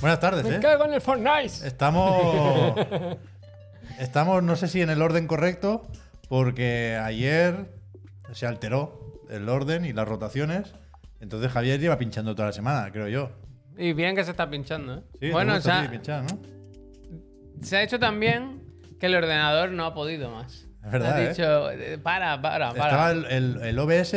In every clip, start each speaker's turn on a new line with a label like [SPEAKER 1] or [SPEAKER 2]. [SPEAKER 1] Buenas tardes,
[SPEAKER 2] Me
[SPEAKER 1] ¿eh?
[SPEAKER 2] cago en el Fortnite.
[SPEAKER 1] Estamos. Estamos, no sé si en el orden correcto, porque ayer se alteró el orden y las rotaciones. Entonces Javier lleva pinchando toda la semana, creo yo.
[SPEAKER 2] Y bien que se está pinchando, ¿eh?
[SPEAKER 1] Sí, te
[SPEAKER 2] bueno, o
[SPEAKER 1] gusta a ti
[SPEAKER 2] sea,
[SPEAKER 1] pinchar, ¿no?
[SPEAKER 2] se ha hecho también que el ordenador no ha podido más.
[SPEAKER 1] Es verdad,
[SPEAKER 2] Ha
[SPEAKER 1] ¿eh?
[SPEAKER 2] dicho, eh, para, para, para.
[SPEAKER 1] Estaba el, el- el OBS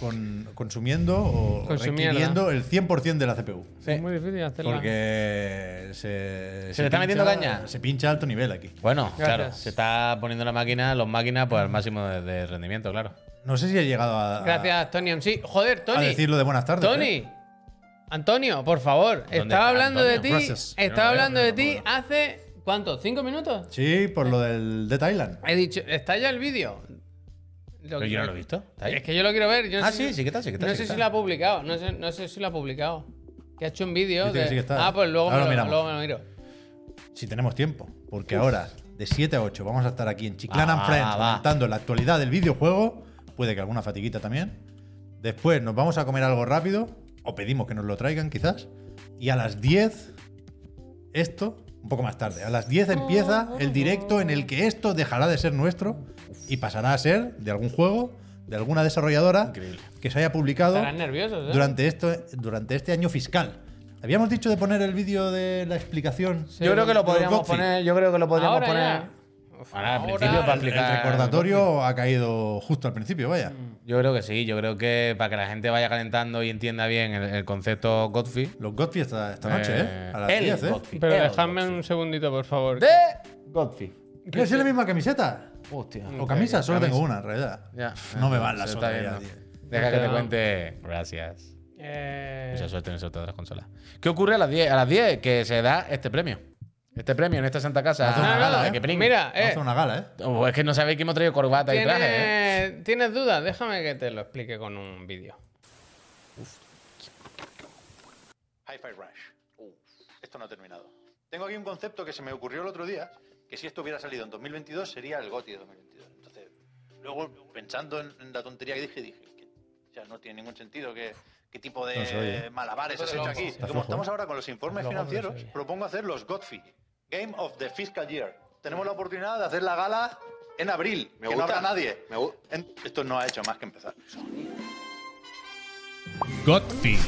[SPEAKER 1] con- consumiendo o
[SPEAKER 2] Con su mierda.
[SPEAKER 1] requiriendo el 100% de la CPU.
[SPEAKER 2] Es muy difícil hacerla.
[SPEAKER 1] Porque se.
[SPEAKER 3] le está metiendo caña?
[SPEAKER 1] Se pincha a alto nivel aquí.
[SPEAKER 3] Bueno, claro,
[SPEAKER 2] Gracias.
[SPEAKER 3] se está poniendo la máquina, los máquinas, pues al máximo de, de rendimiento, claro.
[SPEAKER 1] No sé si he llegado a.
[SPEAKER 2] Gracias, Tony MC. Joder,
[SPEAKER 1] ah, A,
[SPEAKER 2] Tony.
[SPEAKER 1] decirlo de buenas tardes. ¿eh?
[SPEAKER 2] Tony. Antonio, por favor. Estaba
[SPEAKER 3] está
[SPEAKER 2] hablando de
[SPEAKER 3] Antonio?
[SPEAKER 2] ti.
[SPEAKER 1] Gracias.
[SPEAKER 3] Yo no lo
[SPEAKER 2] Estaba
[SPEAKER 3] veo,
[SPEAKER 2] hablando
[SPEAKER 3] no
[SPEAKER 2] de
[SPEAKER 3] lo
[SPEAKER 2] ti
[SPEAKER 3] puedo ver.
[SPEAKER 2] hace. ¿Cuánto? ¿Cinco minutos?
[SPEAKER 1] Sí, por lo del de Thailand.
[SPEAKER 2] He dicho, está ya el vídeo. Lo
[SPEAKER 3] Pero
[SPEAKER 2] que-
[SPEAKER 3] yo no lo he visto. ¿Está ahí?
[SPEAKER 2] Es que yo lo quiero ver. Yo no
[SPEAKER 3] Ah,
[SPEAKER 2] sé si-
[SPEAKER 3] sí, sí que está, sí que está.
[SPEAKER 2] No
[SPEAKER 3] sí
[SPEAKER 2] sé
[SPEAKER 3] que
[SPEAKER 2] si
[SPEAKER 3] está.
[SPEAKER 2] lo ha publicado, no sé, no sé si lo ha publicado. Que ha hecho un vídeo.
[SPEAKER 1] Dice que
[SPEAKER 2] de-
[SPEAKER 1] sí que está.
[SPEAKER 2] Ah, pues luego,
[SPEAKER 1] Ahora
[SPEAKER 2] me
[SPEAKER 1] lo
[SPEAKER 2] lo,
[SPEAKER 1] miramos.
[SPEAKER 2] luego me lo miro.
[SPEAKER 1] Si tenemos tiempo. Porque ahora, de 7 a 8, vamos a estar aquí en Chiclana
[SPEAKER 3] Va,
[SPEAKER 1] and
[SPEAKER 3] va,
[SPEAKER 1] Friends
[SPEAKER 3] Ah, va.
[SPEAKER 1] comentando la actualidad del videojuego. Puede que alguna fatiguita también. Después nos vamos a comer algo rápido. O pedimos que nos lo traigan, quizás. Y a las 10, esto, un poco más tarde. A las 10 empieza el directo en el que esto dejará de ser nuestro y pasará a ser de algún juego, de alguna desarrolladora
[SPEAKER 3] Increíble.
[SPEAKER 1] que se haya publicado
[SPEAKER 2] Estarán nerviosos, ¿eh?
[SPEAKER 1] durante, esto, durante este año fiscal. Habíamos dicho de poner el vídeo de la explicación.
[SPEAKER 2] Sí.
[SPEAKER 3] Yo creo que lo
[SPEAKER 1] Los
[SPEAKER 3] podríamos
[SPEAKER 1] Gothic.
[SPEAKER 3] poner. Yo creo que lo podríamos
[SPEAKER 2] Ahora
[SPEAKER 3] poner.
[SPEAKER 2] ya. Uf,
[SPEAKER 3] Ahora, al
[SPEAKER 2] ahora-
[SPEAKER 3] principio, para
[SPEAKER 1] El
[SPEAKER 3] explicar.
[SPEAKER 1] recordatorio ha caído justo al principio, vaya.
[SPEAKER 3] Yo creo que sí, yo creo que para que la gente vaya calentando y entienda bien el, el concepto Godfrey.
[SPEAKER 1] Los Godfrey esta, esta noche, ¿eh? A las
[SPEAKER 3] el
[SPEAKER 1] 10, ¿eh?
[SPEAKER 3] Godfrey,
[SPEAKER 2] Pero
[SPEAKER 3] el
[SPEAKER 2] dejadme
[SPEAKER 3] Godfrey.
[SPEAKER 2] un segundito, por favor.
[SPEAKER 3] De Godfrey.
[SPEAKER 1] ¿Pero si es la misma camiseta?
[SPEAKER 3] Hostia.
[SPEAKER 1] ¿O camisa? Solo tengo una, en realidad.
[SPEAKER 3] Ya.
[SPEAKER 1] No me van
[SPEAKER 3] Se
[SPEAKER 1] las
[SPEAKER 3] está
[SPEAKER 1] otras ya,
[SPEAKER 3] viendo.
[SPEAKER 1] tío.
[SPEAKER 3] Deja que
[SPEAKER 2] Pero-
[SPEAKER 3] te cuente. Gracias.
[SPEAKER 2] Eh,
[SPEAKER 1] Pues
[SPEAKER 3] Mucha suerte en el sorteo de las consolas. ¿Qué ocurre a las 10? A las 10 que se da este premio. Este premio en esta Santa Casa.
[SPEAKER 1] Hace una
[SPEAKER 3] Ah,
[SPEAKER 1] gala,
[SPEAKER 3] de
[SPEAKER 1] ¿eh?
[SPEAKER 3] que pringue.
[SPEAKER 2] Mira,
[SPEAKER 1] Vamos a
[SPEAKER 2] eh,
[SPEAKER 1] hacer una gala, ¿eh?
[SPEAKER 3] Oh, es que no sabéis que hemos traído corbata y traje. ¿eh?
[SPEAKER 2] ¿tienes, ¿tienes dudas? Déjame que te lo explique con un vídeo.
[SPEAKER 1] Hi-Fi Rush. Uh, esto no ha terminado. Tengo aquí un concepto que se me ocurrió el otro día, que si esto hubiera salido en 2022 sería el GOTI de 2022. Entonces, luego pensando en, en la tontería que dije, dije, que, o sea, no tiene ningún sentido que qué tipo de
[SPEAKER 3] No se oye.
[SPEAKER 1] malabares has
[SPEAKER 2] Loco.
[SPEAKER 1] hecho aquí.
[SPEAKER 2] Está
[SPEAKER 1] Como
[SPEAKER 4] flojo,
[SPEAKER 1] estamos ahora con los informes
[SPEAKER 4] Está flojo, pero
[SPEAKER 1] financieros,
[SPEAKER 4] se oye.
[SPEAKER 1] propongo hacer los GOTFI, Game of the Fiscal Year. Tenemos la oportunidad de hacer la gala en abril, que no habrá nadie. En- esto no ha hecho más que empezar.
[SPEAKER 5] Godfrey.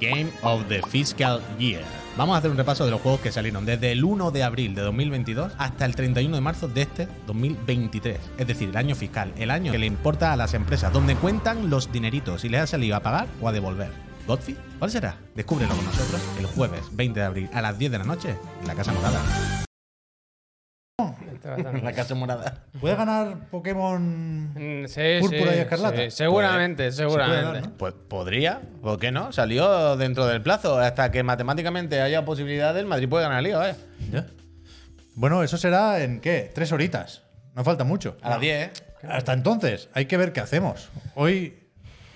[SPEAKER 5] Game of the Fiscal Year. Vamos a hacer un repaso de los juegos que salieron desde el 1 de abril de 2022 hasta el 31 de marzo de este 2023. Es decir, el año fiscal, el año que le importa a las empresas, donde cuentan los dineritos, si les ha salido a pagar o a devolver. ¿Godfrey? ¿Cuál será? Descúbrelo con nosotros el jueves 20 de abril a las 10 de la noche en la Casa Morada.
[SPEAKER 2] Está bastante-
[SPEAKER 3] La casa morada.
[SPEAKER 1] ¿Puede ganar Pokémon
[SPEAKER 2] Mm, sí,
[SPEAKER 1] Púrpura
[SPEAKER 2] sí,
[SPEAKER 1] y escarlata.
[SPEAKER 2] sí, seguramente, seguramente.
[SPEAKER 1] dar, ¿no?
[SPEAKER 3] Pues podría, ¿por qué no? Salió dentro del plazo. Hasta que matemáticamente haya posibilidades, el Madrid puede ganar el lío, ¿eh?
[SPEAKER 1] Ya. Bueno, eso será en qué? Tres horitas. No falta mucho.
[SPEAKER 3] A las 10, ¿eh?
[SPEAKER 1] Hasta entonces, hay que ver qué hacemos. Hoy,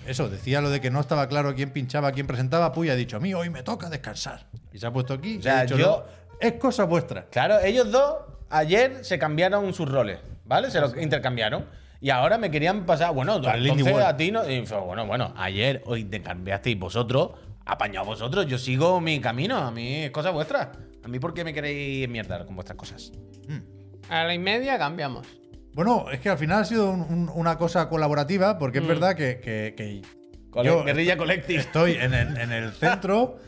[SPEAKER 1] eso, decía lo de que no estaba claro quién pinchaba, quién presentaba. Puy ha dicho, a mí hoy me toca descansar. Y se ha puesto aquí. y
[SPEAKER 3] O sea,
[SPEAKER 1] ha dicho,
[SPEAKER 3] yo-
[SPEAKER 1] "No, es cosa vuestra.
[SPEAKER 3] Claro, ellos dos ayer se cambiaron sus roles, ¿vale? Se los intercambiaron. Y ahora me querían pasar, bueno,
[SPEAKER 1] Para el Indie
[SPEAKER 3] entonces
[SPEAKER 1] World.
[SPEAKER 3] a ti no. Y fue, bueno, bueno, ayer, hoy te cambiasteis vosotros, apañado vosotros, yo sigo mi camino, a mí es cosa vuestra. A mí, ¿por qué me queréis mierdar con vuestras cosas?
[SPEAKER 2] A la y media cambiamos.
[SPEAKER 1] Bueno, es que al final ha sido un- un- una cosa colaborativa, porque
[SPEAKER 3] Mm.
[SPEAKER 1] es verdad que, que- que
[SPEAKER 3] Cole-
[SPEAKER 1] yo
[SPEAKER 3] guerrilla colectiva.
[SPEAKER 1] estoy en, el- en el centro,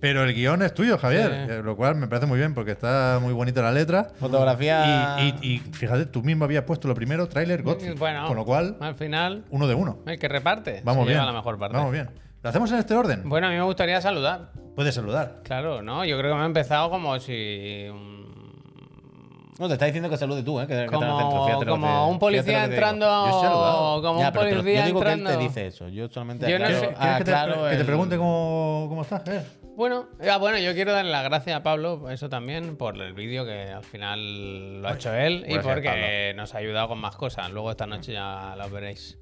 [SPEAKER 1] pero el guión es tuyo, Javier.
[SPEAKER 2] Sí.
[SPEAKER 1] eh, Lo cual me parece muy bien, porque está muy bonita la letra.
[SPEAKER 3] Fotografía.
[SPEAKER 1] Y, y- y fíjate, tú mismo habías puesto lo primero, tráiler, Godfrey.
[SPEAKER 2] Mm, Bueno,
[SPEAKER 1] Con lo cual,
[SPEAKER 2] al final,
[SPEAKER 1] uno de uno.
[SPEAKER 2] el que reparte.
[SPEAKER 1] Vamos
[SPEAKER 2] se
[SPEAKER 1] bien.
[SPEAKER 2] Lleva la mejor parte.
[SPEAKER 1] Vamos bien. ¿Lo hacemos en este orden?
[SPEAKER 2] Bueno, a mí me gustaría saludar.
[SPEAKER 1] Puedes saludar.
[SPEAKER 2] Claro, ¿no? Yo creo que me he empezado como si. un-
[SPEAKER 3] No, te está diciendo que salude tú, ¿eh? Que, que está en el centro,
[SPEAKER 2] Como,
[SPEAKER 3] fíjate lo
[SPEAKER 2] como
[SPEAKER 3] que-
[SPEAKER 2] un
[SPEAKER 3] fíjate
[SPEAKER 2] policía
[SPEAKER 3] lo que te
[SPEAKER 2] entrando.
[SPEAKER 3] digo.
[SPEAKER 1] Yo he saludado.
[SPEAKER 2] Como
[SPEAKER 3] Ya,
[SPEAKER 2] un
[SPEAKER 3] pero te lo-
[SPEAKER 2] policía
[SPEAKER 3] yo digo
[SPEAKER 2] entrando.
[SPEAKER 3] que él te dice eso. Yo solamente
[SPEAKER 2] Yo no
[SPEAKER 3] aclaro-
[SPEAKER 2] sé-
[SPEAKER 1] ¿Quieres, quieres que, te,
[SPEAKER 3] aclaro
[SPEAKER 1] que te
[SPEAKER 3] el-
[SPEAKER 1] pregunte cómo, cómo estás, Javier?
[SPEAKER 2] Bueno, ah, bueno, yo quiero darle las gracias a Pablo, eso también, por el vídeo que al final lo ha hecho él y
[SPEAKER 3] gracias,
[SPEAKER 2] porque nos ha ayudado con más cosas. Luego esta noche ya las veréis.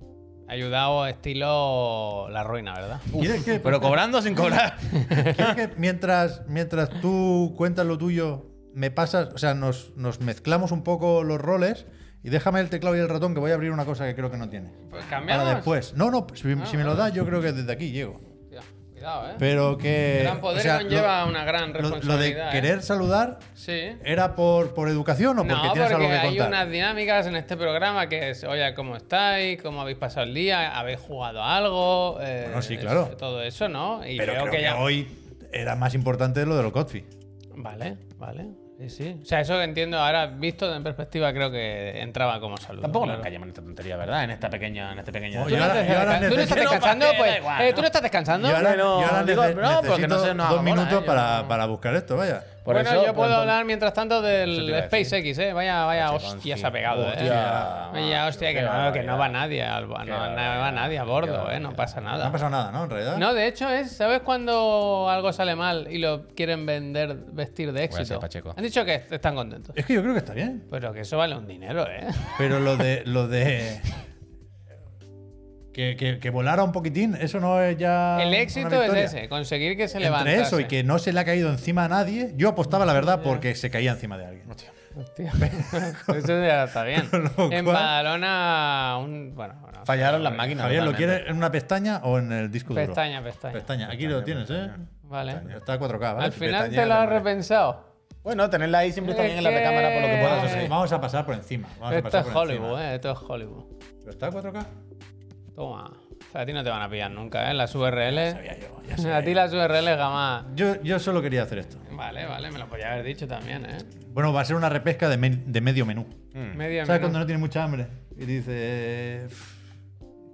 [SPEAKER 2] Ha ayudado estilo La Ruina, ¿verdad?
[SPEAKER 1] ¿Quieres que,
[SPEAKER 3] Pero cobrando o sin cobrar.
[SPEAKER 1] quieres que mientras, mientras tú cuentas lo tuyo, me pasas, o sea, nos, nos mezclamos un poco los roles y déjame el teclado y el ratón que voy a abrir una cosa que creo que no tiene.
[SPEAKER 2] Pues
[SPEAKER 1] Para
[SPEAKER 2] cambiamos. Ah,
[SPEAKER 1] después. No, no, si, si me lo das, yo creo que desde aquí llego.
[SPEAKER 2] Hostia, Cuidado, ¿eh?
[SPEAKER 1] Pero que.
[SPEAKER 2] gran poder
[SPEAKER 1] o sea, lo-
[SPEAKER 2] conlleva una gran
[SPEAKER 1] lo, lo
[SPEAKER 2] responsabilidad.
[SPEAKER 1] de
[SPEAKER 2] ¿eh?
[SPEAKER 1] querer saludar,
[SPEAKER 2] Sí.
[SPEAKER 1] ¿era por, por educación o porque
[SPEAKER 2] no,
[SPEAKER 1] tienes
[SPEAKER 2] porque
[SPEAKER 1] algo que
[SPEAKER 2] hay
[SPEAKER 1] contar?
[SPEAKER 2] unas dinámicas en este programa que es, oye, ¿cómo estáis? ¿Cómo habéis pasado el día? ¿Habéis jugado a algo? Eh,
[SPEAKER 1] Bueno, sí, claro.
[SPEAKER 2] todo eso, ¿no? Y
[SPEAKER 1] Pero
[SPEAKER 2] creo, que, ya...
[SPEAKER 1] hoy era más importante lo de los Cotfi.
[SPEAKER 2] Vale, vale. Sí, sí. O sea, eso que entiendo ahora, visto en perspectiva, creo que entraba como saludo.
[SPEAKER 3] Tampoco nos
[SPEAKER 2] claro.
[SPEAKER 3] callamos en esta tontería, ¿verdad? En esta pequeña, en este pequeño.
[SPEAKER 1] Oye,
[SPEAKER 2] ¿Tú no
[SPEAKER 1] ahora-
[SPEAKER 2] estás-
[SPEAKER 1] yo ahora
[SPEAKER 2] ¿Tú no estás
[SPEAKER 1] necesito-
[SPEAKER 2] descansando?
[SPEAKER 3] Pero
[SPEAKER 2] Pues,
[SPEAKER 3] da igual,
[SPEAKER 2] eh,
[SPEAKER 3] ¿no?
[SPEAKER 2] ¿Tú no estás descansando?
[SPEAKER 1] Yo ahora,
[SPEAKER 3] Bueno,
[SPEAKER 1] yo ahora
[SPEAKER 3] digo,
[SPEAKER 1] nece-
[SPEAKER 3] no, porque no
[SPEAKER 1] necesito
[SPEAKER 3] se nos
[SPEAKER 1] dos
[SPEAKER 3] haga bola,
[SPEAKER 1] minutos
[SPEAKER 3] ¿eh?
[SPEAKER 1] para, para buscar esto, vaya.
[SPEAKER 3] Por
[SPEAKER 2] bueno,
[SPEAKER 3] eso,
[SPEAKER 2] yo
[SPEAKER 3] pues,
[SPEAKER 2] puedo
[SPEAKER 3] entonces-
[SPEAKER 2] hablar mientras tanto
[SPEAKER 3] Eso te
[SPEAKER 2] del
[SPEAKER 3] iba a
[SPEAKER 2] Space X, ¿eh? Vaya, vaya,
[SPEAKER 3] Hostia,
[SPEAKER 2] hostia, se
[SPEAKER 3] hostia.
[SPEAKER 2] ha pegado,
[SPEAKER 3] Hostia,
[SPEAKER 2] ¿eh? Vaya, hostia, que
[SPEAKER 3] qué
[SPEAKER 2] no, que no
[SPEAKER 3] barbaridad.
[SPEAKER 2] va nadie, al- no,
[SPEAKER 3] Qué
[SPEAKER 2] no va
[SPEAKER 3] barbaridad.
[SPEAKER 2] nadie a
[SPEAKER 3] Qué
[SPEAKER 2] bordo, ¿eh?
[SPEAKER 3] barbaridad.
[SPEAKER 2] No pasa
[SPEAKER 1] No ha
[SPEAKER 2] nada.
[SPEAKER 1] pasado nada, ¿no? En realidad.
[SPEAKER 2] No, de hecho es, ¿sabes cuando algo sale mal y lo quieren vender, vestir de
[SPEAKER 3] Gracias,
[SPEAKER 2] éxito?
[SPEAKER 3] Pacheco.
[SPEAKER 2] Han dicho que est- están contentos.
[SPEAKER 1] Es que yo creo que está bien.
[SPEAKER 2] Pero que eso vale un dinero, ¿eh?
[SPEAKER 1] Pero lo de. Lo de que, que- que volara un poquitín, eso no es ya.
[SPEAKER 2] El
[SPEAKER 1] Ah, una
[SPEAKER 2] éxito es
[SPEAKER 1] victoria.
[SPEAKER 2] ese, conseguir que se levante.
[SPEAKER 1] Entre eso y que no se le ha caído encima a nadie, yo apostaba la verdad porque se caía encima de alguien.
[SPEAKER 2] Hostia, eso ya está bien.
[SPEAKER 1] Con lo
[SPEAKER 2] en
[SPEAKER 1] cual-
[SPEAKER 2] Badalona, un. Bueno, bueno,
[SPEAKER 3] Fallaron las máquinas.
[SPEAKER 1] Javier, ¿lo
[SPEAKER 3] totalmente.
[SPEAKER 1] quieres en una pestaña o en el disco duro?
[SPEAKER 2] pestaña, pestaña.
[SPEAKER 1] Pestaña. Aquí lo tienes, ¿eh?
[SPEAKER 2] Vale.
[SPEAKER 1] Está a 4K, ¿vale?
[SPEAKER 2] Al final
[SPEAKER 3] pestaña
[SPEAKER 2] te lo has
[SPEAKER 3] de la
[SPEAKER 2] repensado.
[SPEAKER 3] Bueno, tenerla ahí siempre está
[SPEAKER 2] Es
[SPEAKER 3] bien en la recámara por lo que
[SPEAKER 2] que-
[SPEAKER 3] puedas.
[SPEAKER 1] Vamos
[SPEAKER 2] Eh.
[SPEAKER 1] a- Vamos a pasar por encima. Vamos a
[SPEAKER 2] Esto
[SPEAKER 1] pasar
[SPEAKER 2] es
[SPEAKER 1] por encima.
[SPEAKER 2] Hollywood, eh. Esto es Hollywood.
[SPEAKER 1] ¿Pero está a 4K?
[SPEAKER 2] Toma. O sea, a ti no te van a pillar nunca, ¿eh? Las URLs.
[SPEAKER 1] yo,
[SPEAKER 2] a ti las URLs jamás.
[SPEAKER 1] Yo, yo solo quería hacer esto.
[SPEAKER 2] Vale, vale, me lo podía haber dicho también, ¿eh?
[SPEAKER 1] Bueno, va a ser una repesca de, men- de medio menú.
[SPEAKER 2] Medio
[SPEAKER 1] ¿Sabes
[SPEAKER 2] menú.
[SPEAKER 1] cuando no tienes mucha hambre? Y dices.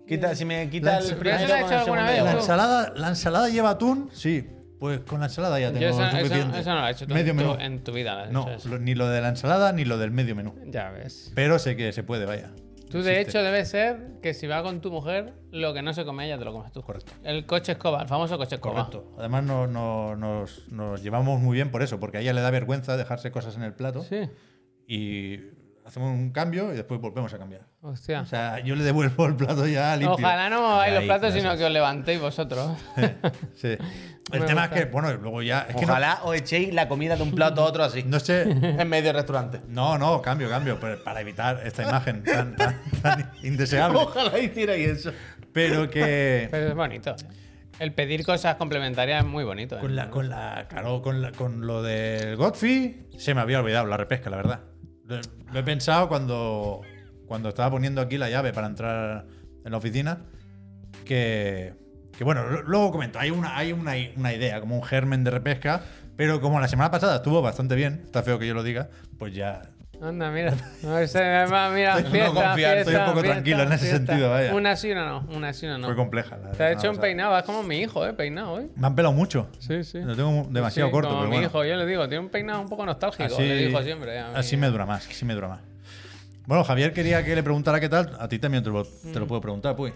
[SPEAKER 3] Quita, si me quita
[SPEAKER 1] Lanza-
[SPEAKER 3] el
[SPEAKER 2] Pero eso lo
[SPEAKER 3] primero
[SPEAKER 2] he
[SPEAKER 3] con
[SPEAKER 2] hecho
[SPEAKER 3] el
[SPEAKER 2] alguna
[SPEAKER 3] segundo.
[SPEAKER 2] vez.
[SPEAKER 1] ¿La
[SPEAKER 2] tú.
[SPEAKER 1] ensalada, ¿La ensalada lleva atún? Sí. Pues con la ensalada ya tengo
[SPEAKER 2] Yo eso, eso-
[SPEAKER 1] suficiente.
[SPEAKER 2] eso no lo he hecho tú,
[SPEAKER 1] Medio
[SPEAKER 2] tú
[SPEAKER 1] menú.
[SPEAKER 2] en tu vida. lo has
[SPEAKER 1] No,
[SPEAKER 2] hecho eso.
[SPEAKER 1] lo- ni lo de la ensalada ni lo del medio menú.
[SPEAKER 2] Ya ves.
[SPEAKER 1] Pero sé que se puede, vaya.
[SPEAKER 2] Tú, de
[SPEAKER 1] Existe.
[SPEAKER 2] hecho, debe ser que si va con tu mujer, lo que no se come ella te lo comes tú.
[SPEAKER 1] Correcto.
[SPEAKER 2] El coche escoba, el famoso coche escoba.
[SPEAKER 1] Correcto. Además no- no- nos, nos llevamos muy bien por eso, porque a ella le da vergüenza dejarse cosas en el plato
[SPEAKER 2] Sí.
[SPEAKER 1] y hacemos un cambio y después volvemos a cambiar.
[SPEAKER 2] Hostia.
[SPEAKER 1] O sea, yo le devuelvo el plato ya limpio.
[SPEAKER 2] Ojalá no mováis los
[SPEAKER 3] Ahí,
[SPEAKER 2] platos,
[SPEAKER 3] gracias.
[SPEAKER 2] sino que os levantéis vosotros.
[SPEAKER 1] Sí. El tema es que, bueno, y luego ya... Es que no-
[SPEAKER 3] Ojalá os echéis la comida de un plato a otro así.
[SPEAKER 1] no sé,
[SPEAKER 3] En medio del restaurante.
[SPEAKER 1] No, no, cambio, cambio, pero para evitar esta imagen tan, tan- tan indeseable.
[SPEAKER 3] Ojalá hicierais eso.
[SPEAKER 1] Pero que
[SPEAKER 2] Pero es bonito. ¿eh? El pedir cosas complementarias es muy bonito. ¿eh?
[SPEAKER 1] con la, con la, claro, con la- con lo del Godfrey se me había olvidado la repesca, la verdad. Lo, lo he pensado cuando, cuando estaba poniendo aquí la llave para entrar en la oficina, que, que bueno, lo- luego comento, hay una, hay una, una idea, como un germen de repesca, pero como la semana pasada estuvo bastante bien, está feo que yo lo diga, pues ya
[SPEAKER 2] Anda, mira. No sé, además, mira,
[SPEAKER 1] Estoy- no
[SPEAKER 2] fiesta,
[SPEAKER 1] confiar, estoy un
[SPEAKER 2] fiesta,
[SPEAKER 1] poco
[SPEAKER 2] fiesta,
[SPEAKER 1] tranquilo en ese
[SPEAKER 2] fiesta.
[SPEAKER 1] sentido, vaya.
[SPEAKER 2] Una sí, una no. Una sí, una no.
[SPEAKER 1] fue compleja. la-
[SPEAKER 2] Te has
[SPEAKER 1] la
[SPEAKER 2] hecho un
[SPEAKER 1] pasada.
[SPEAKER 2] peinado, es como mi hijo, ¿eh? Peinado hoy.
[SPEAKER 1] Me han pelado mucho.
[SPEAKER 2] Sí, sí.
[SPEAKER 1] Lo tengo demasiado
[SPEAKER 2] Sí,
[SPEAKER 1] corto,
[SPEAKER 2] Como
[SPEAKER 1] pero
[SPEAKER 2] mi
[SPEAKER 1] bueno.
[SPEAKER 2] hijo, yo le digo, tiene un peinado un poco nostálgico,
[SPEAKER 1] Así,
[SPEAKER 2] le digo siempre. eh, a mí.
[SPEAKER 1] así me dura más, así me dura más. Bueno, Javier quería que le preguntara qué tal. A ti también te lo, te
[SPEAKER 2] Mm.
[SPEAKER 1] lo puedo preguntar, pues.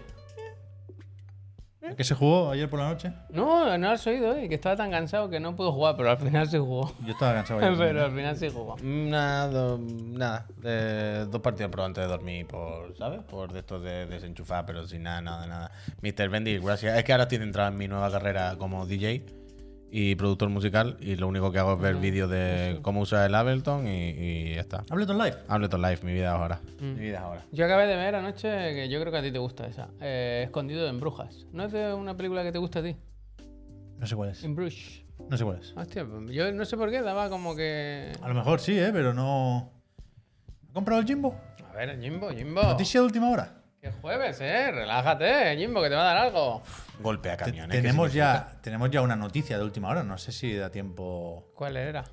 [SPEAKER 1] ¿A ¿Qué se jugó ayer por la noche?
[SPEAKER 2] No, no lo has oído, ¿eh? Que estaba tan cansado que no pudo jugar, pero al final sí jugó.
[SPEAKER 1] Yo estaba cansado. ayer
[SPEAKER 2] pero
[SPEAKER 1] también.
[SPEAKER 2] al final sí jugó.
[SPEAKER 3] Nada, do- nada. de dos partidos pero antes de dormir, por, ¿sabes? Por de estos de desenchufar, pero sin nada, nada, nada. Mr. Bendy, gracias. Es que ahora estoy entrado en mi nueva carrera como DJ y productor musical y lo único que hago es ver vídeos de cómo usar el Ableton y, y ya está.
[SPEAKER 1] Ableton Live.
[SPEAKER 3] Ableton Live, mi vida ahora.
[SPEAKER 2] Mm.
[SPEAKER 3] Mi vida ahora.
[SPEAKER 2] Yo acabé de ver anoche, que yo creo que a ti te gusta esa, eh, Escondido en Brujas. ¿No es de una película que te gusta a ti?
[SPEAKER 1] No sé cuál es.
[SPEAKER 2] In Bruges.
[SPEAKER 1] No sé cuál es.
[SPEAKER 2] Hostia, yo no sé por qué, daba como que...
[SPEAKER 1] A lo mejor sí, ¿eh? Pero no. ¿Ha comprado el Jimbo?
[SPEAKER 2] A ver, Jimbo, Jimbo.
[SPEAKER 1] Noticia de última hora.
[SPEAKER 2] Que jueves, eh. Relájate, Jimbo, que te va a dar algo.
[SPEAKER 3] Golpe a
[SPEAKER 1] Te-
[SPEAKER 3] camiones. ¿qué
[SPEAKER 1] tenemos,
[SPEAKER 3] significa?
[SPEAKER 1] ya, tenemos ya una noticia de última hora. No sé si da tiempo.
[SPEAKER 2] ¿Cuál era?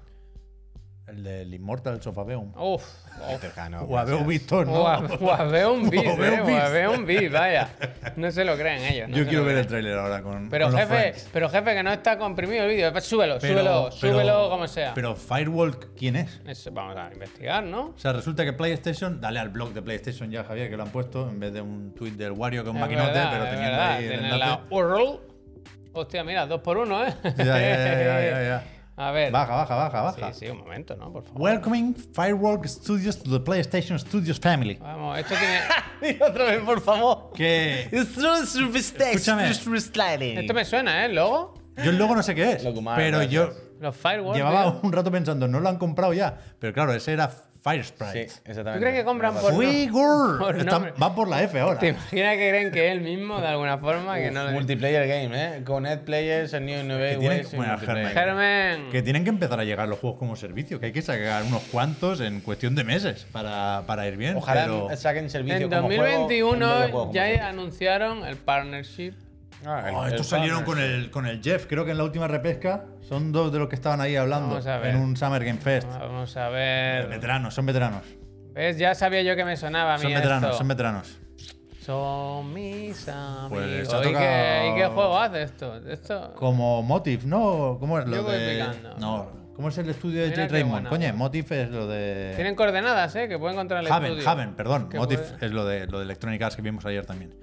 [SPEAKER 1] El del Immortal of Aveum.
[SPEAKER 2] Uf. uf.
[SPEAKER 3] Cercano,
[SPEAKER 1] O Aveum
[SPEAKER 3] gracias.
[SPEAKER 1] Victor, ¿no?
[SPEAKER 2] Guau, guau, veo un bis,
[SPEAKER 1] Guau, veo
[SPEAKER 2] eh,
[SPEAKER 1] un bis.
[SPEAKER 2] guau, veo un bis, vaya. No se lo creen ellos. no
[SPEAKER 1] Yo
[SPEAKER 2] se
[SPEAKER 1] quiero
[SPEAKER 2] lo
[SPEAKER 1] ver el
[SPEAKER 2] creen.
[SPEAKER 1] tráiler ahora con.
[SPEAKER 2] Pero
[SPEAKER 1] con los
[SPEAKER 2] jefe,
[SPEAKER 1] friends.
[SPEAKER 2] pero jefe, que no está comprimido el vídeo. Súbelo,
[SPEAKER 1] Pero-
[SPEAKER 2] súbelo,
[SPEAKER 1] pero-
[SPEAKER 2] súbelo como sea.
[SPEAKER 1] Pero Firewalk, ¿quién es?
[SPEAKER 2] Eso, vamos a investigar, ¿no?
[SPEAKER 1] O sea, resulta que PlayStation, dale al blog de PlayStation ya, Javier, que lo han puesto, en vez de un tweet del Wario que es un
[SPEAKER 2] Es
[SPEAKER 1] maquinote,
[SPEAKER 2] verdad,
[SPEAKER 1] pero
[SPEAKER 2] es
[SPEAKER 1] teniendo
[SPEAKER 2] verdad,
[SPEAKER 1] ahí el
[SPEAKER 2] tienen
[SPEAKER 1] enlace.
[SPEAKER 2] la URL. Hostia, mira, dos por uno, ¿eh?
[SPEAKER 1] Ya, ya, ya, ya, ya.
[SPEAKER 2] A ver.
[SPEAKER 1] Baja, baja, baja, baja.
[SPEAKER 2] Sí, sí, un momento, ¿no? Por favor.
[SPEAKER 1] Welcoming Firewalk Studios to the PlayStation Studios family.
[SPEAKER 2] Vamos, esto tiene.
[SPEAKER 3] Dilo otra vez, por favor.
[SPEAKER 1] Que
[SPEAKER 3] It's true, it's true, it's
[SPEAKER 1] Escúchame.
[SPEAKER 3] it's true, it's sliding.
[SPEAKER 2] Esto me suena, ¿eh? El logo.
[SPEAKER 1] yo el logo no sé qué es,
[SPEAKER 3] Loco, madre,
[SPEAKER 1] pero yo
[SPEAKER 2] Los firewalls. ¿eh?
[SPEAKER 1] llevaba
[SPEAKER 2] tío.
[SPEAKER 1] un rato pensando, no lo han comprado ya. Pero claro, ese era Fire Sprite.
[SPEAKER 3] exactamente.
[SPEAKER 2] ¿Tú crees que compran
[SPEAKER 3] Una
[SPEAKER 2] por-
[SPEAKER 3] basura.
[SPEAKER 1] Fuigor.
[SPEAKER 2] Por
[SPEAKER 1] Están-
[SPEAKER 2] nombre.
[SPEAKER 1] van por la F ahora.
[SPEAKER 2] ¿Te imaginas que creen que es el mismo de alguna forma? que no lo-
[SPEAKER 3] Multiplayer game, ¿eh? Connect players and new innovative
[SPEAKER 1] tiene
[SPEAKER 3] ways
[SPEAKER 1] que-
[SPEAKER 3] in
[SPEAKER 1] bueno,
[SPEAKER 3] multiplayer.
[SPEAKER 1] Germán.
[SPEAKER 2] Germen.
[SPEAKER 1] Que tienen que empezar a llegar los juegos como servicio, que hay que sacar unos cuantos en cuestión de meses para, para ir bien.
[SPEAKER 3] Ojalá
[SPEAKER 1] pero-
[SPEAKER 3] saquen servicio
[SPEAKER 2] En
[SPEAKER 3] como juego, en vez de
[SPEAKER 2] 2021
[SPEAKER 3] juego como
[SPEAKER 2] ya
[SPEAKER 3] servicio.
[SPEAKER 2] anunciaron el partnership.
[SPEAKER 3] Ah, el-
[SPEAKER 1] Oh,
[SPEAKER 3] el
[SPEAKER 1] estos salieron con el, con el Jeff, creo que en la última repesca. Son dos de los que estaban ahí hablando
[SPEAKER 2] Vamos a ver.
[SPEAKER 1] en un Summer Game Fest.
[SPEAKER 2] Vamos a
[SPEAKER 1] Eh,
[SPEAKER 2] ver.
[SPEAKER 1] Veteranos, son veteranos.
[SPEAKER 2] ¿Ves? Ya sabía yo que me sonaba a mí
[SPEAKER 1] Son veteranos,
[SPEAKER 2] esto.
[SPEAKER 1] son veteranos.
[SPEAKER 2] Son mis amigos.
[SPEAKER 1] Pues ha
[SPEAKER 2] ¿Y, qué,
[SPEAKER 1] tocado-
[SPEAKER 2] y qué juego hace esto? Esto.
[SPEAKER 1] Como Motif, ¿no? ¿Cómo es lo
[SPEAKER 2] Yo voy
[SPEAKER 1] de.?
[SPEAKER 2] picando.
[SPEAKER 1] No, ¿cómo es el estudio de
[SPEAKER 2] Mira
[SPEAKER 1] Jade
[SPEAKER 2] qué
[SPEAKER 1] Raymond?
[SPEAKER 2] buena,
[SPEAKER 1] Coño,
[SPEAKER 2] bueno.
[SPEAKER 1] Motif es lo de.
[SPEAKER 2] Tienen coordenadas, ¿eh? Que pueden encontrar el
[SPEAKER 1] Haven,
[SPEAKER 2] estudio.
[SPEAKER 1] Haven, perdón.
[SPEAKER 2] Que
[SPEAKER 1] Motif
[SPEAKER 2] puede-
[SPEAKER 1] es lo de, lo de Electronic Arts que vimos ayer también.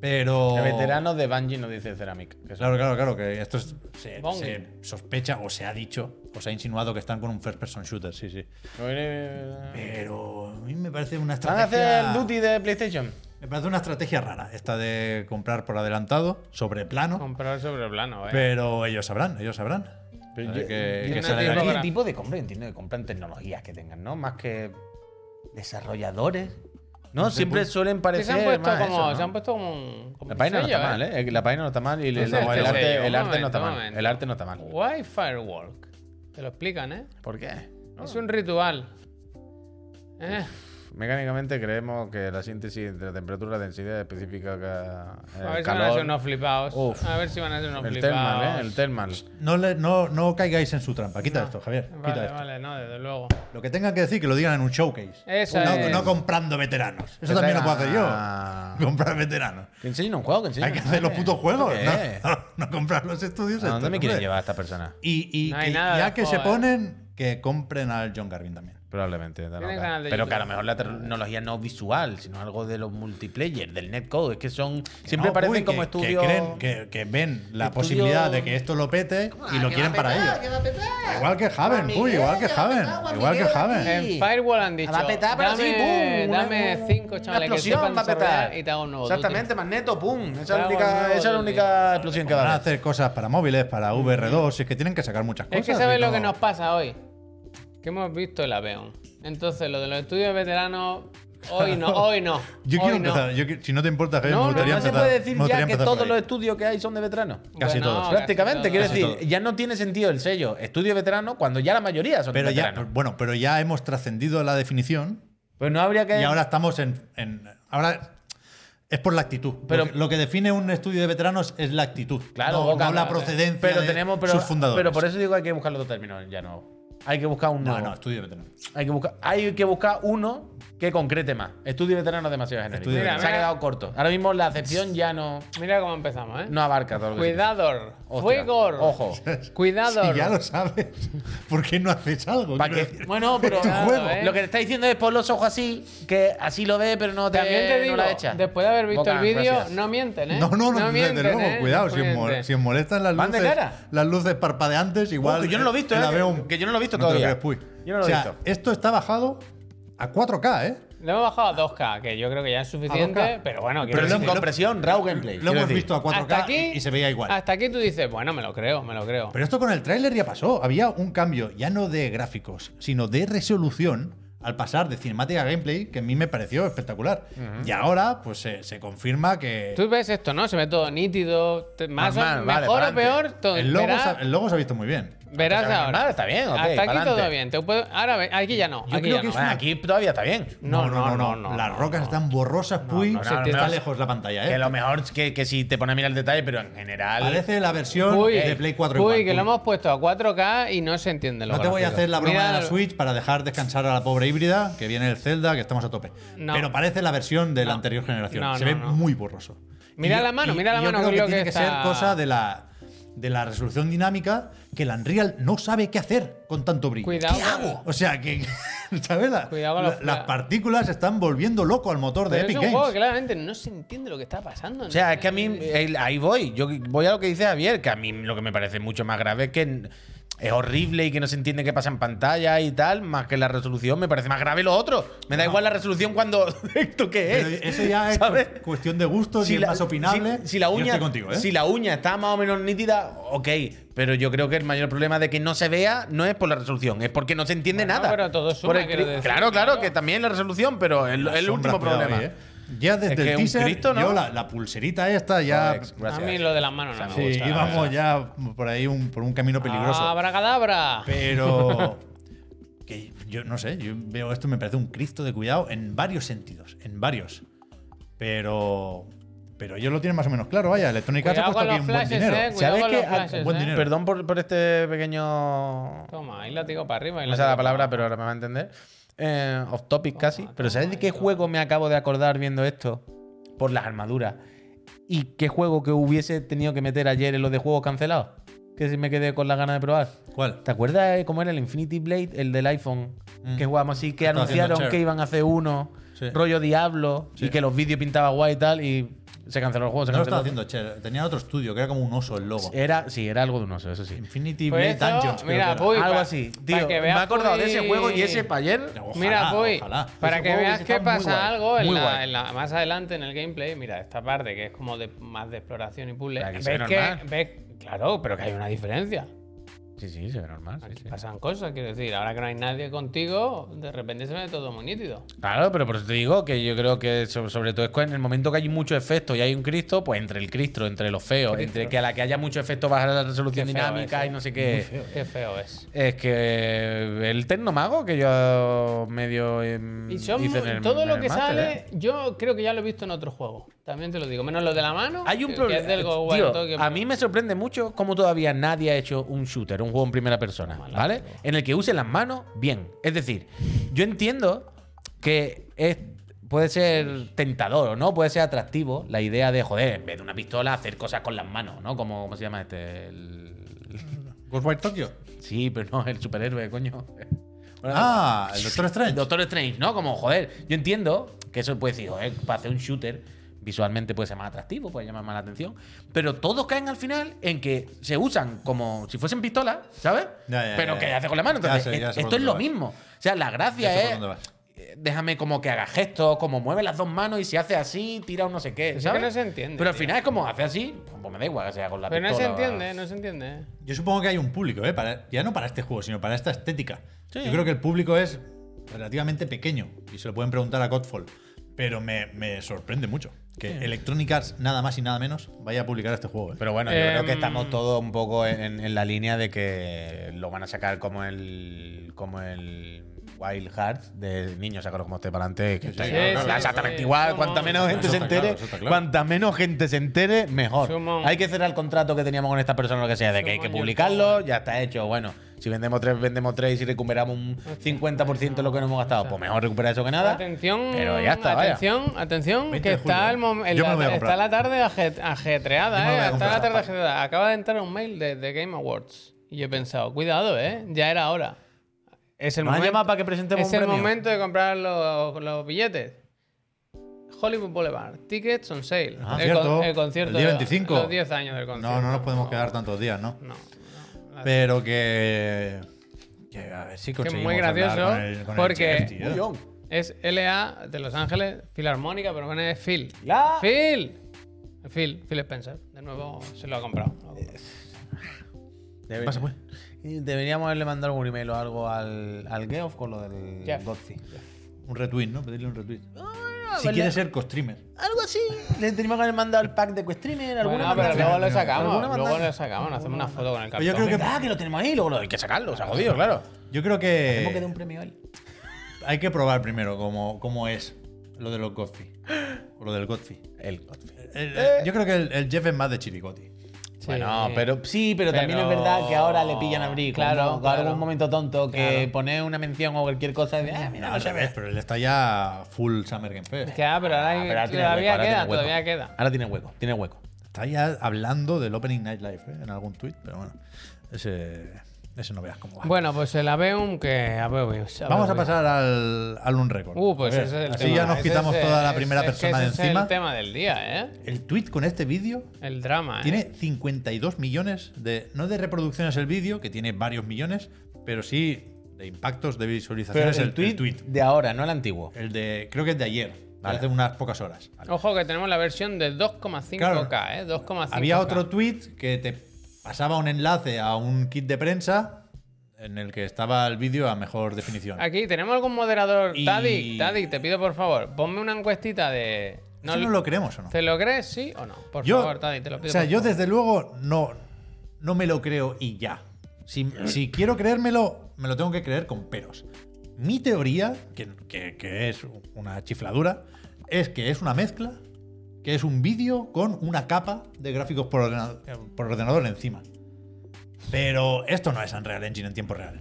[SPEAKER 1] Pero.
[SPEAKER 3] El veterano de Bungie no dice Ceramic. que es-
[SPEAKER 1] Claro, claro, claro, que esto es- se,
[SPEAKER 2] Bongi.
[SPEAKER 1] se sospecha o se ha dicho o se ha insinuado que están con un first person shooter, sí, sí. Pero a mí me parece una
[SPEAKER 3] ¿Van a hacer
[SPEAKER 1] estrategia.
[SPEAKER 3] el Duty de PlayStation?
[SPEAKER 1] Me parece una estrategia rara, esta de comprar por adelantado, sobre plano.
[SPEAKER 2] Comprar sobre plano, ¿eh?
[SPEAKER 1] Pero ellos sabrán, ellos sabrán.
[SPEAKER 3] Pero
[SPEAKER 1] Así
[SPEAKER 3] yo-
[SPEAKER 1] que-
[SPEAKER 3] yo
[SPEAKER 1] que
[SPEAKER 3] no
[SPEAKER 1] sale de
[SPEAKER 3] entiendo
[SPEAKER 1] aquí.
[SPEAKER 2] ahora.
[SPEAKER 3] qué tipo de compra, entiendo que compran tecnologías que tengan, ¿no? Más que desarrolladores. No, siempre suelen
[SPEAKER 2] Sí,
[SPEAKER 3] parecer.
[SPEAKER 2] se, han puesto
[SPEAKER 3] más
[SPEAKER 2] como,
[SPEAKER 3] eso, ¿no?
[SPEAKER 2] se han puesto como un. como
[SPEAKER 3] La
[SPEAKER 2] un
[SPEAKER 3] página no está
[SPEAKER 2] sello,
[SPEAKER 3] mal, ¿eh? La página no está mal y el,
[SPEAKER 2] Pues
[SPEAKER 3] el
[SPEAKER 2] este
[SPEAKER 3] arte,
[SPEAKER 2] sello,
[SPEAKER 3] el
[SPEAKER 2] un
[SPEAKER 3] arte no
[SPEAKER 2] momento,
[SPEAKER 3] está
[SPEAKER 2] un
[SPEAKER 3] mal.
[SPEAKER 2] momento.
[SPEAKER 3] El arte no está mal.
[SPEAKER 2] Why Firewalk? Te lo explican, ¿eh?
[SPEAKER 3] ¿Por qué?
[SPEAKER 2] Es un ritual. ¿Eh?
[SPEAKER 3] Mecánicamente creemos que la síntesis entre temperatura, densidad
[SPEAKER 2] A
[SPEAKER 3] específica, eh,
[SPEAKER 2] ver si van a
[SPEAKER 3] calor,
[SPEAKER 2] ser unos flipados.
[SPEAKER 3] Uf.
[SPEAKER 2] A ver si van a ser unos
[SPEAKER 3] el
[SPEAKER 2] flipados.
[SPEAKER 3] thermal, ¿eh? El thermal.
[SPEAKER 1] No, le- no, no caigáis en su trampa. Quita
[SPEAKER 2] No.
[SPEAKER 1] esto, Javier. Quita
[SPEAKER 2] Vale,
[SPEAKER 1] esto.
[SPEAKER 2] vale, no, desde luego.
[SPEAKER 1] Lo que tengan que decir, que lo digan en un showcase.
[SPEAKER 2] Esa
[SPEAKER 1] no,
[SPEAKER 2] es.
[SPEAKER 1] no comprando veteranos. Eso también lo puedo hacer yo.
[SPEAKER 3] yo.
[SPEAKER 1] Comprar veteranos.
[SPEAKER 3] Que enseñen un juego, que enseñen
[SPEAKER 1] Hay que
[SPEAKER 3] un
[SPEAKER 1] hacer los
[SPEAKER 3] juego.
[SPEAKER 1] putos juegos,
[SPEAKER 3] ¿Esto
[SPEAKER 1] ¿no?
[SPEAKER 3] qué es?
[SPEAKER 1] No, comprar los estudios.
[SPEAKER 3] ¿A dónde
[SPEAKER 1] estos,
[SPEAKER 3] me quieren
[SPEAKER 1] hombre.
[SPEAKER 3] llevar a esta persona?
[SPEAKER 1] Y, y
[SPEAKER 2] No hay
[SPEAKER 1] que
[SPEAKER 2] nada de
[SPEAKER 1] ya que se
[SPEAKER 2] juego, ¿eh?
[SPEAKER 1] ponen, que compren al John Garvin también.
[SPEAKER 3] Probablemente. da la
[SPEAKER 2] Tiene
[SPEAKER 3] cara.
[SPEAKER 2] canal de
[SPEAKER 3] Pero
[SPEAKER 2] YouTube.
[SPEAKER 3] que a lo mejor la tecnología no visual, sino algo de los multiplayer, del netcode. Es que son. siempre
[SPEAKER 1] No,
[SPEAKER 3] parecen
[SPEAKER 1] Ah, uy, que-
[SPEAKER 3] como estudios.
[SPEAKER 1] Que, creen, que, que ven la
[SPEAKER 3] estudios-
[SPEAKER 1] posibilidad de que esto lo pete y lo quieren para ellos. Igual que Javen, uy, igual que Javen. Igual que Javen.
[SPEAKER 2] En Firewall han dicho.
[SPEAKER 3] Va a petar, pero
[SPEAKER 2] dame,
[SPEAKER 3] sí, pum, una-
[SPEAKER 2] dame cinco chavales
[SPEAKER 3] una
[SPEAKER 2] que
[SPEAKER 3] explosión
[SPEAKER 2] sepan
[SPEAKER 3] va a petar.
[SPEAKER 2] desarrollar y te hago un nuevo.
[SPEAKER 3] Exactamente, magneto, pum. Esa es
[SPEAKER 2] Bravo,
[SPEAKER 3] la única,
[SPEAKER 2] nuevo
[SPEAKER 3] esa es la
[SPEAKER 2] Duty.
[SPEAKER 3] única explosión que va
[SPEAKER 1] Van
[SPEAKER 3] a
[SPEAKER 1] a
[SPEAKER 3] haber.
[SPEAKER 1] hacer cosas para móviles, para
[SPEAKER 3] Mm.
[SPEAKER 1] VR2, si es que tienen que sacar muchas
[SPEAKER 2] Duty.
[SPEAKER 1] cosas.
[SPEAKER 2] Es que sabes
[SPEAKER 1] y
[SPEAKER 2] lo
[SPEAKER 1] no-
[SPEAKER 2] que nos pasa hoy. Que hemos visto el avión. Entonces, lo de los estudios de veteranos, hoy no, hoy no.
[SPEAKER 1] Yo
[SPEAKER 2] hoy
[SPEAKER 1] quiero
[SPEAKER 2] no.
[SPEAKER 1] empezar, yo qui- si no te importa, Javier,
[SPEAKER 2] No,
[SPEAKER 1] me
[SPEAKER 2] no,
[SPEAKER 1] gustaría
[SPEAKER 3] No se
[SPEAKER 1] empezar.
[SPEAKER 3] puede decir
[SPEAKER 1] me gustaría
[SPEAKER 3] ya que
[SPEAKER 1] empezar por
[SPEAKER 3] todos
[SPEAKER 1] ahí.
[SPEAKER 3] los estudios que hay son de veteranos.
[SPEAKER 1] Casi todos.
[SPEAKER 2] casi
[SPEAKER 3] Prácticamente,
[SPEAKER 2] todos.
[SPEAKER 3] quiero decir,
[SPEAKER 1] todo.
[SPEAKER 3] ya no tiene sentido el sello, estudio de veterano, cuando ya la mayoría son
[SPEAKER 1] Pero ya,
[SPEAKER 3] veteranos.
[SPEAKER 1] bueno, pero ya hemos trascendido la definición
[SPEAKER 3] Pues no habría que.
[SPEAKER 1] y ahora estamos en, en- ahora es por la actitud. Pero
[SPEAKER 3] Pero-
[SPEAKER 1] lo que, lo que define un estudio de veteranos es la actitud.
[SPEAKER 3] Claro,
[SPEAKER 1] no,
[SPEAKER 3] boca,
[SPEAKER 1] no la
[SPEAKER 3] claro.
[SPEAKER 1] procedencia
[SPEAKER 3] pero
[SPEAKER 1] de
[SPEAKER 3] tenemos, pero,
[SPEAKER 1] sus fundadores.
[SPEAKER 3] Pero por eso digo hay que buscar los dos términos ya no. Hay que buscar un
[SPEAKER 1] no,
[SPEAKER 3] nuevo.
[SPEAKER 1] no, estudio de veteranos.
[SPEAKER 3] Hay que buscar, hay que buscar uno que concrete más. Estudio veterano es demasiado genérico.
[SPEAKER 1] Estudio
[SPEAKER 3] Mira,
[SPEAKER 2] veterano.
[SPEAKER 3] Se ha quedado corto. Ahora mismo la acepción ya no,
[SPEAKER 2] Mira cómo empezamos, ¿eh?
[SPEAKER 3] no abarca todo lo que se
[SPEAKER 2] Cuidador.
[SPEAKER 3] Hostia,
[SPEAKER 2] Fuegor.
[SPEAKER 3] ojo.
[SPEAKER 2] Cuidado.
[SPEAKER 1] Si ya lo sabes, ¿por qué no haces algo?
[SPEAKER 3] ¿Para
[SPEAKER 1] Quiero
[SPEAKER 3] qué?
[SPEAKER 1] decir,
[SPEAKER 3] Bueno, pero
[SPEAKER 1] es un
[SPEAKER 2] claro,
[SPEAKER 1] juego.
[SPEAKER 2] ¿eh?
[SPEAKER 3] Lo que te está diciendo es pon los ojos así, que así lo ve, pero no te,
[SPEAKER 2] También te digo,
[SPEAKER 3] no la echa.
[SPEAKER 2] después de haber visto
[SPEAKER 3] Boca,
[SPEAKER 2] el vídeo,
[SPEAKER 3] gracias.
[SPEAKER 2] no mienten, ¿eh?
[SPEAKER 1] No, no, no, desde
[SPEAKER 2] mienten,
[SPEAKER 1] luego,
[SPEAKER 2] ¿eh?
[SPEAKER 1] cuidado.
[SPEAKER 2] No
[SPEAKER 1] Si os, mo-
[SPEAKER 2] mienten.
[SPEAKER 1] si os molestan las
[SPEAKER 3] ¿Van de
[SPEAKER 1] luces,
[SPEAKER 3] cara?
[SPEAKER 1] las luces parpadeantes, igual.
[SPEAKER 3] Uh, que yo no lo he visto,
[SPEAKER 1] el
[SPEAKER 3] ¿eh?
[SPEAKER 1] avión-
[SPEAKER 3] Que yo no lo he visto
[SPEAKER 1] te lo
[SPEAKER 3] todavía.
[SPEAKER 1] crees, Puy.
[SPEAKER 3] Yo no lo
[SPEAKER 1] o
[SPEAKER 3] he
[SPEAKER 1] sea,
[SPEAKER 3] visto.
[SPEAKER 1] Esto está bajado a 4K, ¿eh?
[SPEAKER 2] Lo hemos bajado a 2K, que yo creo que ya es suficiente,
[SPEAKER 1] 2K.
[SPEAKER 2] pero bueno, quiero
[SPEAKER 3] Pero
[SPEAKER 1] lo
[SPEAKER 3] sin
[SPEAKER 2] decir-
[SPEAKER 1] hemos-
[SPEAKER 3] compresión, raw gameplay.
[SPEAKER 1] Lo
[SPEAKER 3] quiero
[SPEAKER 1] hemos
[SPEAKER 3] decir.
[SPEAKER 1] visto a 4K y- y se veía igual.
[SPEAKER 2] Hasta aquí tú dices, bueno, me lo creo, me lo creo.
[SPEAKER 1] Pero esto con el tráiler ya pasó. Había un cambio ya no de gráficos, sino de resolución al pasar de cinemática a gameplay, que a mí me pareció espectacular. Y ahora, pues se, se confirma que
[SPEAKER 2] Tú ves esto, ¿no? Se ve todo nítido, te- más o-
[SPEAKER 3] Normal, vale,
[SPEAKER 2] mejor o
[SPEAKER 3] pa'lante.
[SPEAKER 2] peor, todo.
[SPEAKER 1] el logo,
[SPEAKER 2] verás,
[SPEAKER 1] se, ha- el logo se ha visto muy bien.
[SPEAKER 2] verás
[SPEAKER 3] Está bien,
[SPEAKER 2] ahora.
[SPEAKER 3] nada, está bien, ok,
[SPEAKER 2] Hasta aquí
[SPEAKER 3] pa'lante.
[SPEAKER 2] todo bien. Te puedo- ahora ve- aquí ya no,
[SPEAKER 1] Yo
[SPEAKER 2] aquí
[SPEAKER 1] creo
[SPEAKER 2] ya
[SPEAKER 1] que
[SPEAKER 2] no.
[SPEAKER 1] es
[SPEAKER 3] Bueno,
[SPEAKER 1] una-
[SPEAKER 3] aquí todavía está bien.
[SPEAKER 2] No, no, no, no,
[SPEAKER 1] Las
[SPEAKER 2] no,
[SPEAKER 1] rocas
[SPEAKER 2] no.
[SPEAKER 1] están borrosas, puy.
[SPEAKER 2] no, no, no,
[SPEAKER 1] está
[SPEAKER 2] no.
[SPEAKER 1] lejos la pantalla, ¿eh?
[SPEAKER 3] Que lo mejor es que, que si te pones a mirar el detalle, pero en general.
[SPEAKER 1] Parece la versión
[SPEAKER 2] Uy,
[SPEAKER 1] de Play 4
[SPEAKER 2] uy,
[SPEAKER 1] igual,
[SPEAKER 2] que
[SPEAKER 1] Puy.
[SPEAKER 2] lo hemos puesto a 4K y no se entiende lo
[SPEAKER 1] No te voy a
[SPEAKER 2] gráfico.
[SPEAKER 1] hacer la broma
[SPEAKER 2] Mira
[SPEAKER 1] de la
[SPEAKER 2] lo-
[SPEAKER 1] Switch para dejar descansar a la pobre híbrida, que viene el Zelda, que estamos a tope.
[SPEAKER 2] No.
[SPEAKER 1] Pero parece la versión de la
[SPEAKER 2] No.
[SPEAKER 1] anterior generación.
[SPEAKER 2] No,
[SPEAKER 1] Se
[SPEAKER 2] no,
[SPEAKER 1] ve
[SPEAKER 2] no.
[SPEAKER 1] muy borroso.
[SPEAKER 2] Mira
[SPEAKER 1] Y-
[SPEAKER 2] la mano,
[SPEAKER 1] y-
[SPEAKER 2] mira la
[SPEAKER 1] y yo
[SPEAKER 2] mano,
[SPEAKER 1] Creo que
[SPEAKER 2] creo
[SPEAKER 1] tiene
[SPEAKER 2] que
[SPEAKER 1] que
[SPEAKER 2] está-
[SPEAKER 1] ser cosa de la, de la resolución dinámica que la Unreal no sabe qué hacer con tanto brillo.
[SPEAKER 2] Cuidado.
[SPEAKER 1] ¿Qué hago? O sea, que. ¿Sabes? La-
[SPEAKER 2] Cuidado con
[SPEAKER 1] la-
[SPEAKER 2] los-
[SPEAKER 1] las partículas están volviendo loco al motor de
[SPEAKER 2] Pero es
[SPEAKER 1] Epic
[SPEAKER 2] un
[SPEAKER 1] Games.
[SPEAKER 2] juego que claramente no se entiende lo que está pasando.
[SPEAKER 3] O sea, es
[SPEAKER 1] eh,
[SPEAKER 3] eh, que a mí, eh, ahí voy. Yo voy a lo que dice Javier, que a mí lo que me parece mucho más grave es que es horrible y que no se entiende qué pasa en pantalla y tal, más que la resolución, me parece más grave lo otro. Me da igual la resolución cuando. ¿Esto qué es?
[SPEAKER 1] Pero eso ya es
[SPEAKER 3] ¿Sabes?
[SPEAKER 1] cuestión de gusto, si, es más opinable.
[SPEAKER 3] si- si la
[SPEAKER 1] Yo
[SPEAKER 3] uña,
[SPEAKER 1] estoy contigo, ¿eh?
[SPEAKER 3] si la uña está más o menos nítida, ok. Pero yo creo que el mayor problema de que no se vea no es por la resolución, es porque no se entiende
[SPEAKER 2] Bueno,
[SPEAKER 3] nada.
[SPEAKER 2] pero todo suma,
[SPEAKER 3] Por el
[SPEAKER 2] quiero
[SPEAKER 3] cri-
[SPEAKER 2] decir,
[SPEAKER 3] claro, claro,
[SPEAKER 2] claro.
[SPEAKER 3] que también la resolución, pero el,
[SPEAKER 1] Las
[SPEAKER 3] el
[SPEAKER 1] sombras
[SPEAKER 3] último
[SPEAKER 1] cuidado
[SPEAKER 3] problema.
[SPEAKER 1] ahí, ¿eh? Ya desde
[SPEAKER 3] Es que
[SPEAKER 1] el
[SPEAKER 3] un
[SPEAKER 1] teaser,
[SPEAKER 3] Cristo, ¿no?
[SPEAKER 1] yo la, la pulserita esta ya.
[SPEAKER 3] Alex,
[SPEAKER 2] A
[SPEAKER 3] gracias.
[SPEAKER 2] mí lo de las manos no me
[SPEAKER 1] sí,
[SPEAKER 2] gusta. la
[SPEAKER 1] íbamos
[SPEAKER 2] verdad.
[SPEAKER 1] ya por ahí un- por un camino peligroso.
[SPEAKER 2] Ah, Abracadabra.
[SPEAKER 1] Pero. que yo no sé, yo veo esto y me parece un Cristo de cuidado en varios sentidos, en varios. Pero. Pero ellos lo tienen más o menos claro, vaya. Electronic Arts ha
[SPEAKER 2] Cuidado
[SPEAKER 1] puesto
[SPEAKER 2] con
[SPEAKER 1] aquí
[SPEAKER 2] los
[SPEAKER 1] un buen
[SPEAKER 2] flashes,
[SPEAKER 1] dinero.
[SPEAKER 2] eh. Cuidado
[SPEAKER 3] ¿Sabes
[SPEAKER 2] con
[SPEAKER 3] qué?
[SPEAKER 2] los flashes,
[SPEAKER 1] Ah, Buen
[SPEAKER 2] eh.
[SPEAKER 1] dinero.
[SPEAKER 3] Perdón por, por este pequeño.
[SPEAKER 2] Toma, ahí látigo para arriba. ahí
[SPEAKER 3] No sé la
[SPEAKER 2] látigo para
[SPEAKER 3] palabra,
[SPEAKER 2] abajo.
[SPEAKER 3] pero ahora me va a entender. Eh, off topic casi. Pero ¿sabes de qué
[SPEAKER 2] toma.
[SPEAKER 3] juego me acabo de acordar viendo esto? Por las armaduras. ¿Y qué juego que hubiese tenido que meter ayer en los de juegos cancelados? Que si me quedé con la ganas de probar.
[SPEAKER 1] ¿Cuál?
[SPEAKER 3] ¿Te acuerdas eh, cómo era el Infinity Blade, el del iPhone?
[SPEAKER 1] Mm.
[SPEAKER 3] Que jugamos así, que
[SPEAKER 1] Estaba haciendo
[SPEAKER 3] anunciaron
[SPEAKER 1] share.
[SPEAKER 3] que iban a hacer uno,
[SPEAKER 1] Sí.
[SPEAKER 3] rollo Diablo,
[SPEAKER 1] Sí.
[SPEAKER 3] y que los vídeos pintaba guay y tal, y se canceló el juego. Se
[SPEAKER 1] No lo
[SPEAKER 3] canceló.
[SPEAKER 1] estaba haciendo Cher. Tenía otro estudio que era como un oso el logo.
[SPEAKER 3] Era, sí, era algo de un oso, eso sí.
[SPEAKER 1] Infinity Blade
[SPEAKER 2] Pues eso,
[SPEAKER 1] Dungeons. creo
[SPEAKER 2] mira,
[SPEAKER 1] que era.
[SPEAKER 2] voy- Uy,
[SPEAKER 3] algo
[SPEAKER 2] pa-
[SPEAKER 3] así.
[SPEAKER 2] pa'
[SPEAKER 3] Tío,
[SPEAKER 2] que
[SPEAKER 3] me he
[SPEAKER 2] veas, pues-
[SPEAKER 3] acordado de ese
[SPEAKER 2] uy.
[SPEAKER 3] juego y ese para ayer.
[SPEAKER 1] Ojalá,
[SPEAKER 2] Mira, voy.
[SPEAKER 1] ojalá.
[SPEAKER 2] Para
[SPEAKER 3] Ese
[SPEAKER 2] que
[SPEAKER 3] juego
[SPEAKER 2] veas
[SPEAKER 3] está
[SPEAKER 2] que
[SPEAKER 3] muy
[SPEAKER 2] pasa
[SPEAKER 3] guay,
[SPEAKER 2] algo en
[SPEAKER 3] muy
[SPEAKER 2] la-
[SPEAKER 3] guay.
[SPEAKER 2] en la- más adelante en el gameplay. Mira, esta parte que es como de, más de exploración y puzzle.
[SPEAKER 3] Para que
[SPEAKER 2] Ves
[SPEAKER 3] se ve
[SPEAKER 2] que,
[SPEAKER 3] normal.
[SPEAKER 2] ves, claro, pero que hay una diferencia.
[SPEAKER 3] Sí, sí, se ve normal. sí,
[SPEAKER 2] Aquí
[SPEAKER 3] sí.
[SPEAKER 2] pasan cosas, quiero decir. Ahora que no hay nadie contigo, de repente se ve todo muy nítido.
[SPEAKER 3] Claro, pero por eso te digo que yo creo que so- sobre todo es que en el momento que hay mucho efecto y hay un Cristo, pues entre el Cristo, entre los feos, entre que a la que haya mucho efecto baja la resolución
[SPEAKER 2] Qué feo
[SPEAKER 3] dinámica
[SPEAKER 2] eso.
[SPEAKER 3] y no sé qué.
[SPEAKER 2] Qué feo es.
[SPEAKER 3] Es que el Tecnomago que yo medio em,
[SPEAKER 2] Y son
[SPEAKER 3] hice
[SPEAKER 2] mu-
[SPEAKER 3] en el-
[SPEAKER 2] todo
[SPEAKER 3] en
[SPEAKER 2] lo
[SPEAKER 3] el
[SPEAKER 2] que
[SPEAKER 3] máster,
[SPEAKER 2] sale,
[SPEAKER 3] ¿eh?
[SPEAKER 2] yo creo que ya lo he visto en otro juego. También te lo digo. Menos lo de la mano.
[SPEAKER 3] Hay un
[SPEAKER 2] que- que es
[SPEAKER 3] problema. eh,
[SPEAKER 2] del Go Wild
[SPEAKER 3] tío,
[SPEAKER 2] Tokyo,
[SPEAKER 3] a mí me sorprende mucho cómo todavía nadie ha hecho un shooter, un juego en primera persona, ¿vale? En el que use las manos bien. Es decir, yo entiendo que es, puede ser tentador o no, puede ser atractivo la idea de, joder, en vez de una pistola, hacer cosas con las manos, ¿no? Como, ¿Cómo se llama este? El-
[SPEAKER 1] Ghostwire Tokyo.
[SPEAKER 3] Sí, pero no, el superhéroe, coño. Bueno,
[SPEAKER 1] Ah, el Doctor Strange.
[SPEAKER 3] el Doctor Strange, ¿no? Como, joder, yo entiendo que eso puede decir, joder, para hacer un shooter visualmente puede ser más atractivo, puede llamar más la atención, pero todos caen al final en que se usan como si fuesen pistolas, ¿sabes?
[SPEAKER 1] Ya, ya,
[SPEAKER 3] pero
[SPEAKER 1] ya,
[SPEAKER 3] que
[SPEAKER 1] ya.
[SPEAKER 3] hace con la mano.
[SPEAKER 1] Ya
[SPEAKER 3] Entonces,
[SPEAKER 1] sé, ya
[SPEAKER 3] es-
[SPEAKER 1] sé por
[SPEAKER 3] esto es
[SPEAKER 1] dónde
[SPEAKER 3] lo
[SPEAKER 1] vas.
[SPEAKER 3] mismo. O sea,
[SPEAKER 1] Ya
[SPEAKER 3] la
[SPEAKER 1] sé por
[SPEAKER 3] gracia es,
[SPEAKER 1] dónde vas.
[SPEAKER 3] eh, déjame como que haga gestos, como mueve las dos manos y si hace así, tira un no sé qué,
[SPEAKER 2] que
[SPEAKER 3] ¿sabes?
[SPEAKER 2] no se entiende,
[SPEAKER 3] Pero al
[SPEAKER 2] tío.
[SPEAKER 3] final es como hace así, pues me da igual que sea con la
[SPEAKER 2] Pero no se
[SPEAKER 3] pistola.
[SPEAKER 2] entiende, no se entiende.
[SPEAKER 1] Yo supongo que hay un público, ¿eh? Para- ya no para este juego, sino para esta estética.
[SPEAKER 3] Sí.
[SPEAKER 1] Yo creo que el público es relativamente pequeño y se lo pueden preguntar a Godfall. Pero me, me sorprende mucho que Electronic Arts, nada más y nada menos, vaya a publicar este juego. ¿eh?
[SPEAKER 3] Pero bueno, yo
[SPEAKER 2] Em,
[SPEAKER 3] creo que estamos todos un poco en, en la línea de que lo van a sacar como el como el Wild Hearts de niños, sacarlo como esté para adelante. que
[SPEAKER 1] Sí,
[SPEAKER 3] está
[SPEAKER 1] sí,
[SPEAKER 3] igual,
[SPEAKER 1] sí,
[SPEAKER 3] ¿no?
[SPEAKER 1] sí,
[SPEAKER 3] exactamente
[SPEAKER 2] sí.
[SPEAKER 3] igual.
[SPEAKER 2] Sumon.
[SPEAKER 3] Cuanta menos
[SPEAKER 2] Eso
[SPEAKER 3] gente se
[SPEAKER 1] está claro,
[SPEAKER 3] entere,
[SPEAKER 1] eso está claro.
[SPEAKER 3] cuanta menos gente se entere, mejor.
[SPEAKER 2] Sumon.
[SPEAKER 3] Hay que cerrar el contrato que teníamos con esta persona, lo que sea, de que hay que
[SPEAKER 2] Sumon y el
[SPEAKER 3] publicarlo, ya está hecho. Bueno, si vendemos tres, vendemos tres y si recuperamos un 50% de lo que no hemos gastado, pues mejor recuperar eso que nada.
[SPEAKER 2] Atención,
[SPEAKER 3] Pero ya está, vaya.
[SPEAKER 2] atención, atención,
[SPEAKER 1] 20
[SPEAKER 2] que
[SPEAKER 1] de julio.
[SPEAKER 2] está, el mom- el-
[SPEAKER 1] Yo me lo voy a
[SPEAKER 2] está
[SPEAKER 1] comprar.
[SPEAKER 2] la tarde aje- ajetreada,
[SPEAKER 1] Yo me lo voy a
[SPEAKER 2] ¿eh? Está la
[SPEAKER 1] comprar.
[SPEAKER 2] tarde ajetreada. Acaba de entrar un mail de, de Game Awards y yo he pensado, cuidado, ¿eh? Ya era hora. Es el
[SPEAKER 3] ¿Nos han
[SPEAKER 2] momento,
[SPEAKER 3] llamado para que presentemos
[SPEAKER 2] es
[SPEAKER 3] un
[SPEAKER 2] el
[SPEAKER 3] premio?
[SPEAKER 2] momento de comprar los, los billetes. Hollywood Boulevard, tickets on sale.
[SPEAKER 1] Ah,
[SPEAKER 2] el, con-
[SPEAKER 1] cierto.
[SPEAKER 2] el concierto.
[SPEAKER 1] El día
[SPEAKER 2] de-
[SPEAKER 1] 25.
[SPEAKER 2] Los 10 años del concierto.
[SPEAKER 1] no, no nos podemos quedar tantos días, ¿no?
[SPEAKER 2] No, no.
[SPEAKER 1] Pero que. que a ver si
[SPEAKER 2] es
[SPEAKER 1] conseguimos
[SPEAKER 2] muy
[SPEAKER 1] hablar
[SPEAKER 2] gracioso
[SPEAKER 1] con el- con el
[SPEAKER 2] porque-
[SPEAKER 1] chef, tío.
[SPEAKER 2] Es LA de Los Ángeles, Filarmónica, pero bueno, es Phil.
[SPEAKER 3] La-
[SPEAKER 2] Phil. Phil, Phil Spencer. De nuevo se lo ha comprado. Lo ha comprado.
[SPEAKER 3] Debe-
[SPEAKER 1] pasa, pues?
[SPEAKER 3] Y Deberíamos haberle mandado un email o algo al, al Geoff con lo del
[SPEAKER 2] Jeff.
[SPEAKER 3] Godfrey.
[SPEAKER 1] Un retweet, ¿no? Pedirle un retweet.
[SPEAKER 3] Ah,
[SPEAKER 1] si quiere ser co-streamer.
[SPEAKER 3] Algo así. Le teníamos que haber mandado el pack de Questreamer.
[SPEAKER 2] Bueno,
[SPEAKER 3] alguna
[SPEAKER 2] pero
[SPEAKER 3] manera.
[SPEAKER 2] luego lo
[SPEAKER 3] ¿Alguna
[SPEAKER 2] sacamos.
[SPEAKER 3] manera?
[SPEAKER 2] Luego lo sacamos. Hacemos una foto con el cartón.
[SPEAKER 1] Yo creo que-
[SPEAKER 3] Ah, que lo tenemos ahí, luego lo hay que sacarlo. Se ha jodido, claro.
[SPEAKER 1] Yo creo
[SPEAKER 3] Tenemos que dar un
[SPEAKER 1] que
[SPEAKER 3] premio a él.
[SPEAKER 1] hay que probar primero cómo, cómo es lo de los Godfrey. O lo del Godfrey.
[SPEAKER 3] El Godfrey.
[SPEAKER 1] El- eh, yo creo que el, el Jeff es más de chiricoti.
[SPEAKER 2] Sí.
[SPEAKER 3] Bueno, pero sí, pero,
[SPEAKER 2] Pero-
[SPEAKER 3] también es verdad que ahora le pillan a Brick.
[SPEAKER 2] Claro,
[SPEAKER 3] Claro,
[SPEAKER 2] claro.
[SPEAKER 3] un momento tonto que
[SPEAKER 2] Claro.
[SPEAKER 3] pone una mención o cualquier cosa. De, ah, mira,
[SPEAKER 1] No, al revés, pero él está ya full Summer Game Fest.
[SPEAKER 2] Ya, pero ahora,
[SPEAKER 3] Ah, pero ahora tiene
[SPEAKER 2] todavía
[SPEAKER 3] hueco,
[SPEAKER 2] queda,
[SPEAKER 3] ahora tiene hueco.
[SPEAKER 2] todavía queda.
[SPEAKER 3] Ahora tiene hueco, tiene hueco.
[SPEAKER 1] Está ya hablando del Opening Night Live ¿eh? en algún tweet, pero bueno. Ese, Ese no veas cómo va.
[SPEAKER 2] Bueno, pues el Aveum que... Aveum,
[SPEAKER 1] Vamos a
[SPEAKER 2] Aveum.
[SPEAKER 1] pasar al, al un récord.
[SPEAKER 2] Uh, pues
[SPEAKER 1] A ver,
[SPEAKER 2] ese es el
[SPEAKER 1] así
[SPEAKER 2] tema.
[SPEAKER 1] ya nos
[SPEAKER 2] Ese
[SPEAKER 1] quitamos
[SPEAKER 2] es-
[SPEAKER 1] toda la
[SPEAKER 2] es-
[SPEAKER 1] primera
[SPEAKER 2] es que
[SPEAKER 1] persona de
[SPEAKER 2] ese Es
[SPEAKER 1] encima.
[SPEAKER 2] el tema del día, ¿eh?
[SPEAKER 1] El tweet con este vídeo
[SPEAKER 2] El drama, ¿eh?
[SPEAKER 1] tiene 52 millones de. No de reproducciones el vídeo, que tiene varios millones, pero sí de impactos, de
[SPEAKER 3] Pero
[SPEAKER 1] visualizaciones.
[SPEAKER 3] el, tweet de ahora, no el antiguo.
[SPEAKER 1] El de. Creo que es de ayer, de
[SPEAKER 3] Vale.
[SPEAKER 1] hace unas pocas horas.
[SPEAKER 2] ¿eh? Ojo que tenemos la versión de 2,5K,
[SPEAKER 1] Claro.
[SPEAKER 2] ¿eh?
[SPEAKER 3] Ah,
[SPEAKER 2] 2,5K.
[SPEAKER 1] Había otro tweet que te pasaba un enlace a un kit de prensa en el que estaba el vídeo a mejor definición.
[SPEAKER 3] Ah,
[SPEAKER 2] Aquí tenemos algún moderador.
[SPEAKER 1] Y-
[SPEAKER 2] Tadic, Tadic, te pido por favor, ponme una encuestita de.
[SPEAKER 1] No, no lo creemos o no.
[SPEAKER 2] ¿Te lo crees, sí o no? Por
[SPEAKER 1] Yo-
[SPEAKER 2] favor, Tadic, te lo pido.
[SPEAKER 1] O sea,
[SPEAKER 2] por
[SPEAKER 1] yo
[SPEAKER 2] favor.
[SPEAKER 1] desde luego no, no me lo creo y ya. Si, si quiero creérmelo, me lo tengo que creer con peros. Mi teoría, que, que- que es una chifladura, es que es una mezcla, que es un vídeo con una capa de gráficos por ordena- por ordenador, encima. Pero esto no es Unreal Engine en tiempo real.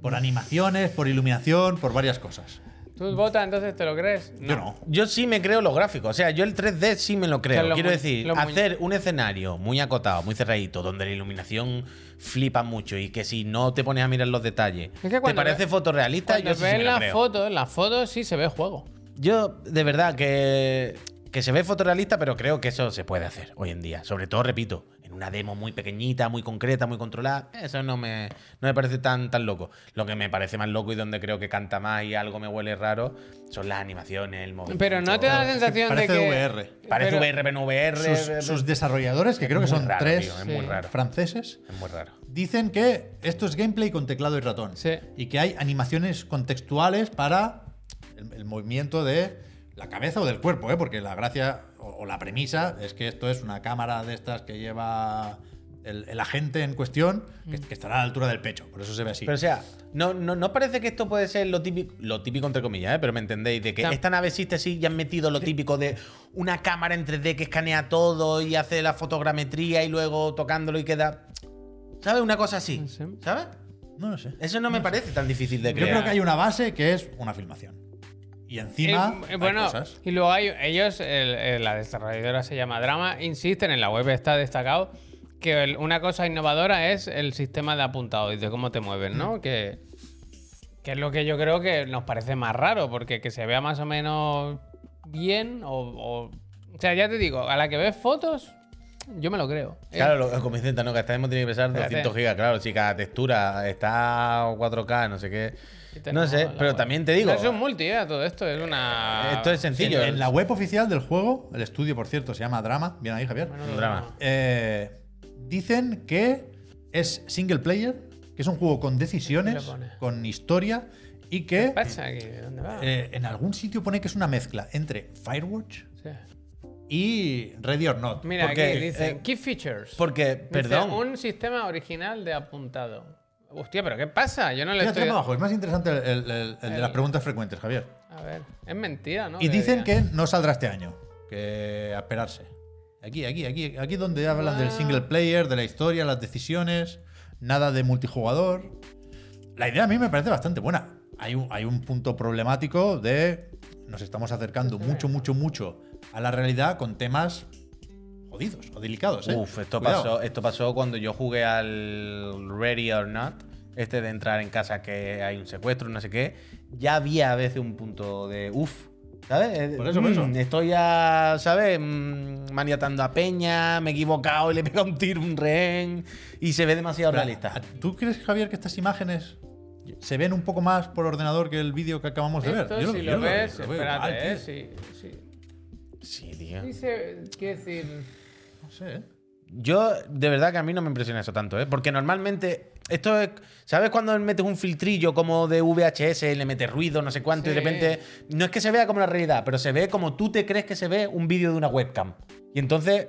[SPEAKER 1] Por animaciones, por iluminación, por varias cosas.
[SPEAKER 2] ¿Tú votas entonces, te lo crees?
[SPEAKER 1] Yo no.
[SPEAKER 3] Yo sí me creo los gráficos. O sea, yo el 3D sí me lo creo.
[SPEAKER 2] Que los
[SPEAKER 3] Quiero
[SPEAKER 2] mu-
[SPEAKER 3] decir,
[SPEAKER 2] los mu-
[SPEAKER 3] hacer un escenario muy acotado, muy cerradito, donde la iluminación flipa mucho y que si no te pones a mirar los detalles,
[SPEAKER 2] que
[SPEAKER 3] ¿te
[SPEAKER 2] cuando
[SPEAKER 3] parece
[SPEAKER 2] ve-
[SPEAKER 3] fotorrealista?
[SPEAKER 2] Cuando
[SPEAKER 3] Yo sí, sí
[SPEAKER 2] ves
[SPEAKER 3] me lo
[SPEAKER 2] la
[SPEAKER 3] creo.
[SPEAKER 2] foto, en la foto sí se ve juego.
[SPEAKER 3] Yo, de verdad, que, que se ve fotorrealista, pero creo que eso se puede hacer hoy en día. Sobre todo, repito, en una demo muy pequeñita, muy concreta, muy controlada. Eso no me, no me parece tan, tan loco. Lo que me parece más loco y donde creo que canta más y algo me huele raro son las animaciones, el movimiento.
[SPEAKER 2] Pero no te da la sensación de
[SPEAKER 1] Parece
[SPEAKER 2] que.
[SPEAKER 1] VR.
[SPEAKER 3] Parece
[SPEAKER 2] pero-
[SPEAKER 3] VR, pero no VR.
[SPEAKER 1] Sus, sus desarrolladores, que creo que
[SPEAKER 3] muy
[SPEAKER 1] son
[SPEAKER 3] raro,
[SPEAKER 1] tres
[SPEAKER 3] tío, es muy
[SPEAKER 2] sí.
[SPEAKER 3] raro.
[SPEAKER 1] franceses,
[SPEAKER 3] Es muy raro.
[SPEAKER 1] Dicen que esto es gameplay con teclado y ratón.
[SPEAKER 2] Sí.
[SPEAKER 1] Y que hay animaciones contextuales para el, el movimiento de la cabeza o del cuerpo, ¿eh? porque la gracia o, o la premisa es que esto es una cámara de estas que lleva el, el agente en cuestión, que, que estará a la altura del pecho. Por eso se ve así.
[SPEAKER 3] Mm. Pero o sea, no, no, no parece que esto puede ser lo típico, lo típico entre comillas, ¿eh? pero me entendéis, de que
[SPEAKER 2] Tam-
[SPEAKER 3] esta nave existe así y han metido lo típico de una cámara en 3D que escanea todo y hace la fotogrametría y luego tocándolo y queda... ¿Sabes? Una cosa así.
[SPEAKER 2] Sí.
[SPEAKER 3] ¿Sabes?
[SPEAKER 1] no lo sé.
[SPEAKER 3] Eso no me parece tan difícil de
[SPEAKER 1] Yo
[SPEAKER 3] creer.
[SPEAKER 1] creo que hay una base que es una filmación. Y encima.
[SPEAKER 2] Eh, eh,
[SPEAKER 1] hay
[SPEAKER 2] bueno,
[SPEAKER 1] cosas.
[SPEAKER 2] y luego hay, ellos, el- el- la desarrolladora se llama Drama, insisten en la web, está destacado, que el- una cosa innovadora es el sistema de apuntado y de cómo te mueves, ¿no?
[SPEAKER 3] Mm.
[SPEAKER 2] Que, que es lo que yo creo que nos parece más raro, porque que se vea más o menos bien o... o o sea, ya te digo, a la que ves fotos, yo me lo creo. Eh,
[SPEAKER 3] Claro, lo, como dicen, ¿no? Que hasta hemos tenido que pesar
[SPEAKER 2] Espérate.
[SPEAKER 3] 200 gigas, claro, si cada textura está 4K, no sé qué.
[SPEAKER 2] y te-
[SPEAKER 3] No sé,
[SPEAKER 2] la
[SPEAKER 3] pero
[SPEAKER 2] web.
[SPEAKER 3] también te digo...
[SPEAKER 2] No es un multi, eh, todo esto, es una...
[SPEAKER 3] Esto es
[SPEAKER 1] En,
[SPEAKER 3] sencillo.
[SPEAKER 1] en la web oficial del juego, el estudio, por cierto, se llama Drama. Bien ahí, Javier.
[SPEAKER 2] Menudo
[SPEAKER 3] un drama.
[SPEAKER 1] Eh, dicen que es single player, que es un juego con
[SPEAKER 2] ¿Qué
[SPEAKER 1] decisiones,
[SPEAKER 2] le pone?
[SPEAKER 1] con historia y que
[SPEAKER 2] Pasa aquí, ¿dónde va?
[SPEAKER 1] eh, en algún sitio pone que es una mezcla entre Firewatch
[SPEAKER 2] Sí.
[SPEAKER 1] y Ready or Not.
[SPEAKER 2] Mira,
[SPEAKER 3] Porque,
[SPEAKER 2] aquí dicen
[SPEAKER 3] eh,
[SPEAKER 2] Key Features.
[SPEAKER 3] Porque,
[SPEAKER 2] Dice,
[SPEAKER 3] perdón...
[SPEAKER 2] un sistema original de apuntado. Hostia, pero ¿qué pasa? Yo no le
[SPEAKER 1] Mira,
[SPEAKER 2] estoy.
[SPEAKER 1] toma abajo, es más interesante el, el- el- el de
[SPEAKER 2] El-
[SPEAKER 1] las preguntas frecuentes, Javier.
[SPEAKER 2] A ver, es mentira, ¿no?
[SPEAKER 1] Y dicen
[SPEAKER 2] digan.
[SPEAKER 1] que no saldrá este año, que a esperarse. Aquí, aquí, aquí, aquí es
[SPEAKER 2] Ah.
[SPEAKER 1] donde hablan del single player, de la historia, las decisiones, nada de multijugador. La idea a mí me parece bastante buena. Hay un, hay un punto problemático de nos estamos acercando mucho, mucho, mucho a la realidad con temas jodidos o delicados. ¿eh?
[SPEAKER 3] Uf, esto
[SPEAKER 1] Cuidado.
[SPEAKER 3] pasó, esto pasó cuando yo jugué al Ready or Not, este de entrar en casa que hay un secuestro, no sé qué. Ya había a veces un punto de uff, ¿sabes? Eh,
[SPEAKER 1] Por eso, por eso.
[SPEAKER 3] Estoy ya, ¿sabes? Mm, Maniatando a Peña, me he equivocado y le he pegado un tiro a un rehén y se ve demasiado
[SPEAKER 1] Pero,
[SPEAKER 3] realista.
[SPEAKER 1] ¿Tú crees, Javier, que estas imágenes se ven un poco más por ordenador que el vídeo que acabamos de ver?
[SPEAKER 2] Esto,
[SPEAKER 1] Yo
[SPEAKER 2] si
[SPEAKER 1] yo
[SPEAKER 2] lo ves,
[SPEAKER 1] lo veo
[SPEAKER 2] espérate,
[SPEAKER 1] igual, tío.
[SPEAKER 2] eh, sí, sí.
[SPEAKER 3] Sí, tío.
[SPEAKER 2] Dice, quiero decir.
[SPEAKER 1] No sé, ¿eh?
[SPEAKER 3] Yo, de verdad que a mí no me impresiona eso tanto, ¿eh? Porque normalmente. Esto es. ¿Sabes cuando metes un filtrillo como de VHS, le metes ruido, no sé cuánto, y de
[SPEAKER 2] Sí.
[SPEAKER 3] repente. No es que se vea como la realidad, pero se ve como tú te crees que se ve un vídeo de una webcam. Y entonces.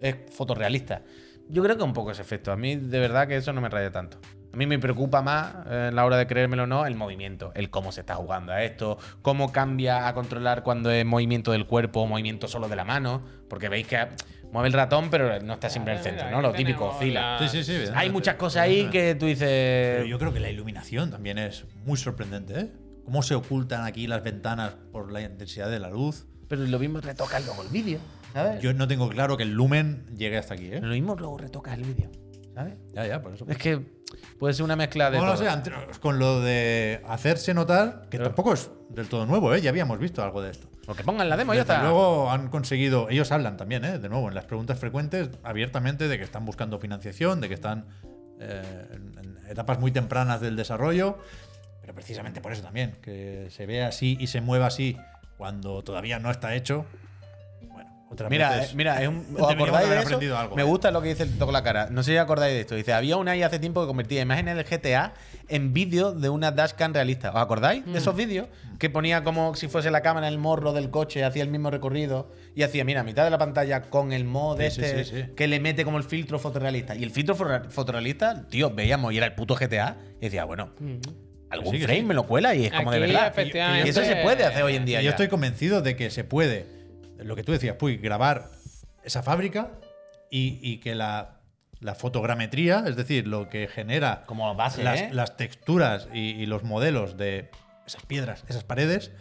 [SPEAKER 3] Es fotorrealista. Yo creo que un poco ese efecto. A mí, de verdad, que eso no me raya tanto. A mí me preocupa más, eh, en la hora de creérmelo o no, el movimiento, el cómo se está jugando a esto, cómo cambia a controlar cuando es movimiento del cuerpo o movimiento solo de la mano, porque veis que ah, mueve el ratón, pero no está siempre en el
[SPEAKER 2] Mira,
[SPEAKER 3] centro,
[SPEAKER 2] aquí
[SPEAKER 3] ¿no? Lo
[SPEAKER 2] tenemos
[SPEAKER 3] típico, oscila.
[SPEAKER 1] Sí,
[SPEAKER 2] la-
[SPEAKER 1] sí, sí.
[SPEAKER 3] Ah, Hay
[SPEAKER 1] evidentemente.
[SPEAKER 3] muchas cosas ahí que tú dices...
[SPEAKER 1] Pero yo creo que la iluminación también es muy sorprendente, ¿eh? Cómo se ocultan aquí las ventanas por la intensidad de la luz.
[SPEAKER 3] Pero lo mismo retoca luego el vídeo, ¿sabes?
[SPEAKER 1] Yo no tengo claro que el lumen llegue hasta aquí, ¿eh?
[SPEAKER 3] Lo mismo luego retoca el vídeo.
[SPEAKER 1] ¿Sabes?
[SPEAKER 3] Mm. Ya, ya, por eso. Es que puede ser una mezcla de.
[SPEAKER 1] No lo
[SPEAKER 3] todo.
[SPEAKER 1] sé, ante- con lo de hacerse notar, que tampoco es del todo nuevo, ¿eh? ya habíamos visto algo de esto.
[SPEAKER 3] Porque pongan la demo, ya
[SPEAKER 1] Desde
[SPEAKER 3] está.
[SPEAKER 1] luego han conseguido, ellos hablan también, ¿eh? de nuevo, en las preguntas frecuentes, abiertamente, de que están buscando financiación, de que están eh, en en etapas muy tempranas del desarrollo, pero precisamente por eso también, que se vea así y se mueva así cuando todavía no está hecho. Bueno, otra
[SPEAKER 3] Mira,
[SPEAKER 1] vez
[SPEAKER 3] eh,
[SPEAKER 1] es-
[SPEAKER 3] mira, es un, ¿os
[SPEAKER 1] deberíamos
[SPEAKER 3] acordáis de
[SPEAKER 1] haber
[SPEAKER 3] eso?
[SPEAKER 1] aprendido algo,
[SPEAKER 3] Me
[SPEAKER 1] eh.
[SPEAKER 3] gusta lo que dice el Toco la Cara. No sé si acordáis de esto. Dice, había una IA hace tiempo que convertía imágenes del GTA en vídeos de una dashcam realista. ¿Os acordáis de
[SPEAKER 2] Mm.
[SPEAKER 3] esos vídeos? Que ponía como si fuese la cámara en el morro del coche, hacía el mismo recorrido y hacía, mira, a mitad de la pantalla con el mod
[SPEAKER 1] Sí, sí,
[SPEAKER 3] este
[SPEAKER 1] sí, sí.
[SPEAKER 3] que le mete como el filtro fotorrealista. Y el filtro forra- fotorrealista, tío, veíamos y era el puto GTA. Y decía, bueno,
[SPEAKER 1] Mm.
[SPEAKER 3] algún
[SPEAKER 1] Sí, que
[SPEAKER 3] frame
[SPEAKER 1] sí.
[SPEAKER 3] me lo cuela y es como de
[SPEAKER 2] Aquí,
[SPEAKER 3] verdad.
[SPEAKER 2] efectivamente,
[SPEAKER 3] Y eso se puede hacer hoy en día.
[SPEAKER 1] Y yo
[SPEAKER 3] ya.
[SPEAKER 1] estoy convencido de que se puede, lo que tú decías, Puy, grabar esa fábrica y, y que la, la fotogrametría, es decir, lo que genera
[SPEAKER 3] Como base,
[SPEAKER 1] las,
[SPEAKER 3] ¿eh?
[SPEAKER 1] las texturas y, y los modelos de esas piedras, esas paredes,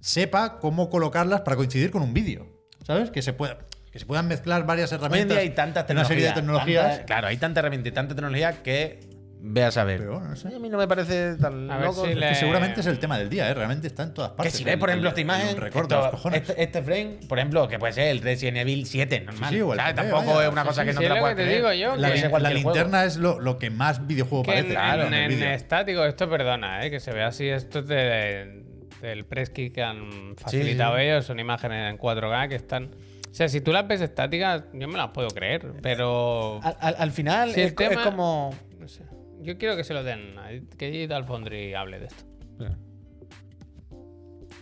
[SPEAKER 1] sepa cómo colocarlas para coincidir con un vídeo. ¿Sabes? Que se pueda. Que se puedan mezclar varias herramientas.
[SPEAKER 3] Hoy en día hay tantas
[SPEAKER 1] una
[SPEAKER 3] tecnologías.
[SPEAKER 1] serie de tecnologías.
[SPEAKER 3] tanta- claro, hay tanta herramienta y tanta tecnología que ve a saber.
[SPEAKER 1] Pero no sé.
[SPEAKER 3] a mí no me parece tan
[SPEAKER 2] A ver
[SPEAKER 3] loco.
[SPEAKER 2] si
[SPEAKER 3] Es
[SPEAKER 1] Que
[SPEAKER 2] le-
[SPEAKER 1] seguramente es el tema del día, ¿eh? Realmente está en todas
[SPEAKER 3] Que
[SPEAKER 1] partes.
[SPEAKER 3] si ves,
[SPEAKER 1] El-
[SPEAKER 3] por ejemplo,
[SPEAKER 1] el-
[SPEAKER 3] esta imagen.
[SPEAKER 1] el récord de
[SPEAKER 3] esto-
[SPEAKER 1] los cojones.
[SPEAKER 3] Este, este frame, por ejemplo, que puede ser el Resident Evil 7, normal.
[SPEAKER 1] Sí, sí, o el
[SPEAKER 3] ¿sabes?
[SPEAKER 1] PP,
[SPEAKER 3] Tampoco
[SPEAKER 1] vaya.
[SPEAKER 3] es una
[SPEAKER 1] Sí,
[SPEAKER 3] cosa
[SPEAKER 1] sí,
[SPEAKER 3] que
[SPEAKER 2] sí,
[SPEAKER 3] no te
[SPEAKER 2] es
[SPEAKER 3] la
[SPEAKER 2] lo
[SPEAKER 3] puedes
[SPEAKER 2] que te digo
[SPEAKER 3] creer.
[SPEAKER 2] yo,
[SPEAKER 1] La,
[SPEAKER 2] que-
[SPEAKER 3] Puede ser
[SPEAKER 1] la
[SPEAKER 3] cualquier juego.
[SPEAKER 1] linterna es lo, lo que más videojuego
[SPEAKER 2] Que en,
[SPEAKER 1] parece.
[SPEAKER 3] claro,
[SPEAKER 2] en-
[SPEAKER 1] en el
[SPEAKER 2] en
[SPEAKER 1] vídeo.
[SPEAKER 3] este
[SPEAKER 2] estático, esto perdona, eh, que se vea así. Esto es de- del press kit que han facilitado
[SPEAKER 3] sí.
[SPEAKER 2] ellos. Son imágenes en 4K que están. O sea, si tú las ves estáticas, yo me las puedo creer, pero.
[SPEAKER 3] Al, al- al final
[SPEAKER 2] Si el
[SPEAKER 3] es, co- es
[SPEAKER 2] tema-
[SPEAKER 3] como.
[SPEAKER 2] No sé. Yo quiero que se lo den. a- Que Digital Foundry hable de esto.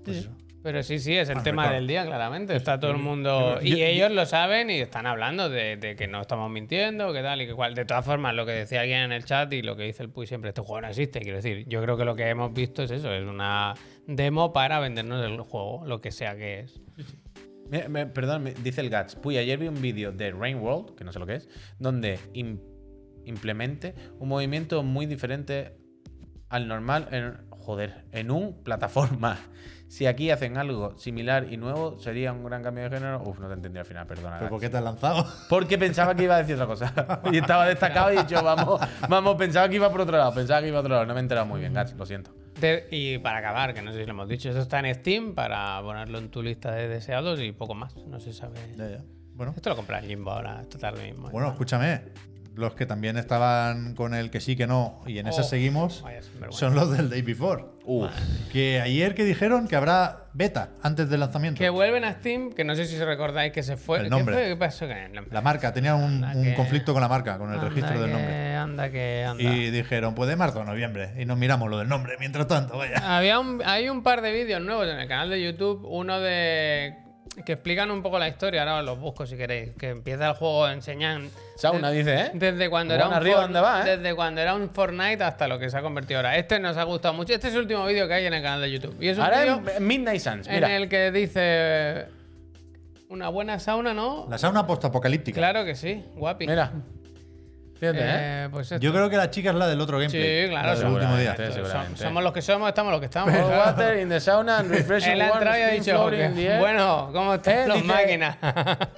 [SPEAKER 1] Pues eso.
[SPEAKER 2] Pero sí, sí, es el
[SPEAKER 1] Al
[SPEAKER 2] tema
[SPEAKER 1] recuerdo.
[SPEAKER 2] del día, claramente. Está todo el mundo.
[SPEAKER 1] Yo-
[SPEAKER 2] y
[SPEAKER 1] yo-
[SPEAKER 2] ellos lo saben y están hablando de, de que no estamos mintiendo, que tal y que cual. De todas formas, lo que decía alguien en el chat y lo que dice el Puy siempre, este juego no existe. Quiero decir, yo creo que lo que hemos visto es eso, es una demo para vendernos el juego, lo que sea que es.
[SPEAKER 3] Me- me- perdón, me dice el Gats. Puy, ayer vi un vídeo de Rain World, que no sé lo que es, donde im- implemente un movimiento muy diferente al normal en, joder, en un plataforma. Si aquí hacen algo similar y nuevo, sería un gran cambio de género. Uf, no te entendí al final, perdona.
[SPEAKER 1] ¿Pero
[SPEAKER 3] Gats.
[SPEAKER 1] por qué te has lanzado?
[SPEAKER 3] Porque pensaba que iba a decir otra cosa. Y estaba destacado y yo, vamos, vamos, pensaba que iba por otro lado, pensaba que iba por otro lado. No me he enterado muy bien, Gats, lo siento.
[SPEAKER 2] De- y para acabar, que no sé si lo hemos dicho, eso está en Steam para ponerlo en tu lista de deseados y poco más. No se sabe.
[SPEAKER 1] Ya, ya. Bueno,
[SPEAKER 2] Esto lo compra el Jimbo ahora, esta tarde mismo. ¿eh?
[SPEAKER 1] bueno, escúchame. Los que también estaban con el que sí, que no, y en
[SPEAKER 2] Oh,
[SPEAKER 1] esas seguimos,
[SPEAKER 2] vaya sinvergüenza.
[SPEAKER 1] son los del Day Before.
[SPEAKER 3] Uf.
[SPEAKER 1] Que ayer que dijeron que habrá beta antes del lanzamiento.
[SPEAKER 2] Que vuelven a Steam, que no sé si recordáis que se fue.
[SPEAKER 1] El
[SPEAKER 2] ¿qué
[SPEAKER 1] nombre.
[SPEAKER 2] fue? ¿Qué pasó con el nombre?
[SPEAKER 1] La marca, tenía un,
[SPEAKER 2] Anda
[SPEAKER 1] un
[SPEAKER 2] que-
[SPEAKER 1] conflicto con la marca, con el
[SPEAKER 2] Anda
[SPEAKER 1] registro del
[SPEAKER 2] que-
[SPEAKER 1] nombre.
[SPEAKER 2] Anda que anda.
[SPEAKER 1] Y dijeron, pues de marzo a noviembre, y nos miramos lo del nombre, mientras tanto, vaya.
[SPEAKER 2] Había un- hay un par de vídeos nuevos en el canal de YouTube, uno de que explican un poco la historia, ahora os los busco si queréis, que empieza el juego, enseñan
[SPEAKER 3] Sauna dice, ¿eh?
[SPEAKER 2] desde cuando
[SPEAKER 3] Bueno,
[SPEAKER 2] era un
[SPEAKER 3] arriba
[SPEAKER 2] Forn-
[SPEAKER 3] donde va, ¿eh?
[SPEAKER 2] desde cuando era un Fortnite hasta lo que se ha convertido ahora. Este nos ha gustado mucho. Este es el último vídeo que hay en el canal de YouTube. Y es un
[SPEAKER 3] Ahora
[SPEAKER 2] vídeo
[SPEAKER 3] es Midnight Suns,
[SPEAKER 2] en
[SPEAKER 3] mira.
[SPEAKER 2] el que dice una buena sauna, ¿no?
[SPEAKER 1] La sauna postapocalíptica.
[SPEAKER 2] Claro que sí, guapi.
[SPEAKER 3] Mira. Fíjate, ¿eh?
[SPEAKER 2] Eh, pues esto.
[SPEAKER 1] Yo creo que la chica es la del otro gameplay.
[SPEAKER 2] Sí,
[SPEAKER 1] la
[SPEAKER 2] claro,
[SPEAKER 1] del último día.
[SPEAKER 3] seguramente.
[SPEAKER 2] Som- Somos los que somos, estamos los que estamos.
[SPEAKER 3] Cold
[SPEAKER 2] ¿sabes?
[SPEAKER 3] water in the sauna and refreshing
[SPEAKER 2] Él ha
[SPEAKER 3] warm
[SPEAKER 2] entrado y ha
[SPEAKER 3] steam
[SPEAKER 2] dicho,
[SPEAKER 3] floating in the
[SPEAKER 2] que-
[SPEAKER 3] air.
[SPEAKER 2] bueno, ¿cómo están
[SPEAKER 3] Eh,
[SPEAKER 2] los
[SPEAKER 3] dice-
[SPEAKER 2] máquinas?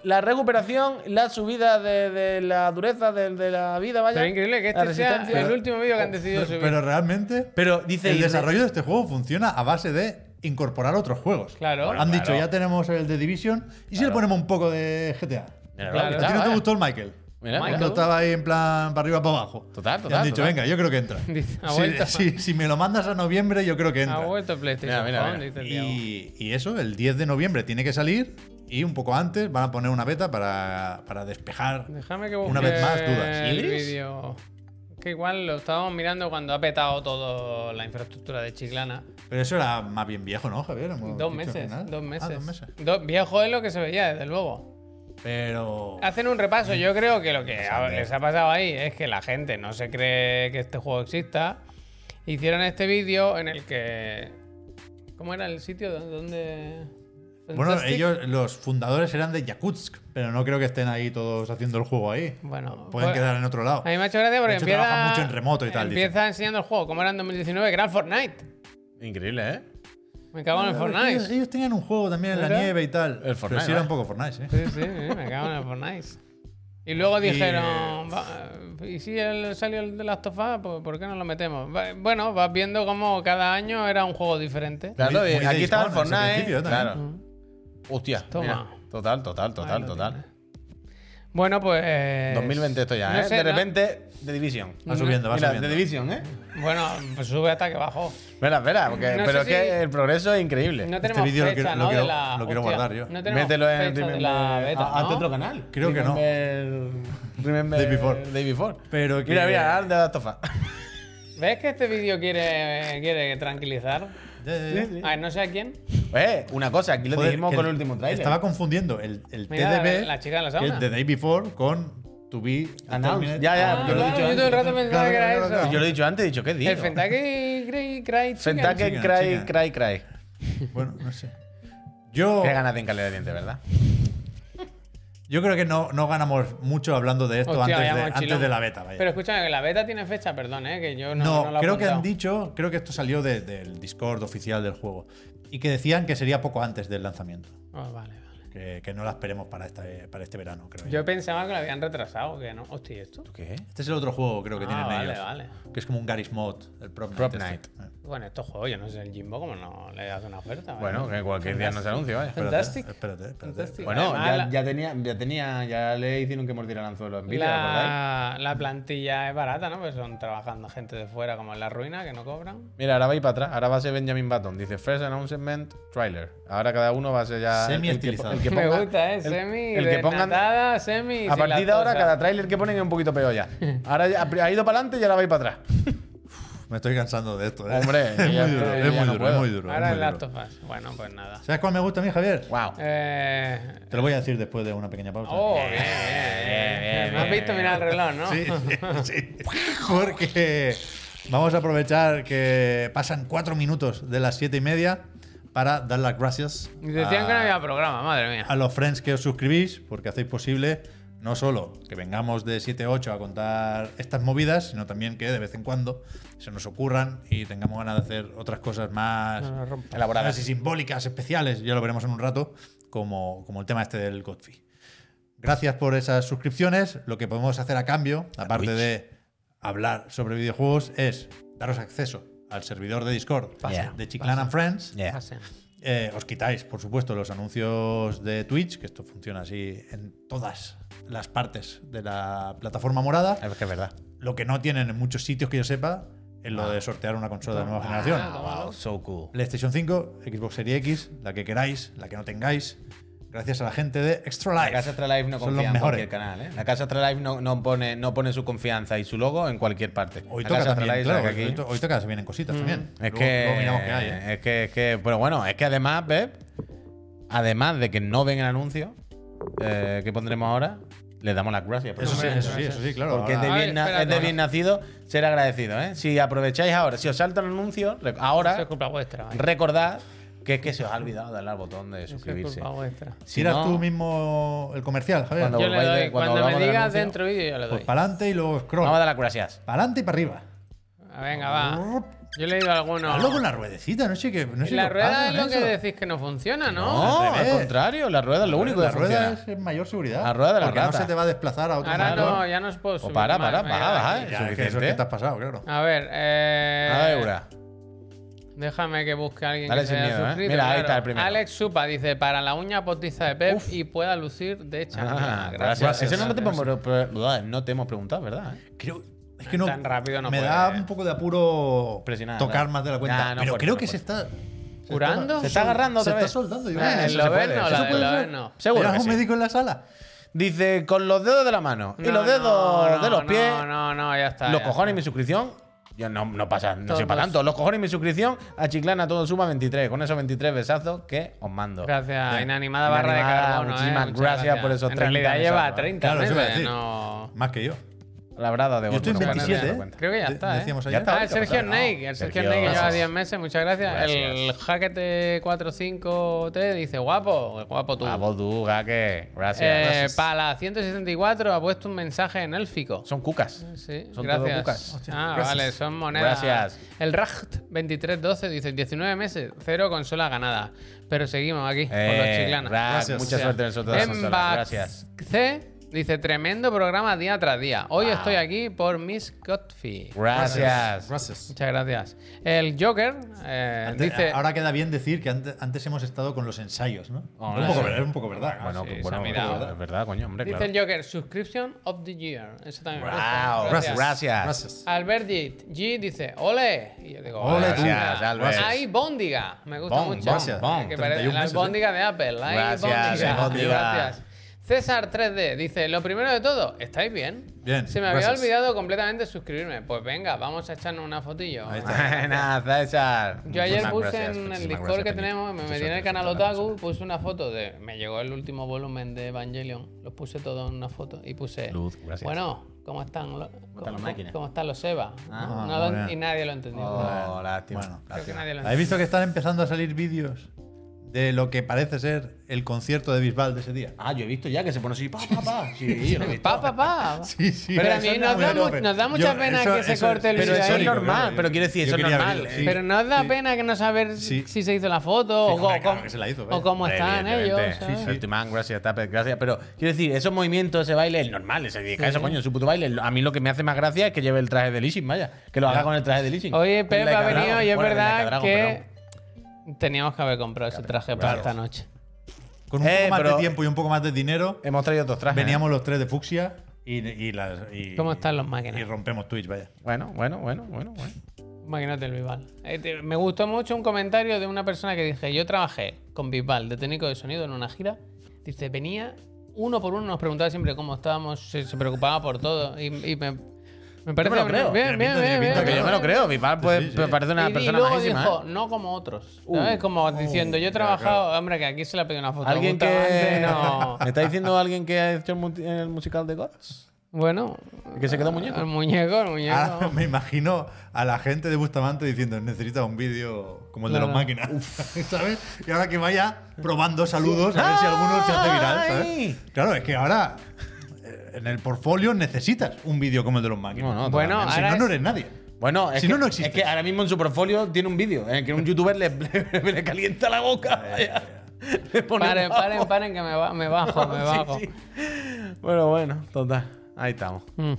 [SPEAKER 3] La recuperación, la subida de, de la dureza de, de la vida, vaya.
[SPEAKER 2] Pero increíble que
[SPEAKER 3] La
[SPEAKER 2] este sea
[SPEAKER 3] resistencia.
[SPEAKER 2] el último vídeo que han decidido
[SPEAKER 1] Pero,
[SPEAKER 2] subir.
[SPEAKER 1] pero realmente.
[SPEAKER 3] Pero dice
[SPEAKER 1] El
[SPEAKER 3] y-
[SPEAKER 1] desarrollo de este juego funciona a base de incorporar otros juegos.
[SPEAKER 2] Claro.
[SPEAKER 1] Han
[SPEAKER 3] Claro.
[SPEAKER 1] dicho, ya tenemos el de Division. ¿Y si le ponemos un poco de GTA?
[SPEAKER 3] Mira,
[SPEAKER 2] Claro.
[SPEAKER 1] ¿A
[SPEAKER 3] claro,
[SPEAKER 1] ti no te
[SPEAKER 3] Ah, vaya.
[SPEAKER 1] gustó el Michael?
[SPEAKER 3] Mira,
[SPEAKER 2] Michael.
[SPEAKER 1] Cuando estaba ahí en plan para arriba, para abajo.
[SPEAKER 3] Total,
[SPEAKER 1] Y
[SPEAKER 3] total,
[SPEAKER 1] han dicho,
[SPEAKER 3] total.
[SPEAKER 1] venga, yo creo que entra.
[SPEAKER 2] Dice, ha
[SPEAKER 1] Si-
[SPEAKER 2] vuelto.
[SPEAKER 1] si, si me lo mandas a noviembre, yo creo que entra.
[SPEAKER 2] ha vuelto PlayStation
[SPEAKER 3] Mira, mira,
[SPEAKER 2] Phone,
[SPEAKER 3] mira.
[SPEAKER 2] dice el Diego.
[SPEAKER 1] Y, y eso, el 10 de noviembre tiene que salir. Y un poco antes van a poner una beta para, para despejar.
[SPEAKER 2] Déjame que busque
[SPEAKER 1] Una vez más, dudas.
[SPEAKER 2] el
[SPEAKER 1] ¿Ibris?
[SPEAKER 2] vídeo. Que igual lo estábamos mirando cuando ha petado toda la infraestructura de Chiclana.
[SPEAKER 1] Pero eso era más bien viejo, ¿no, Javier? Hemos
[SPEAKER 2] Dos
[SPEAKER 1] dicho al
[SPEAKER 2] meses,
[SPEAKER 1] final.
[SPEAKER 2] dos meses.
[SPEAKER 1] Ah, dos meses.
[SPEAKER 2] Dos- viejo es lo que se veía, desde luego.
[SPEAKER 1] Pero.
[SPEAKER 2] Hacen un repaso.
[SPEAKER 1] Mm.
[SPEAKER 2] Yo creo que lo
[SPEAKER 1] Pues
[SPEAKER 2] que ha- les ha pasado ahí es que la gente no se cree que este juego exista. Hicieron este vídeo en el que. ¿Cómo era el sitio do- donde.?
[SPEAKER 1] Bueno,
[SPEAKER 2] Fantastic?
[SPEAKER 1] ellos, los fundadores eran de Yakutsk, pero no creo que estén ahí todos haciendo el juego ahí.
[SPEAKER 2] Bueno,
[SPEAKER 1] Pueden
[SPEAKER 2] pues-
[SPEAKER 1] quedar en otro lado.
[SPEAKER 2] A mí me ha hecho gracia porque
[SPEAKER 1] De hecho,
[SPEAKER 2] empieza.
[SPEAKER 1] trabajan mucho en remoto y tal,
[SPEAKER 2] Empieza enseñando el juego, como era en 2019, que era el Fortnite.
[SPEAKER 3] Increíble, ¿eh?
[SPEAKER 2] Me cago en
[SPEAKER 1] Ah,
[SPEAKER 2] el
[SPEAKER 1] Ellos,
[SPEAKER 2] Ah, Fortnite.
[SPEAKER 1] ellos tenían un juego también en la
[SPEAKER 2] ¿Era?
[SPEAKER 1] nieve y tal.
[SPEAKER 3] El Fortnite,
[SPEAKER 1] Pero sí era un
[SPEAKER 3] ¿no?
[SPEAKER 1] poco Fortnite, ¿eh?
[SPEAKER 2] Sí, sí, sí, me cago en el Fortnite. Y luego
[SPEAKER 1] Y-
[SPEAKER 2] dijeron, "Va- ¿y si el- salió el de Last of Us? Pues, ¿Por qué no lo metemos? Va- Bueno, vas viendo cómo cada año era un juego diferente.
[SPEAKER 3] Claro,
[SPEAKER 1] Muy-
[SPEAKER 3] y
[SPEAKER 1] muy
[SPEAKER 3] aquí
[SPEAKER 1] Days
[SPEAKER 3] está el
[SPEAKER 1] Gone en ese
[SPEAKER 3] Fortnite.
[SPEAKER 1] principio, ¿eh?
[SPEAKER 3] Claro.
[SPEAKER 2] Mm.
[SPEAKER 3] Hostia.
[SPEAKER 2] Toma.
[SPEAKER 3] mira. Total, total,
[SPEAKER 2] Ahí
[SPEAKER 3] total,
[SPEAKER 2] lo
[SPEAKER 3] total.
[SPEAKER 2] tienes. Bueno, pues.
[SPEAKER 3] 2020 esto ya,
[SPEAKER 2] no
[SPEAKER 3] ¿eh?
[SPEAKER 2] sé,
[SPEAKER 3] de
[SPEAKER 2] no-
[SPEAKER 3] repente, de Division.
[SPEAKER 1] Va subiendo, va
[SPEAKER 3] Mira,
[SPEAKER 1] subiendo.
[SPEAKER 3] de Division, ¿eh?
[SPEAKER 2] Bueno, pues sube hasta que bajó.
[SPEAKER 3] Espera, espera, porque,
[SPEAKER 2] No sé
[SPEAKER 3] pero es
[SPEAKER 2] si-
[SPEAKER 3] que el progreso es increíble.
[SPEAKER 2] No
[SPEAKER 1] Este
[SPEAKER 2] tenemos
[SPEAKER 1] vídeo lo
[SPEAKER 2] fecha,
[SPEAKER 1] quiero-
[SPEAKER 2] ¿no?
[SPEAKER 1] lo quiero-
[SPEAKER 2] de la,
[SPEAKER 1] lo quiero
[SPEAKER 2] hostia,
[SPEAKER 1] guardar yo.
[SPEAKER 2] No tenemos
[SPEAKER 3] Mételo en
[SPEAKER 2] fecha de
[SPEAKER 3] Remember-
[SPEAKER 2] la beta,
[SPEAKER 3] Ah, hazte
[SPEAKER 2] ¿no?
[SPEAKER 3] otro canal.
[SPEAKER 1] Creo que no.
[SPEAKER 3] no. Remember...
[SPEAKER 1] Day Before.
[SPEAKER 3] Day Before.
[SPEAKER 1] Pero que-
[SPEAKER 3] Mira, mira, haz de la tofa.
[SPEAKER 2] ¿Ves que este vídeo quiere, quiere tranquilizar?
[SPEAKER 1] Ya, ya, ya.
[SPEAKER 2] A ver, no sé a quién.
[SPEAKER 3] Eh, una cosa, aquí lo
[SPEAKER 1] Joder,
[SPEAKER 3] dijimos
[SPEAKER 1] que
[SPEAKER 3] con el último trailer.
[SPEAKER 1] Estaba confundiendo el, el
[SPEAKER 2] Mira,
[SPEAKER 1] TDB,
[SPEAKER 2] la chica de la
[SPEAKER 1] que
[SPEAKER 2] sauna.
[SPEAKER 1] es The Day Before, con To Be
[SPEAKER 3] Announced.
[SPEAKER 1] Determined.
[SPEAKER 3] Ya, ya,
[SPEAKER 2] Ah,
[SPEAKER 3] yo lo he
[SPEAKER 2] claro,
[SPEAKER 3] dicho
[SPEAKER 2] yo todo el
[SPEAKER 3] antes.
[SPEAKER 2] rato pensaba
[SPEAKER 1] Claro,
[SPEAKER 2] que era
[SPEAKER 1] claro, claro,
[SPEAKER 2] eso.
[SPEAKER 3] Yo lo he dicho antes, he dicho, ¿qué digo?
[SPEAKER 2] El Fentaque Cry, Cry Chicken.
[SPEAKER 3] Fentaque,
[SPEAKER 1] Chicken,
[SPEAKER 3] cry,
[SPEAKER 1] chicken.
[SPEAKER 3] cry, cry.
[SPEAKER 1] Bueno, no sé. Yo,
[SPEAKER 3] Qué ganas de encalar el diente, ¿verdad?
[SPEAKER 1] yo creo que no, no ganamos mucho hablando de esto
[SPEAKER 2] Hostia,
[SPEAKER 1] antes,
[SPEAKER 2] vaya
[SPEAKER 1] de,
[SPEAKER 2] mochilón.
[SPEAKER 1] antes de la beta. vaya.
[SPEAKER 2] Pero escúchame, que la beta tiene fecha, perdón, ¿eh? Que yo no,
[SPEAKER 1] no,
[SPEAKER 2] no la he
[SPEAKER 1] creo que han
[SPEAKER 2] apuntado.
[SPEAKER 1] dicho, creo que esto salió de- del Discord oficial del juego. Y que decían que sería poco antes del lanzamiento.
[SPEAKER 2] Ah, vale, vale.
[SPEAKER 1] Que, que no la esperemos para, esta, para este verano, creo.
[SPEAKER 2] Yo pensaba que lo habían retrasado, que no. Hostia, ¿y ¿esto?
[SPEAKER 3] ¿Qué?
[SPEAKER 1] Este es el otro juego, creo que
[SPEAKER 2] Ah,
[SPEAKER 1] tienen
[SPEAKER 2] vale,
[SPEAKER 1] ellos.
[SPEAKER 2] vale.
[SPEAKER 1] Que es como un Garry's Mod, el Prop,
[SPEAKER 3] Prop
[SPEAKER 1] este. Eh,
[SPEAKER 2] Bueno, estos juegos, yo no sé, el Jimbo, como no le hace una oferta. ¿vale?
[SPEAKER 3] Bueno, que cualquier día nos anuncie, vaya.
[SPEAKER 1] espérate,
[SPEAKER 2] Fantastic.
[SPEAKER 1] Espérate, espérate.
[SPEAKER 2] Fantastic.
[SPEAKER 3] Bueno,
[SPEAKER 2] Además,
[SPEAKER 3] ya,
[SPEAKER 2] la-
[SPEAKER 3] ya tenía, ya tenía, ya le hicieron que mordiera el anzuelo en vídeo, ¿verdad?
[SPEAKER 2] La, la plantilla es barata, ¿no? Pues son trabajando gente de fuera como en la ruina que no cobran.
[SPEAKER 3] Mira, ahora va a ir para atrás, ahora va a ser Benjamin Button. Dice First Announcement Trailer. Ahora cada uno va a ser ya. el- el que-
[SPEAKER 1] Semi-estilizado.
[SPEAKER 3] El que
[SPEAKER 2] Me
[SPEAKER 3] ponga-
[SPEAKER 2] gusta, ¿eh?
[SPEAKER 3] el-
[SPEAKER 2] semi,
[SPEAKER 3] El que pongan.
[SPEAKER 2] desnatada, semi. sin
[SPEAKER 3] A partir
[SPEAKER 2] las
[SPEAKER 3] de ahora,
[SPEAKER 2] cosas.
[SPEAKER 3] cada trailer que ponen es un poquito peor ya. Ahora ya- ha ido para adelante y ahora va a ir para atrás.
[SPEAKER 1] Me estoy cansando de esto. ¿eh?
[SPEAKER 3] Hombre,
[SPEAKER 1] es
[SPEAKER 3] yo ya-
[SPEAKER 1] muy duro,
[SPEAKER 3] yo
[SPEAKER 1] es
[SPEAKER 3] ya
[SPEAKER 1] muy duro,
[SPEAKER 3] no
[SPEAKER 1] es
[SPEAKER 3] puedo.
[SPEAKER 1] muy duro. es
[SPEAKER 2] Ahora
[SPEAKER 1] muy
[SPEAKER 2] el
[SPEAKER 1] duro.
[SPEAKER 2] Last of Us. Bueno, pues nada.
[SPEAKER 1] ¿Sabes cuál me gusta a mí, Javier?
[SPEAKER 3] ¡Wow!
[SPEAKER 2] Eh...
[SPEAKER 1] Te lo voy a decir después de una pequeña pausa.
[SPEAKER 2] Oh, bien, bien, bien, bien. eh, Me has visto mirar el reloj, ¿no?
[SPEAKER 1] Sí, sí, sí. Porque vamos a aprovechar que pasan cuatro minutos de las siete y media para dar las gracias
[SPEAKER 2] Y Decían que no
[SPEAKER 1] a-
[SPEAKER 2] había programa, madre mía.
[SPEAKER 1] a los friends que os suscribís, porque hacéis posible no solo que vengamos de 7-8 a contar estas movidas, sino también que de vez en cuando se nos ocurran y tengamos ganas de hacer otras cosas más
[SPEAKER 2] No nos rompas.
[SPEAKER 1] elaboradas y simbólicas, especiales, ya lo veremos en un rato, como, como el tema este del Godfrey. Gracias por esas suscripciones. Lo que podemos hacer a cambio, aparte
[SPEAKER 3] Twitch.
[SPEAKER 1] de hablar sobre videojuegos, es daros acceso al servidor de Discord
[SPEAKER 3] Pasa,
[SPEAKER 1] de Chiclan and Friends.
[SPEAKER 3] Yeah.
[SPEAKER 2] Pasen.
[SPEAKER 1] Eh, os quitáis, por supuesto, los anuncios de Twitch, que esto funciona así en todas las partes de la plataforma morada.
[SPEAKER 3] Es que es verdad.
[SPEAKER 1] Lo que no tienen en muchos sitios que yo sepa es
[SPEAKER 3] Ah.
[SPEAKER 1] lo de sortear una consola de nueva generación.
[SPEAKER 3] Wow, so cool.
[SPEAKER 1] PlayStation 5, Xbox Series X, la que queráis, la que no tengáis. Gracias a la gente de Extra Life.
[SPEAKER 3] La Casa Extra Live no
[SPEAKER 1] Son
[SPEAKER 3] confía
[SPEAKER 1] los
[SPEAKER 3] en cualquier
[SPEAKER 1] mejores.
[SPEAKER 3] canal, ¿eh? La Casa Extra Live no, no pone, no pone su confianza y su logo en cualquier parte.
[SPEAKER 1] Hoy
[SPEAKER 3] La
[SPEAKER 1] toca
[SPEAKER 3] Casa Extra
[SPEAKER 1] también,
[SPEAKER 3] Live
[SPEAKER 1] claro,
[SPEAKER 3] saca aquí. Mm.
[SPEAKER 1] hoy, to- hoy toca, se vienen cositas también.
[SPEAKER 3] Es
[SPEAKER 1] Luego-
[SPEAKER 3] que,
[SPEAKER 1] luego miramos qué hay, ¿eh?
[SPEAKER 3] es que, es que, pero bueno, es que además, Pep, además de que no ven el anuncio eh, que pondremos ahora, les damos las gracias. por
[SPEAKER 1] Eso sí,
[SPEAKER 3] supuesto.
[SPEAKER 1] eso sí, eso sí, claro.
[SPEAKER 3] Porque es de,
[SPEAKER 1] ahora-
[SPEAKER 2] Ay,
[SPEAKER 3] bien, na-
[SPEAKER 2] espérate,
[SPEAKER 3] es de bien
[SPEAKER 2] bueno.
[SPEAKER 3] nacido ser agradecido, ¿eh? Si aprovecháis ahora, si os salta el anuncio, rec-
[SPEAKER 2] Eso es
[SPEAKER 3] ahora
[SPEAKER 2] culpa vuestra. vaya.
[SPEAKER 3] recordad que es que se os ha olvidado darle al botón de
[SPEAKER 2] Eso es
[SPEAKER 3] suscribirse.
[SPEAKER 2] culpa vuestra.
[SPEAKER 1] Si eras
[SPEAKER 3] no-
[SPEAKER 1] tú mismo el comercial, Javier.
[SPEAKER 3] Cuando
[SPEAKER 2] Yo le
[SPEAKER 3] volváis de-
[SPEAKER 2] doy, cuando,
[SPEAKER 3] cuando volvamos
[SPEAKER 2] me
[SPEAKER 3] del
[SPEAKER 2] digas
[SPEAKER 3] anuncio,
[SPEAKER 2] dentro vídeo, yo le doy.
[SPEAKER 1] Pues para adelante y luego scroll.
[SPEAKER 3] Vamos a
[SPEAKER 1] Para
[SPEAKER 3] dar las gracias.
[SPEAKER 1] adelante y para arriba.
[SPEAKER 2] Venga, va. Yo he leído alguno.
[SPEAKER 1] Hazlo con la ruedecita, no sé qué. No sé
[SPEAKER 2] La
[SPEAKER 1] qué
[SPEAKER 2] rueda
[SPEAKER 1] pagan
[SPEAKER 2] es lo que
[SPEAKER 1] eso.
[SPEAKER 2] decís que no funciona, ¿no?
[SPEAKER 3] No,
[SPEAKER 1] al
[SPEAKER 3] al
[SPEAKER 1] revés.
[SPEAKER 3] contrario, la rueda es lo único
[SPEAKER 1] la
[SPEAKER 3] que
[SPEAKER 1] rueda
[SPEAKER 3] funciona.
[SPEAKER 1] es en mayor seguridad.
[SPEAKER 3] La rueda de la
[SPEAKER 1] porque
[SPEAKER 3] rata.
[SPEAKER 1] no se te va a desplazar a otro
[SPEAKER 2] Ahora
[SPEAKER 1] motor.
[SPEAKER 2] no, ya no os puedo
[SPEAKER 3] O
[SPEAKER 2] subir.
[SPEAKER 3] para,
[SPEAKER 2] más,
[SPEAKER 3] para,
[SPEAKER 2] venga,
[SPEAKER 3] baja,
[SPEAKER 2] va.
[SPEAKER 3] baja.
[SPEAKER 1] Ya, es que eso es
[SPEAKER 3] suficiente.
[SPEAKER 1] que te has pasado, claro.
[SPEAKER 2] A ver, eh.
[SPEAKER 3] A ver, Ura.
[SPEAKER 2] Déjame que busque a alguien
[SPEAKER 3] Dale
[SPEAKER 2] que se
[SPEAKER 3] sin
[SPEAKER 2] haya
[SPEAKER 3] miedo, ¿eh?
[SPEAKER 2] suscrito,
[SPEAKER 3] Mira, ahí está el primero.
[SPEAKER 2] Alex Supa dice, para la uña postiza de Pep y pueda lucir de champán.
[SPEAKER 3] Ah, gracias. Eso no, te hemos, pre- pre- no te hemos preguntado, ¿verdad?
[SPEAKER 1] Creo, es que no,
[SPEAKER 2] Tan rápido no
[SPEAKER 1] me
[SPEAKER 2] puede.
[SPEAKER 1] da un poco de apuro
[SPEAKER 3] Presionar,
[SPEAKER 1] tocar
[SPEAKER 3] ¿no?
[SPEAKER 1] más de la cuenta.
[SPEAKER 3] Nah, no
[SPEAKER 1] pero
[SPEAKER 3] fuerte,
[SPEAKER 1] creo
[SPEAKER 3] no
[SPEAKER 1] que se
[SPEAKER 3] fuerte.
[SPEAKER 1] está.
[SPEAKER 2] ¿Curando?
[SPEAKER 3] Se está agarrando
[SPEAKER 1] Se
[SPEAKER 3] otra
[SPEAKER 1] está
[SPEAKER 3] vez.
[SPEAKER 1] soldando. Yo
[SPEAKER 2] Ah,
[SPEAKER 1] creo que
[SPEAKER 2] el
[SPEAKER 1] eso se
[SPEAKER 2] Loveno,
[SPEAKER 1] puede,
[SPEAKER 2] la
[SPEAKER 1] eso
[SPEAKER 2] del
[SPEAKER 1] puede ser.
[SPEAKER 2] Loveno.
[SPEAKER 3] Seguro
[SPEAKER 1] ¿Tenías
[SPEAKER 3] que
[SPEAKER 1] un
[SPEAKER 3] sí.
[SPEAKER 1] médico en la sala?
[SPEAKER 3] Dice, con los dedos de la mano y
[SPEAKER 2] No,
[SPEAKER 3] los dedos
[SPEAKER 2] no,
[SPEAKER 3] de los
[SPEAKER 2] no,
[SPEAKER 3] pies,
[SPEAKER 2] No, no, no, ya está.
[SPEAKER 3] los
[SPEAKER 2] ya
[SPEAKER 3] cojones y mi suscripción. Yo no, no pasa, no sé
[SPEAKER 2] Todos.
[SPEAKER 3] para tanto. Los cojones y mi suscripción a Chiclana todo suma 23. Con esos 23 besazos que os mando.
[SPEAKER 2] está. Gracias, inanimada
[SPEAKER 3] Inanimada,
[SPEAKER 2] barra de carbono. eh,
[SPEAKER 3] muchísimas
[SPEAKER 2] muchas
[SPEAKER 3] gracias por esos
[SPEAKER 2] En
[SPEAKER 3] 30
[SPEAKER 2] realidad lleva
[SPEAKER 3] mensajes.
[SPEAKER 2] 30
[SPEAKER 1] Claro, eso iba a
[SPEAKER 2] meses,
[SPEAKER 1] decir.
[SPEAKER 2] no.
[SPEAKER 1] Más que yo.
[SPEAKER 3] Labrada de
[SPEAKER 1] Yo estoy en
[SPEAKER 3] bueno, bueno,
[SPEAKER 1] 27,
[SPEAKER 3] no
[SPEAKER 1] ¿eh?
[SPEAKER 3] cuenta.
[SPEAKER 2] Creo que ya
[SPEAKER 1] De-
[SPEAKER 2] está, ¿eh?
[SPEAKER 1] Decíamos
[SPEAKER 3] Ya
[SPEAKER 1] ayer.
[SPEAKER 3] está.
[SPEAKER 2] Ah, el Sergio
[SPEAKER 3] No,
[SPEAKER 2] Nake, el Sergio
[SPEAKER 3] Sergio,
[SPEAKER 2] Nake que lleva
[SPEAKER 3] gracias.
[SPEAKER 2] 10 meses, muchas gracias.
[SPEAKER 3] Gracias.
[SPEAKER 2] El jaquete 45 t dice, guapo, guapo tú.
[SPEAKER 3] A vos, Duga, que. Gracias.
[SPEAKER 2] Eh,
[SPEAKER 3] Gracias.
[SPEAKER 2] para la 174 ha puesto un mensaje en élfico.
[SPEAKER 3] Son cucas.
[SPEAKER 2] Sí,
[SPEAKER 3] Son todo
[SPEAKER 2] gracias.
[SPEAKER 3] cucas.
[SPEAKER 2] Ah,
[SPEAKER 3] Gracias.
[SPEAKER 2] vale, son monedas.
[SPEAKER 3] Gracias.
[SPEAKER 2] El Racht 2312 dice 19 meses, cero consola ganada. Pero seguimos aquí con los
[SPEAKER 3] Eh,
[SPEAKER 2] chiclanas.
[SPEAKER 3] Rack,
[SPEAKER 1] Gracias.
[SPEAKER 3] Mucha
[SPEAKER 1] O sea,
[SPEAKER 3] suerte en el sorteo de las consolas.
[SPEAKER 2] Embax
[SPEAKER 3] Gracias.
[SPEAKER 2] C Dice, tremendo programa día tras día. Hoy estoy aquí por Miss Godfrey.
[SPEAKER 3] Gracias.
[SPEAKER 1] Gracias.
[SPEAKER 2] Muchas gracias. El Joker eh,
[SPEAKER 1] Antes-
[SPEAKER 2] dice...
[SPEAKER 1] ahora queda bien decir que ante- antes, hemos estado con los ensayos, ¿no?
[SPEAKER 3] Hombre,
[SPEAKER 1] es, un poco,
[SPEAKER 3] sí.
[SPEAKER 1] ver- es un poco verdad. ¿no?
[SPEAKER 3] Bueno,
[SPEAKER 2] sí,
[SPEAKER 3] que-
[SPEAKER 2] se
[SPEAKER 3] bueno,
[SPEAKER 2] ha mirado. ¿eh?
[SPEAKER 3] es verdad, coño, hombre,
[SPEAKER 2] Dice
[SPEAKER 3] claro.
[SPEAKER 2] el Joker, Subscription of the Year. Eso también me gusta.
[SPEAKER 3] Wow,
[SPEAKER 2] Gracias.
[SPEAKER 3] gracias. gracias.
[SPEAKER 1] Gracias.
[SPEAKER 2] Albert G- G dice, ole. Y yo digo,
[SPEAKER 1] Ole tú.
[SPEAKER 3] Gracias, Albert.
[SPEAKER 2] Hay Bondiga. Me gusta
[SPEAKER 3] Bon,
[SPEAKER 2] mucho.
[SPEAKER 1] gracias.
[SPEAKER 3] Bon.
[SPEAKER 2] Que parece
[SPEAKER 1] 31
[SPEAKER 2] la
[SPEAKER 1] meses, ¿eh?
[SPEAKER 2] albóndiga de Apple. Hay
[SPEAKER 3] Gracias,
[SPEAKER 2] Bondiga.
[SPEAKER 3] albóndiga.
[SPEAKER 2] Gracias. César 3D dice, lo primero de todo, ¿estáis bien?
[SPEAKER 1] Bien,
[SPEAKER 2] Se me había
[SPEAKER 1] gracias.
[SPEAKER 2] olvidado completamente suscribirme. Pues venga, vamos a echarnos una fotillo.
[SPEAKER 1] Ahí está.
[SPEAKER 3] Buenas, César.
[SPEAKER 2] Yo ayer
[SPEAKER 3] Muchísimas
[SPEAKER 2] puse
[SPEAKER 3] gracias,
[SPEAKER 2] en el
[SPEAKER 3] muchísimas
[SPEAKER 2] Discord
[SPEAKER 3] gracias,
[SPEAKER 2] que
[SPEAKER 3] Peñita.
[SPEAKER 2] tenemos, me
[SPEAKER 3] Muchas
[SPEAKER 2] metí en el
[SPEAKER 3] gracias,
[SPEAKER 2] canal
[SPEAKER 3] muchas
[SPEAKER 2] Otaku, puse una foto de. Me llegó el último volumen de Evangelion, los puse todos en una foto y puse.
[SPEAKER 3] Luz, gracias.
[SPEAKER 2] Bueno, ¿cómo están, lo- cómo,
[SPEAKER 3] las máquinas?"
[SPEAKER 2] cómo están los Eva?
[SPEAKER 1] Ah,
[SPEAKER 2] No lo-
[SPEAKER 1] muy bien.
[SPEAKER 2] y nadie lo entendió.
[SPEAKER 3] Oh, lástima.
[SPEAKER 1] Bueno.
[SPEAKER 2] Creo que
[SPEAKER 3] lástima.
[SPEAKER 2] nadie lo
[SPEAKER 1] ¿Habéis visto que están empezando a salir vídeos de lo que parece ser el concierto de Bisbal de ese día?
[SPEAKER 3] Ah, yo he visto ya que se pone así, pa, pa, pa. Sí, yo lo he visto.
[SPEAKER 2] Pa, pa, pa.
[SPEAKER 1] Sí, sí.
[SPEAKER 2] Pero a
[SPEAKER 1] eso
[SPEAKER 2] mí
[SPEAKER 1] no
[SPEAKER 2] nos da,
[SPEAKER 1] me
[SPEAKER 2] mu-
[SPEAKER 1] tope.
[SPEAKER 2] nos da mucha
[SPEAKER 1] Yo-
[SPEAKER 2] pena
[SPEAKER 1] eso-
[SPEAKER 2] que se
[SPEAKER 1] eso-
[SPEAKER 2] corte el
[SPEAKER 1] pero
[SPEAKER 2] vídeo
[SPEAKER 1] eso
[SPEAKER 2] ahí.
[SPEAKER 1] es
[SPEAKER 3] normal, pero quiero decir,
[SPEAKER 1] Yo
[SPEAKER 3] eso es
[SPEAKER 1] quería
[SPEAKER 3] normal,
[SPEAKER 1] verlo,
[SPEAKER 3] eh.
[SPEAKER 1] sí.
[SPEAKER 2] Pero nos da
[SPEAKER 1] Sí.
[SPEAKER 2] pena que no saber
[SPEAKER 1] Sí.
[SPEAKER 2] si se hizo la foto o,
[SPEAKER 1] hombre,
[SPEAKER 2] o
[SPEAKER 1] claro,
[SPEAKER 2] cómo-
[SPEAKER 1] que se la hizo,
[SPEAKER 2] o cómo
[SPEAKER 3] Hombre,
[SPEAKER 2] están ellos.
[SPEAKER 3] evidentemente.
[SPEAKER 2] ¿sabes?
[SPEAKER 1] Sí, sí.
[SPEAKER 3] Sertimán, gracias, Tapet, gracias. Pero quiero decir, esos movimientos, ese baile es normal, se dedica a eso, coño, es su puto baile. A mí lo que me hace más gracia es que lleve el traje de Lishing, vaya. Que lo haga con el traje de Lishing.
[SPEAKER 2] Oye,
[SPEAKER 3] Del
[SPEAKER 2] Pep ha
[SPEAKER 3] Laika
[SPEAKER 2] venido
[SPEAKER 3] Dragon.
[SPEAKER 2] y es
[SPEAKER 3] Bueno, del
[SPEAKER 2] verdad
[SPEAKER 3] Laika Dragon,
[SPEAKER 2] que
[SPEAKER 3] perdón.
[SPEAKER 2] teníamos que haber comprado ese traje para esta noche.
[SPEAKER 1] Con un
[SPEAKER 3] Eh,
[SPEAKER 1] poco más
[SPEAKER 3] pero-
[SPEAKER 1] de tiempo y un poco más de dinero,
[SPEAKER 3] Hemos traído dos trajes. ¿eh?
[SPEAKER 1] veníamos los tres de Fuxia y, y las. y-
[SPEAKER 2] ¿Cómo están los
[SPEAKER 1] Y
[SPEAKER 2] máquinas?
[SPEAKER 1] rompemos Twitch, vaya.
[SPEAKER 3] Bueno, bueno, bueno, bueno, bueno.
[SPEAKER 2] Imagínate el Bisbal. Eh, te- me gustó mucho un comentario de una persona que dije, yo trabajé con Bisbal de técnico de sonido en una gira. Dice, venía uno por uno, nos preguntaba siempre cómo estábamos, se, se preocupaba por todo. Y, y me, me parece...
[SPEAKER 3] lo creo.
[SPEAKER 1] Tiene
[SPEAKER 2] Bien, bien,
[SPEAKER 1] pinta, tiene pinta
[SPEAKER 2] bien, bien,
[SPEAKER 1] que
[SPEAKER 3] Porque yo
[SPEAKER 2] bien.
[SPEAKER 3] me lo creo, mi padre pues,
[SPEAKER 1] Sí, sí, sí.
[SPEAKER 3] parece una
[SPEAKER 2] y, y
[SPEAKER 3] persona
[SPEAKER 2] luego
[SPEAKER 3] majísima.
[SPEAKER 2] dijo,
[SPEAKER 3] ¿eh? Uh,
[SPEAKER 2] no como otros. ¿Sabes? como diciendo, yo he trabajado... Hombre, que aquí se le ha pedido una foto.
[SPEAKER 3] Alguien
[SPEAKER 2] Gustavo
[SPEAKER 3] que.
[SPEAKER 2] antes, no.
[SPEAKER 3] ¿Me está diciendo alguien que ha hecho el multi- el musical de Gods?
[SPEAKER 2] Bueno.
[SPEAKER 3] ¿Que se quedó muñeco? Ah,
[SPEAKER 2] El muñeco, el muñeco.
[SPEAKER 1] Ahora Ah, me imagino a la gente de Bustamante diciendo necesita un vídeo como el de
[SPEAKER 2] Claro.
[SPEAKER 1] los máquinas, ¿sabes? Y ahora que vaya probando saludos a ver si alguno se hace viral,
[SPEAKER 3] ¡Ay!
[SPEAKER 1] ¿sabes? Claro, es que ahora eh, en el portfolio necesitas un vídeo como el de los máquinas.
[SPEAKER 3] No, no,
[SPEAKER 2] Bueno,
[SPEAKER 1] si
[SPEAKER 2] ahora
[SPEAKER 1] no, no
[SPEAKER 2] es-
[SPEAKER 1] eres nadie.
[SPEAKER 3] Bueno, es,
[SPEAKER 1] Si
[SPEAKER 3] que,
[SPEAKER 1] no, no
[SPEAKER 3] es
[SPEAKER 1] existe.
[SPEAKER 3] que ahora mismo en su portfolio tiene un vídeo en el que un youtuber le, le- le calienta la boca. vaya. Le pone
[SPEAKER 2] Paren,
[SPEAKER 3] pavo.
[SPEAKER 2] paren, paren, que me, ba- me bajo, me bajo.
[SPEAKER 3] Sí, sí. Bueno, bueno, total. Ahí estamos.
[SPEAKER 2] Mm.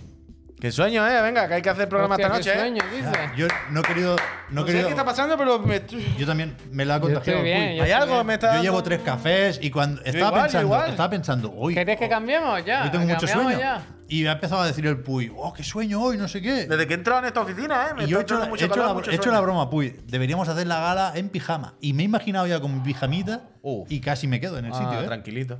[SPEAKER 3] Qué sueño, eh. Venga, que hay que hacer programa
[SPEAKER 2] Hostia,
[SPEAKER 3] esta
[SPEAKER 2] qué
[SPEAKER 3] noche,
[SPEAKER 2] sueño,
[SPEAKER 3] eh.
[SPEAKER 2] dice.
[SPEAKER 1] Ya, Yo no he querido. No he
[SPEAKER 3] No sé
[SPEAKER 1] querido
[SPEAKER 3] qué está pasando, pero me estoy-
[SPEAKER 1] yo también me la ha
[SPEAKER 2] Yo
[SPEAKER 1] contagiado.
[SPEAKER 2] estoy
[SPEAKER 1] el
[SPEAKER 2] bien,
[SPEAKER 1] cuy.
[SPEAKER 2] yo
[SPEAKER 3] hay algo que
[SPEAKER 2] bien.
[SPEAKER 3] me está.
[SPEAKER 1] Yo
[SPEAKER 3] dando-
[SPEAKER 1] llevo tres cafés y cuando estaba
[SPEAKER 3] igual, yo
[SPEAKER 1] pensando,
[SPEAKER 3] igual.
[SPEAKER 1] estaba pensando, hoy
[SPEAKER 2] ¿Queréis que cambiemos ya?
[SPEAKER 1] yo tengo mucho
[SPEAKER 2] Cambiamos
[SPEAKER 1] sueño.
[SPEAKER 2] ya.
[SPEAKER 1] Y me ha empezado a decir el Puy, oh, qué sueño hoy, no sé qué.
[SPEAKER 3] Desde que he entrado en esta oficina, eh. Me
[SPEAKER 1] Y
[SPEAKER 3] está
[SPEAKER 1] yo he hecho,
[SPEAKER 3] entrando
[SPEAKER 1] la-
[SPEAKER 3] mucho
[SPEAKER 1] he hecho
[SPEAKER 3] calor,
[SPEAKER 1] la,
[SPEAKER 3] mucho
[SPEAKER 1] he hecho
[SPEAKER 3] sueño.
[SPEAKER 1] la broma, Puy. Deberíamos hacer la gala en pijama. Y me he imaginado ya con mi pijamita
[SPEAKER 3] Uh.
[SPEAKER 1] y casi me quedo en el
[SPEAKER 3] Ah,
[SPEAKER 1] sitio. ¿eh?
[SPEAKER 3] tranquilito.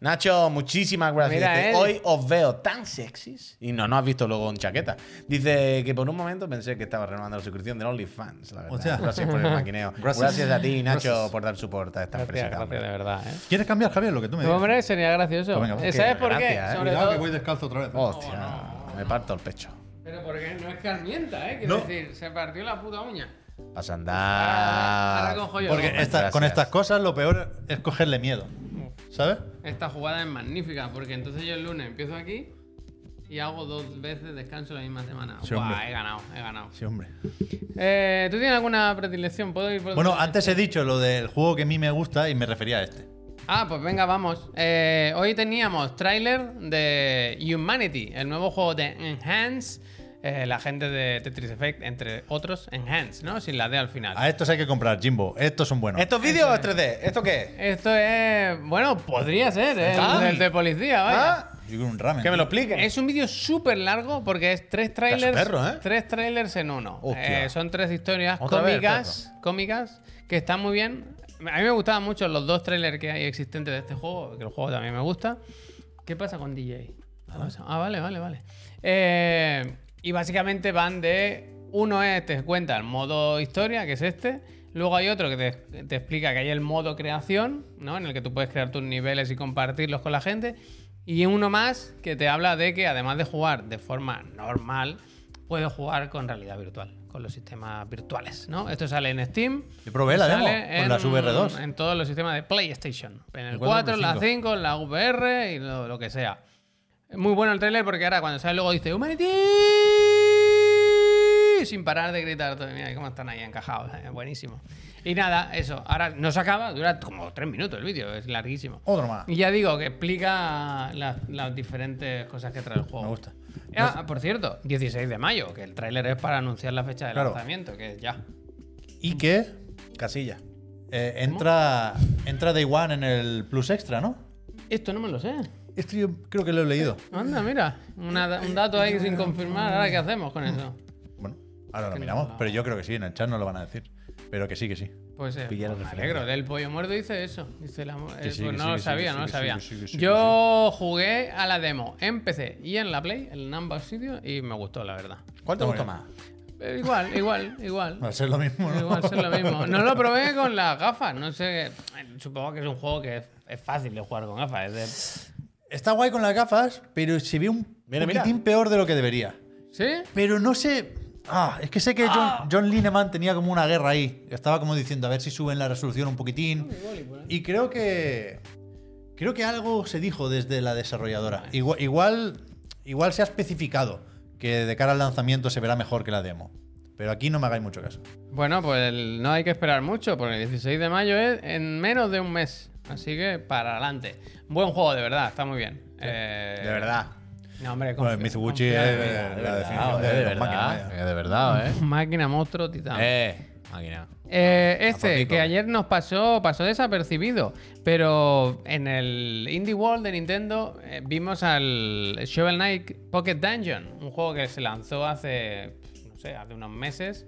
[SPEAKER 3] Nacho, muchísimas gracias.
[SPEAKER 2] Mira eh.
[SPEAKER 3] Dice,
[SPEAKER 2] él.
[SPEAKER 3] Hoy os veo tan sexys. Y no, no has visto luego en chaqueta. Dice que por un momento pensé que estaba renovando la suscripción de OnlyFans. La verdad.
[SPEAKER 1] O sea.
[SPEAKER 3] gracias por el maquineo. Gracias,
[SPEAKER 1] Gracias.
[SPEAKER 3] a ti, Nacho,
[SPEAKER 1] Gracias.
[SPEAKER 3] por dar soporte a esta empresa.
[SPEAKER 2] Gracias,
[SPEAKER 3] que
[SPEAKER 2] gracias, de
[SPEAKER 3] hombre.
[SPEAKER 2] verdad, ¿eh?
[SPEAKER 1] ¿Quieres cambiar, Javier, lo que tú me dices?
[SPEAKER 2] Hombre, sería gracioso.
[SPEAKER 1] Pues venga,
[SPEAKER 2] Eh,
[SPEAKER 1] que
[SPEAKER 2] ¿Sabes por qué?
[SPEAKER 3] gracias, eh.
[SPEAKER 2] Sobre
[SPEAKER 1] Cuidado que voy
[SPEAKER 2] todo...
[SPEAKER 1] descalzo otra vez.
[SPEAKER 3] Hostia, me parto el pecho.
[SPEAKER 2] Pero porque no es carmienta, ¿eh? Quiero
[SPEAKER 1] No.
[SPEAKER 2] decir, se partió la puta uña.
[SPEAKER 3] Vas a
[SPEAKER 2] Ahora- Ah, ahora
[SPEAKER 3] andar.
[SPEAKER 2] con joyo,
[SPEAKER 1] Porque
[SPEAKER 2] ¿no?
[SPEAKER 1] esta- con
[SPEAKER 3] Gracias.
[SPEAKER 1] estas cosas lo peor es cogerle miedo. ¿Sabes?
[SPEAKER 2] Esta jugada es magnífica, porque entonces yo el lunes empiezo aquí y hago dos veces descanso la misma semana.
[SPEAKER 1] Sí,
[SPEAKER 2] Buah,
[SPEAKER 1] hombre.
[SPEAKER 2] he ganado, he ganado.
[SPEAKER 1] Sí, hombre.
[SPEAKER 2] Eh, ¿Tú tienes alguna predilección? ¿Puedo ir por
[SPEAKER 1] Bueno,
[SPEAKER 2] donde-
[SPEAKER 1] antes he dicho lo del juego que a mí me gusta y me refería a este.
[SPEAKER 2] Ah, pues venga, vamos. Eh, hoy teníamos tráiler de Humanity, el nuevo juego de Enhance, eh, la gente de Tetris Effect, entre otros, Enhance, ¿no? Sin la D al final.
[SPEAKER 1] A estos hay que comprar, Jimbo. Estos son buenos.
[SPEAKER 3] ¿Estos vídeos es 3D? ¿Esto qué es?
[SPEAKER 2] Esto es, bueno, podría ser, ¿eh?
[SPEAKER 3] Ah.
[SPEAKER 2] el de policía, vaya.
[SPEAKER 3] ¿Ah?
[SPEAKER 1] Yo quiero un ramen.
[SPEAKER 3] Que me lo
[SPEAKER 1] tío.
[SPEAKER 3] expliquen.
[SPEAKER 2] Es un vídeo súper largo porque es tres trailers,
[SPEAKER 3] perro, ¿eh?
[SPEAKER 2] tres trailers en uno.
[SPEAKER 3] Hostia.
[SPEAKER 2] Eh, son tres historias
[SPEAKER 3] Otra vez,
[SPEAKER 2] cómicas, cómicas que están muy bien. A mí me gustaban mucho los dos trailers que hay existentes de este juego, que el juego también me gusta. ¿Qué pasa con DJ? ¿Qué pasa? Ah, vale, vale, vale. Eh, y básicamente van de. Uno es, te cuenta el modo historia, que es este. Luego hay otro que te, te explica que hay el modo creación, ¿no? En el que tú puedes crear tus niveles y compartirlos con la gente. Y uno más que te habla de que además de jugar de forma normal, puedes jugar con realidad virtual, con los sistemas virtuales, ¿no? Esto sale en Steam.
[SPEAKER 1] Yo probé Eh, la demo
[SPEAKER 2] sale
[SPEAKER 1] con las VR2.
[SPEAKER 2] En todos los sistemas de PlayStation. En el
[SPEAKER 1] El 4,
[SPEAKER 2] 4, en la 5, en la VR y lo, lo que sea. Es Muy bueno el trailer porque ahora cuando sale luego dice Humanity sin parar de gritar. todo, Mira cómo están ahí encajados. eh, Buenísimo. Y nada, eso. Ahora no se acaba, dura como tres minutos el vídeo, es larguísimo.
[SPEAKER 1] Otro más.
[SPEAKER 2] Y ya digo que explica las, las diferentes cosas que trae el juego.
[SPEAKER 1] Me gusta.
[SPEAKER 2] Ah, por cierto, 16 de mayo, que el tráiler es para anunciar la fecha de
[SPEAKER 1] Claro.
[SPEAKER 2] lanzamiento, que es ya.
[SPEAKER 1] Y que Casilla. eh, entra, entra Day One en el Plus Extra, ¿no?
[SPEAKER 2] Esto no me lo sé.
[SPEAKER 1] Esto yo creo que lo he leído.
[SPEAKER 2] Anda, mira. una- un dato ahí sin confirmar. Ahora, ¿qué hacemos con eso?
[SPEAKER 1] Bueno, ahora lo
[SPEAKER 2] que no
[SPEAKER 1] miramos,
[SPEAKER 2] lo-
[SPEAKER 1] pero yo creo que sí, en el chat no lo van a decir. Pero que sí, que sí.
[SPEAKER 2] Pues eh,
[SPEAKER 1] Pillé la
[SPEAKER 2] pues me
[SPEAKER 1] referencia.
[SPEAKER 2] alegro. Del pollo muerto dice eso. Dice la, mu-
[SPEAKER 1] Que
[SPEAKER 2] eh,
[SPEAKER 1] sí,
[SPEAKER 2] pues
[SPEAKER 1] que sí,
[SPEAKER 2] no lo
[SPEAKER 1] que sí, que
[SPEAKER 2] sabía,
[SPEAKER 1] sí,
[SPEAKER 2] no lo
[SPEAKER 1] que sí,
[SPEAKER 2] sabía.
[SPEAKER 1] que sí, que sí,
[SPEAKER 2] Yo jugué a la demo en PC y en la Play, en ambos sitios, y me gustó, la verdad.
[SPEAKER 3] ¿Cuál te
[SPEAKER 1] Está
[SPEAKER 3] gusta
[SPEAKER 1] muy
[SPEAKER 3] más?
[SPEAKER 2] Eh, igual, igual, igual.
[SPEAKER 1] Va a ser lo mismo, ¿no?
[SPEAKER 2] Igual es lo mismo. No lo probé con las gafas, no sé. eh, Supongo que es un juego que es, es fácil de jugar con gafas. es
[SPEAKER 1] Está guay con las gafas, pero se ve un
[SPEAKER 3] Mira, mira.
[SPEAKER 1] poquitín peor de lo que debería.
[SPEAKER 2] de- ¿Sí?
[SPEAKER 1] Pero no sé. Ah, es que sé que John, John Lineman tenía como una guerra ahí. Estaba como diciendo a ver si suben la resolución un poquitín. Y creo que. Creo que algo se dijo desde la desarrolladora. Igual, igual, igual se ha especificado que de cara al lanzamiento se verá mejor que la demo. Pero aquí no me hagáis mucho caso.
[SPEAKER 2] Bueno, pues el- no hay que esperar mucho, porque el 16 de mayo es en menos de un mes. Así que para adelante. Buen juego, de verdad, está muy bien. Eh,
[SPEAKER 3] De verdad.
[SPEAKER 2] No, hombre,
[SPEAKER 1] Bueno,
[SPEAKER 2] confía-
[SPEAKER 1] Mizuguchi es
[SPEAKER 2] confía en mí.
[SPEAKER 1] eh, la
[SPEAKER 3] Ah,
[SPEAKER 1] definición
[SPEAKER 3] eh,
[SPEAKER 1] de
[SPEAKER 3] de
[SPEAKER 1] los máquinas,
[SPEAKER 3] verdad.
[SPEAKER 1] vaya.
[SPEAKER 3] eh, De verdad, ¿eh?
[SPEAKER 2] Máquina, monstruo, titán.
[SPEAKER 3] Eh, máquina.
[SPEAKER 2] Eh, este,
[SPEAKER 3] fotico.
[SPEAKER 2] que ayer nos pasó, pasó desapercibido, pero en el Indie World de Nintendo eh, vimos al Shovel Knight Pocket Dungeon, un juego que se lanzó hace, no sé, hace unos meses.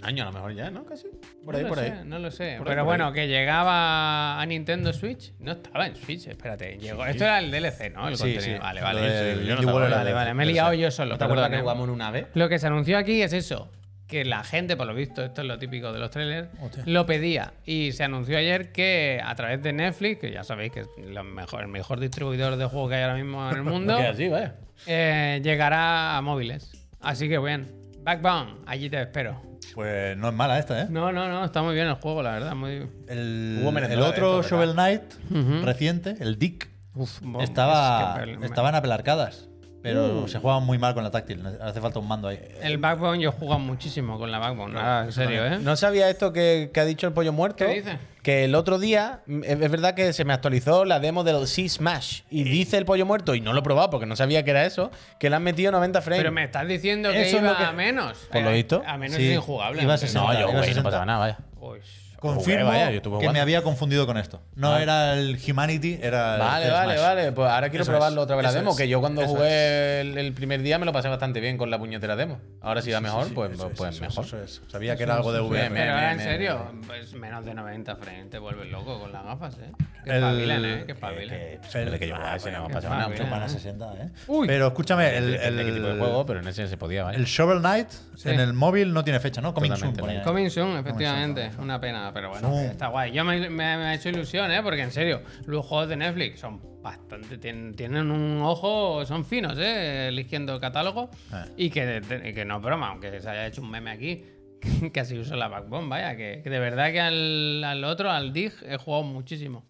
[SPEAKER 3] Año a lo mejor ya, ¿no? Casi. Por
[SPEAKER 2] No
[SPEAKER 3] ahí,
[SPEAKER 2] lo
[SPEAKER 3] por
[SPEAKER 2] sé,
[SPEAKER 3] ahí.
[SPEAKER 2] No lo sé.
[SPEAKER 3] Por ahí,
[SPEAKER 2] pero
[SPEAKER 3] por
[SPEAKER 2] bueno,
[SPEAKER 3] ahí.
[SPEAKER 2] que llegaba a Nintendo Switch. No estaba en Switch, espérate. Llegó. Esto era el DLC, ¿no? El
[SPEAKER 1] Sí,
[SPEAKER 2] contenido.
[SPEAKER 1] sí.
[SPEAKER 2] Vale,
[SPEAKER 1] Lo
[SPEAKER 2] vale.
[SPEAKER 1] del
[SPEAKER 2] Sí,
[SPEAKER 1] Indie
[SPEAKER 2] yo no estaba-
[SPEAKER 1] World era
[SPEAKER 2] vale,
[SPEAKER 1] el
[SPEAKER 2] vale. Me he
[SPEAKER 1] DLC.
[SPEAKER 2] liado yo solo.
[SPEAKER 3] ¿No te acuerdas que
[SPEAKER 2] perdóname.
[SPEAKER 3] jugamos en una vez?
[SPEAKER 2] Lo que se anunció aquí es eso. Que la gente, por lo visto, esto es lo típico de los trailers, lo pedía. Y se anunció ayer que a través de Netflix, que ya sabéis que es lo mejor, el mejor distribuidor de juegos que hay ahora mismo en el mundo,
[SPEAKER 3] Que así, vaya.
[SPEAKER 2] eh, llegará a móviles. Así que bien. Backbone, allí te espero.
[SPEAKER 1] Pues no es mala esta, ¿eh?
[SPEAKER 2] No, no, no, está muy bien el juego, la verdad. Muy...
[SPEAKER 1] El,
[SPEAKER 3] Hubo merecedora
[SPEAKER 1] el
[SPEAKER 3] de
[SPEAKER 1] otro
[SPEAKER 3] esto,
[SPEAKER 1] Shovel
[SPEAKER 3] ¿verdad?
[SPEAKER 1] Knight reciente, el Dick,
[SPEAKER 2] Uf, bom,
[SPEAKER 1] estaba,
[SPEAKER 2] es que me-
[SPEAKER 1] estaba en apelarcadas, pero se jugaban muy mal con la táctil. Hace falta un mando ahí.
[SPEAKER 2] El Backbone yo he jugado muchísimo con la Backbone, nada, en serio, ¿eh?
[SPEAKER 3] No sabía esto que, que ha dicho el pollo muerto.
[SPEAKER 2] ¿Qué dice?
[SPEAKER 3] Que el otro día, mm, es es verdad que se me actualizó la demo del Sea Smash. Y dice el pollo muerto, y no lo he probado porque no sabía que era eso, que le han metido 90 frames.
[SPEAKER 2] Pero me estás diciendo que
[SPEAKER 1] Eso es
[SPEAKER 2] iba
[SPEAKER 1] lo que-
[SPEAKER 2] a menos.
[SPEAKER 3] Por lo
[SPEAKER 2] Eh,
[SPEAKER 3] visto.
[SPEAKER 2] A menos
[SPEAKER 1] Sí,
[SPEAKER 2] es injugable. Pues,
[SPEAKER 1] iba a
[SPEAKER 2] entiendo.
[SPEAKER 1] 60.
[SPEAKER 3] No, yo,
[SPEAKER 1] Iba
[SPEAKER 3] güey, no
[SPEAKER 1] 60.
[SPEAKER 3] pasaba nada, vaya.
[SPEAKER 2] Uy,
[SPEAKER 1] Confirmo
[SPEAKER 3] vaya, yo estuve
[SPEAKER 1] que me
[SPEAKER 3] jugando. Ah.
[SPEAKER 1] había confundido con esto. No era el Humanity, era el
[SPEAKER 3] Vale,
[SPEAKER 1] el
[SPEAKER 3] vale,
[SPEAKER 1] Smash.
[SPEAKER 3] vale. Pues ahora quiero
[SPEAKER 1] Eso
[SPEAKER 3] probarlo
[SPEAKER 1] es,
[SPEAKER 3] otra vez la
[SPEAKER 1] eso
[SPEAKER 3] demo,
[SPEAKER 1] es,
[SPEAKER 3] que yo cuando
[SPEAKER 1] eso
[SPEAKER 3] jugué el, el primer día me lo pasé bastante bien con la puñetera demo. Ahora si va mejor,
[SPEAKER 1] Sí,
[SPEAKER 3] pues,
[SPEAKER 1] eso es,
[SPEAKER 3] pues
[SPEAKER 1] eso es,
[SPEAKER 3] mejor.
[SPEAKER 1] eso es. Sabía que era algo de
[SPEAKER 3] eso es.
[SPEAKER 1] VR.
[SPEAKER 3] Bien, bien.
[SPEAKER 2] Pero ahora, en
[SPEAKER 3] me-
[SPEAKER 2] serio, pues menos de 90 frames te vuelves loco con las gafas, ¿eh? Que
[SPEAKER 1] El-
[SPEAKER 2] espabilen, ¿eh? Que espabilen.
[SPEAKER 3] Que, que, se ve que yo jugaba, ese no me
[SPEAKER 2] que
[SPEAKER 3] pasaba nada.
[SPEAKER 2] va,
[SPEAKER 3] mucho
[SPEAKER 2] bien.
[SPEAKER 3] más.
[SPEAKER 1] Chupan a 60, ¿eh?
[SPEAKER 2] Uy.
[SPEAKER 1] Pero escúchame, el,
[SPEAKER 3] El,
[SPEAKER 1] el-
[SPEAKER 3] tipo de juego, pero en ese se podía, vaya.
[SPEAKER 1] el Shovel Knight
[SPEAKER 2] Sí.
[SPEAKER 1] en el móvil no tiene fecha, ¿no? Coming soon,
[SPEAKER 3] Totalmente,
[SPEAKER 1] ponía.
[SPEAKER 3] vaya.
[SPEAKER 2] Coming soon, efectivamente. Una pena, pero bueno,
[SPEAKER 1] No.
[SPEAKER 2] está guay. Yo me, me- me ha hecho ilusión, ¿eh? Porque en serio, los juegos de Netflix son bastante. Tienen, tienen un ojo, son finos, ¿eh? Eligiendo catálogo.
[SPEAKER 1] Ah.
[SPEAKER 2] Y, que, y que no es broma, aunque se haya hecho un meme aquí, que así uso la backbone, vaya. Que, que de verdad que al, al otro, al Dig, he jugado muchísimo.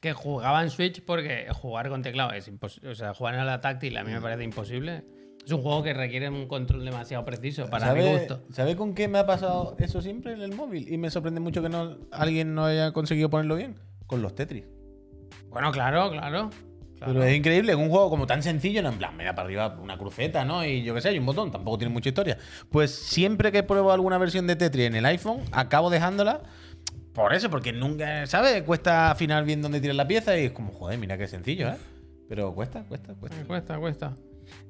[SPEAKER 2] Que jugaba en Switch porque jugar con teclado es imposible. O sea, jugar en la táctil a mí me parece imposible. Es un juego que requiere un control demasiado preciso para mi
[SPEAKER 3] ¿Sabe-
[SPEAKER 2] gusto.
[SPEAKER 3] ¿Sabe con qué me ha pasado eso siempre en el móvil? Y me sorprende mucho que no, alguien no haya conseguido ponerlo bien. Con los Tetris.
[SPEAKER 2] Bueno, claro, claro. claro.
[SPEAKER 3] Pero eh, es increíble, en un juego como tan sencillo, no en plan, mira para arriba una cruceta, ¿no? Y yo qué sé, y un botón, tampoco tiene mucha historia. Pues siempre que pruebo alguna versión de Tetris en el iPhone, acabo dejándola por eso, porque nunca, ¿sabes? Cuesta afinar bien dónde tirar la pieza y es como, joder, mira qué sencillo, ¿eh? Pero cuesta, cuesta, cuesta.
[SPEAKER 2] Eh, Cuesta, cuesta.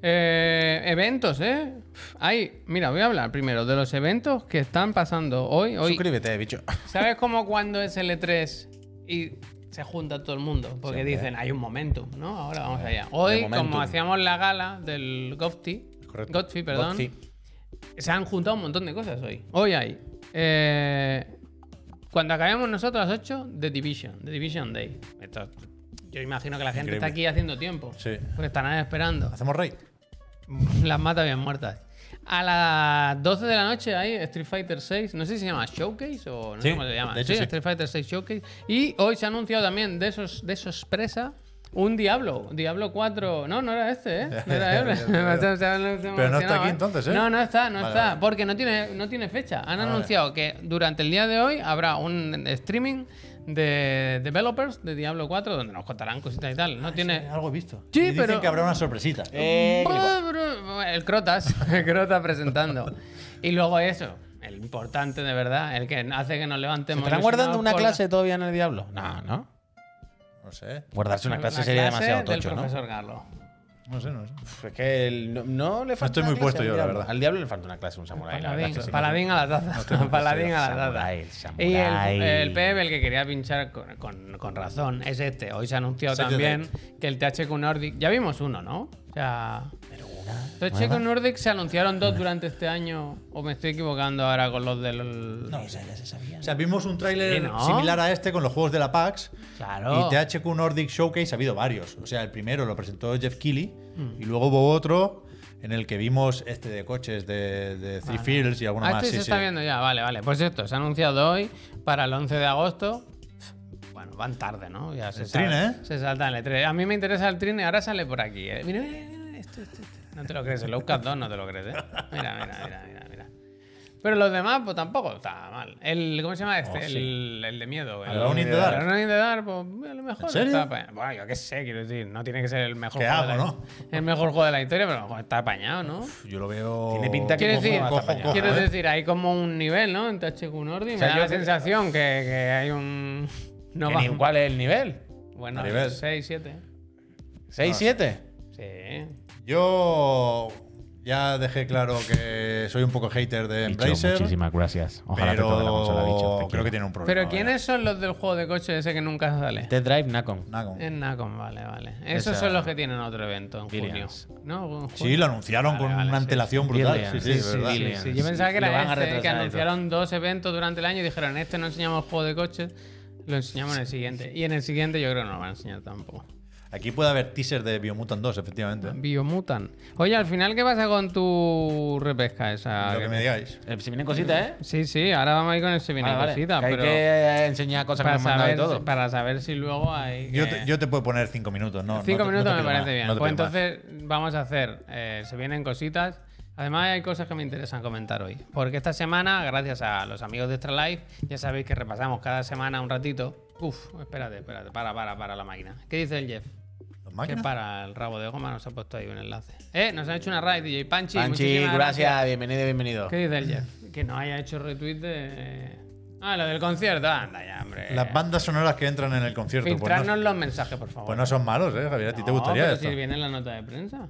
[SPEAKER 2] Eh, eventos, ¿eh? Hay, mira, voy a hablar primero de los eventos que están pasando hoy. hoy.
[SPEAKER 3] Suscríbete, bicho.
[SPEAKER 2] ¿Sabes cómo cuando es L3 y se junta todo el mundo? Porque
[SPEAKER 3] Siempre.
[SPEAKER 2] dicen, hay un momentum, ¿no? Ahora vamos allá. Hoy,
[SPEAKER 3] momentum.
[SPEAKER 2] como hacíamos la gala del Gofti,
[SPEAKER 1] Correcto.
[SPEAKER 2] Gotfi, perdón,
[SPEAKER 3] Gotfi.
[SPEAKER 2] se han juntado un montón de cosas hoy. Hoy hay. eh, cuando acabemos nosotros a las 8, The Division, The Division Day. Esto- yo imagino que la gente
[SPEAKER 1] Increíble.
[SPEAKER 2] está aquí haciendo tiempo.
[SPEAKER 1] Sí.
[SPEAKER 2] Porque estarán esperando.
[SPEAKER 1] ¿Hacemos rey?
[SPEAKER 2] Las mata bien muertas. A las 12 de la noche hay Street Fighter 6, no sé si se llama Showcase o no
[SPEAKER 1] Sí,
[SPEAKER 2] sé cómo se llama.
[SPEAKER 1] de hecho
[SPEAKER 2] sí,
[SPEAKER 1] sí.
[SPEAKER 2] Street Fighter 6 Showcase. Y hoy se ha anunciado también de esos de sorpresa Un Diablo, Diablo 4. No, no era este, ¿eh? No era este. Me estoy- estoy- me estoy
[SPEAKER 1] Pero no está
[SPEAKER 2] emocionado,
[SPEAKER 1] aquí
[SPEAKER 2] ¿eh?
[SPEAKER 1] entonces, ¿eh?
[SPEAKER 2] No, no está, no
[SPEAKER 1] Vale,
[SPEAKER 2] está.
[SPEAKER 1] vale. Ah,
[SPEAKER 2] Porque no tiene, no tiene fecha. Han anunciado que durante el día de hoy habrá un streaming de developers de Diablo 4 donde nos contarán cositas y tal. No
[SPEAKER 3] Eh.
[SPEAKER 2] tiene.
[SPEAKER 1] Algo he visto.
[SPEAKER 2] Sí,
[SPEAKER 1] Y dicen
[SPEAKER 2] pero-
[SPEAKER 1] que habrá una sorpresita.
[SPEAKER 2] El Crotas, el Crotas presentando. Y luego eso, el importante de verdad, el que hace que nos levantemos.
[SPEAKER 3] ¿Estarán guardando
[SPEAKER 2] ilusionados
[SPEAKER 3] una
[SPEAKER 2] por-
[SPEAKER 3] clase todavía en el diablo? No, ¿no?
[SPEAKER 1] No sé.
[SPEAKER 3] Guardarse una clase sería demasiado tocho,
[SPEAKER 2] del
[SPEAKER 3] ¿no?
[SPEAKER 2] profesor Garlo.
[SPEAKER 1] No sé, no sé.
[SPEAKER 3] Uf, Es que el- no, no le falta
[SPEAKER 1] estoy muy
[SPEAKER 3] una clase
[SPEAKER 1] puesto
[SPEAKER 3] al
[SPEAKER 1] yo, la
[SPEAKER 3] diablo.
[SPEAKER 1] verdad.
[SPEAKER 3] Al diablo le falta una clase, un samurái. la verdad
[SPEAKER 2] Paladín,
[SPEAKER 3] es que sí.
[SPEAKER 2] paladín a la taza. paladín a la taza.
[SPEAKER 3] Samurái,
[SPEAKER 2] Y el,
[SPEAKER 3] samurái.
[SPEAKER 2] el PEB, el que quería pinchar con, con- con razón, es este. Hoy se ha anunciado
[SPEAKER 1] Set the
[SPEAKER 2] también que el THQ Nordic. Ya vimos uno, ¿no? O sea. THQ Nordic se anunciaron dos durante este año. ¿O me estoy equivocando ahora con los del.
[SPEAKER 3] No, o sea, ya se sabía.
[SPEAKER 1] O sea, vimos un
[SPEAKER 2] Sí,
[SPEAKER 1] tráiler
[SPEAKER 2] ¿no?
[SPEAKER 1] similar a este con los juegos de la PAX.
[SPEAKER 2] Claro.
[SPEAKER 1] Y THQ Nordic Showcase ha habido varios. O sea, el primero lo presentó Jeff Keighley
[SPEAKER 2] Mm.
[SPEAKER 1] y luego hubo otro en el que vimos este de coches de, de Three Fields y alguno
[SPEAKER 2] Ah,
[SPEAKER 1] más.
[SPEAKER 2] este
[SPEAKER 1] sí,
[SPEAKER 2] se
[SPEAKER 1] sí.
[SPEAKER 2] está viendo ya, vale, vale. Pues esto, se ha anunciado hoy para el 11 de agosto. Bueno, van tarde, ¿no? Ya se
[SPEAKER 1] El trine,
[SPEAKER 2] sal-
[SPEAKER 1] ¿eh?
[SPEAKER 2] Se salta el E3. A mí me interesa el trine, ahora sale por aquí. ¿eh? Mira, mira, mira, esto, esto, esto. No te lo crees, el Outcast 2 no te lo crees, ¿eh? Mira, mira, mira, mira, mira. Pero los demás, pues tampoco está mal. El, ¿Cómo se llama este? el, el de miedo. El
[SPEAKER 1] Oh, Alone in the Dark.
[SPEAKER 2] Alone in the Dark, pues a lo mejor
[SPEAKER 1] ¿En serio?
[SPEAKER 2] está pa- Bueno, yo qué sé, quiero decir, no tiene que ser el mejor,
[SPEAKER 1] ¿Qué
[SPEAKER 2] juego, de la,
[SPEAKER 1] hago,
[SPEAKER 2] el mejor juego de la historia, pero a lo mejor está apañado, ¿no?
[SPEAKER 1] Yo lo veo.
[SPEAKER 3] Tiene pinta que
[SPEAKER 2] Quiero
[SPEAKER 3] Como
[SPEAKER 2] decir,
[SPEAKER 3] juego hasta mañana,
[SPEAKER 2] quiero
[SPEAKER 1] ¿eh?
[SPEAKER 2] decir, hay como un nivel, ¿no? En THQ Nordic. me da
[SPEAKER 3] sea, yo
[SPEAKER 2] la
[SPEAKER 3] creo-
[SPEAKER 2] sensación que, que hay un. No
[SPEAKER 3] ¿En
[SPEAKER 2] va.
[SPEAKER 3] cuál es el nivel?
[SPEAKER 2] Bueno,
[SPEAKER 1] Nivel.
[SPEAKER 2] 6, 7.
[SPEAKER 3] ¿6, 7?
[SPEAKER 2] Sí.
[SPEAKER 1] Yo ya dejé claro que soy un poco hater de Embracer.
[SPEAKER 5] gracias.
[SPEAKER 1] pero creo que tiene un problema.
[SPEAKER 2] Pero ¿quiénes son los del juego de coche ese que nunca sale?
[SPEAKER 3] The Este Drive Nacon.
[SPEAKER 1] Nada con-
[SPEAKER 2] En Nacon, vale, vale. Esos
[SPEAKER 3] Esa-
[SPEAKER 2] son los que tienen otro evento en
[SPEAKER 3] Billions.
[SPEAKER 2] junio. ¿No? En
[SPEAKER 1] Sí,
[SPEAKER 2] junio.
[SPEAKER 1] lo anunciaron
[SPEAKER 2] Vale,
[SPEAKER 1] con
[SPEAKER 2] vale,
[SPEAKER 1] una
[SPEAKER 2] sí,
[SPEAKER 1] antelación brutal.
[SPEAKER 3] Billions,
[SPEAKER 1] sí, sí,
[SPEAKER 3] sí,
[SPEAKER 1] es
[SPEAKER 3] sí,
[SPEAKER 1] verdad.
[SPEAKER 3] Billions.
[SPEAKER 2] Sí, yo pensaba que
[SPEAKER 3] Lo
[SPEAKER 2] era
[SPEAKER 3] van a
[SPEAKER 2] este, que
[SPEAKER 3] retrasar,
[SPEAKER 2] anunciaron dos eventos durante el año y dijeron, en este no enseñamos juego de coches, lo enseñamos en el siguiente. Y en el siguiente yo creo que no lo van a enseñar tampoco.
[SPEAKER 1] Aquí puede haber teaser de Biomutant 2, efectivamente.
[SPEAKER 2] Biomutant. Oye, al final, ¿qué pasa con tu repesca esa?
[SPEAKER 1] Lo que me digáis.
[SPEAKER 3] Eh, si vienen cositas, ¿eh? Ah,
[SPEAKER 2] Sí, sí, ahora vamos a ir con el Sevilla
[SPEAKER 3] Vale, vale.
[SPEAKER 2] cosita,
[SPEAKER 3] Que hay
[SPEAKER 2] pero
[SPEAKER 3] que enseñar cosas que
[SPEAKER 2] para,
[SPEAKER 3] nos han mandado y
[SPEAKER 2] saber,
[SPEAKER 3] todo.
[SPEAKER 2] para saber si luego hay.
[SPEAKER 1] Yo
[SPEAKER 2] que-
[SPEAKER 1] te, yo te puedo poner cinco minutos, ¿no?
[SPEAKER 2] Eh.
[SPEAKER 1] no
[SPEAKER 2] Cinco
[SPEAKER 1] te- no te
[SPEAKER 2] minutos me
[SPEAKER 1] pido
[SPEAKER 2] parece
[SPEAKER 1] más,
[SPEAKER 2] bien.
[SPEAKER 1] no te
[SPEAKER 2] pues
[SPEAKER 1] pido más.
[SPEAKER 2] entonces vamos a hacer. eh, se vienen cositas. Además, hay cosas que me interesan comentar hoy. Porque esta semana, gracias a los amigos de Extra Life, ya sabéis que repasamos cada semana un ratito. Uf, espérate, espérate, para, para, para la máquina. ¿Qué dice el Jeff?
[SPEAKER 1] ¿Los
[SPEAKER 2] Que
[SPEAKER 1] máquinas?
[SPEAKER 2] para el rabo de goma nos ha puesto ahí un enlace. Eh, nos ha hecho una raid, DJ Panchi.
[SPEAKER 3] Panchi,
[SPEAKER 2] muchísimas
[SPEAKER 3] gracias, bienvenido, bienvenido.
[SPEAKER 2] ¿Qué dice el Jeff? Que no haya hecho retweet de. Ah, lo del concierto. Anda ya, hombre.
[SPEAKER 1] Las bandas sonoras que entran en el concierto. Pues
[SPEAKER 2] Filtrarnos
[SPEAKER 1] no,
[SPEAKER 2] los mensajes, por favor.
[SPEAKER 1] pues no son malos, ¿eh, Javier? ¿A ti te
[SPEAKER 2] No,
[SPEAKER 1] gustaría
[SPEAKER 2] pero
[SPEAKER 1] esto?
[SPEAKER 2] Si viene en la nota de prensa.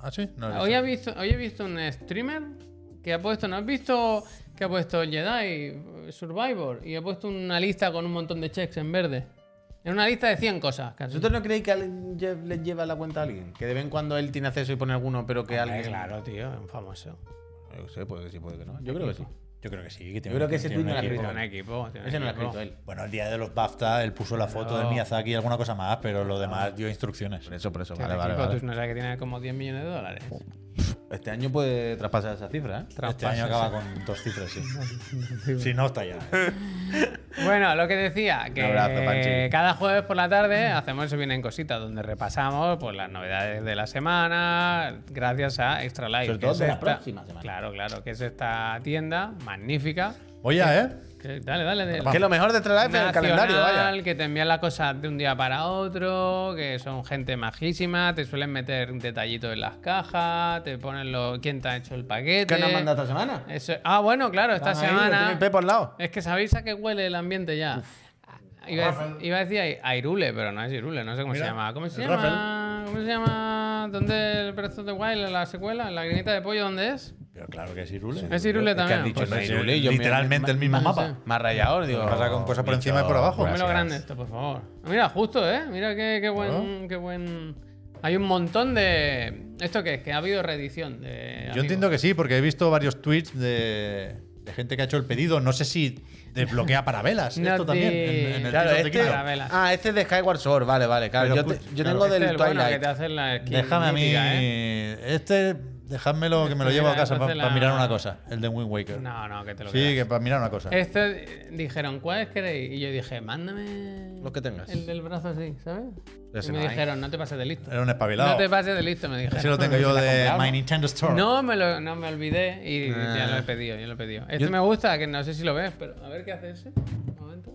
[SPEAKER 1] Ah, sí. No, no
[SPEAKER 2] Hoy
[SPEAKER 1] sé.
[SPEAKER 2] he, visto, hoy he visto un streamer que ha puesto, ¿no has visto? Que ha puesto Jedi, Survivor, y ha puesto una lista con un montón de checks en verde. En una lista de 100 cosas. casi.
[SPEAKER 3] ¿Vosotros no creéis que alguien lle- le lleva la cuenta a alguien? Que de vez en cuando él tiene acceso y pone alguno, pero que
[SPEAKER 2] Eh,
[SPEAKER 3] alguien.
[SPEAKER 2] claro, tío, es un famoso.
[SPEAKER 3] Yo sé, puede que sí, puede que no. Yo creo que sí.
[SPEAKER 1] Yo creo que sí. Que
[SPEAKER 3] Yo creo que ese tuit no lo ha
[SPEAKER 2] Tiene
[SPEAKER 3] escrito
[SPEAKER 2] un
[SPEAKER 3] él.
[SPEAKER 2] equipo. tiene un
[SPEAKER 3] Ese no lo ha
[SPEAKER 2] equipo.
[SPEAKER 3] escrito él.
[SPEAKER 1] Bueno, el día de los BAFTA él puso la foto
[SPEAKER 2] Claro.
[SPEAKER 1] de Miyazaki y alguna cosa más, pero lo demás dio instrucciones.
[SPEAKER 3] Por eso, por eso.
[SPEAKER 2] Tiene
[SPEAKER 3] Vale, vale,
[SPEAKER 2] equipo,
[SPEAKER 3] vale.
[SPEAKER 2] Tú no sabes que tiene como 10 millones de dólares.
[SPEAKER 3] Este año puede traspasar esa cifra, ¿eh?
[SPEAKER 1] Este año acaba con dos cifras, sí. si no, está ya.
[SPEAKER 2] Bueno, lo que decía, que
[SPEAKER 3] Un abrazo, Panchi.
[SPEAKER 2] cada jueves por la tarde hacemos eso viene en cositas, donde repasamos pues, las novedades de la semana, gracias a Extra Life.
[SPEAKER 3] Sobre
[SPEAKER 2] que
[SPEAKER 3] todo
[SPEAKER 2] es
[SPEAKER 3] de la
[SPEAKER 2] esta-
[SPEAKER 3] próxima semana.
[SPEAKER 2] Claro, claro, que es esta tienda magnífica.
[SPEAKER 1] Voy a, ¿eh?
[SPEAKER 2] que- dale, dale, dale.
[SPEAKER 3] Que lo mejor de Extra Life es el calendario, vaya.
[SPEAKER 2] Nacional, que te envían las cosas de un día para otro, que son gente majísima, te suelen meter detallitos en las cajas, te ponen lo, quién te ha hecho el paquete.
[SPEAKER 3] ¿Qué nos manda esta semana?
[SPEAKER 2] Eso- ah, bueno, claro, esta
[SPEAKER 3] Están ahí, lo
[SPEAKER 2] semana.
[SPEAKER 3] tiene el Pepe al lado.
[SPEAKER 2] Es que sabéis a qué huele el ambiente ya. Ah, Iba a, dec- iba a decir ai- Airule, pero no es Airule, no sé cómo
[SPEAKER 1] Mira,
[SPEAKER 2] se llama. ¿Cómo se
[SPEAKER 1] el
[SPEAKER 2] llama? ¿Cómo se llama? ¿Dónde el Breath of the Wild, la secuela? ¿La grinita de pollo dónde es?
[SPEAKER 1] Pero claro que es Irule.
[SPEAKER 2] Es Irule
[SPEAKER 3] Es que
[SPEAKER 2] también.
[SPEAKER 3] han dicho
[SPEAKER 2] Pues
[SPEAKER 1] Pues no es
[SPEAKER 3] Irule,
[SPEAKER 1] Irule,
[SPEAKER 3] yo me-
[SPEAKER 1] literalmente el mismo
[SPEAKER 2] no sé.
[SPEAKER 1] mapa.
[SPEAKER 3] Más rayador, digo.
[SPEAKER 1] Pasa con cosas por
[SPEAKER 3] bicho,
[SPEAKER 1] encima y por abajo.
[SPEAKER 2] Pónmelo
[SPEAKER 3] gracias.
[SPEAKER 2] grande esto, por favor. Mira, justo, ¿eh? Mira qué, qué buen, qué buen... Hay un montón de... ¿Esto qué es? Que ha habido reedición de...
[SPEAKER 1] Yo
[SPEAKER 2] amigos.
[SPEAKER 1] entiendo que sí, porque he visto varios tweets de, de gente que ha hecho el pedido. No sé si desbloquea para velas.
[SPEAKER 2] No
[SPEAKER 1] esto también.
[SPEAKER 2] te-
[SPEAKER 1] En, en el Tears
[SPEAKER 3] Claro,
[SPEAKER 1] of the
[SPEAKER 3] este,
[SPEAKER 1] Kingdom.
[SPEAKER 2] Para velas.
[SPEAKER 3] ah, este es de Skyward Sword, vale, vale. Claro,
[SPEAKER 1] Pero
[SPEAKER 3] yo, te-
[SPEAKER 1] escucha,
[SPEAKER 3] yo
[SPEAKER 1] claro.
[SPEAKER 3] tengo
[SPEAKER 2] Este
[SPEAKER 3] del
[SPEAKER 2] es el bueno que
[SPEAKER 3] Twilight.
[SPEAKER 2] te hacen la skin
[SPEAKER 1] Déjame a mí.
[SPEAKER 2] mítica, ¿eh?
[SPEAKER 1] Este Dejádmelo que me lo llevo a casa para
[SPEAKER 2] Entonces la-
[SPEAKER 1] mirar una cosa. El de Wind Waker.
[SPEAKER 2] No, no, que te lo
[SPEAKER 1] sí,
[SPEAKER 2] quedas.
[SPEAKER 1] que para mirar una cosa.
[SPEAKER 2] Este eh, dijeron, ¿cuáles queréis? Y yo dije, mándame.
[SPEAKER 3] Lo que tengas.
[SPEAKER 2] El del brazo así, ¿sabes?
[SPEAKER 3] Ese
[SPEAKER 2] y me
[SPEAKER 3] no hay.
[SPEAKER 2] dijeron, no te pases de listo.
[SPEAKER 1] Era un espabilado.
[SPEAKER 2] No te pases de listo, me dijeron.
[SPEAKER 1] Ese lo tengo yo
[SPEAKER 2] ¿Te has
[SPEAKER 1] de
[SPEAKER 2] comprado?
[SPEAKER 1] My Nintendo Store.
[SPEAKER 2] No me, lo, no me olvidé y
[SPEAKER 3] Ah.
[SPEAKER 2] ya lo he pedido, ya lo he pedido. Este me gusta, que no sé si lo ves, pero a ver qué hace ese. Un momento.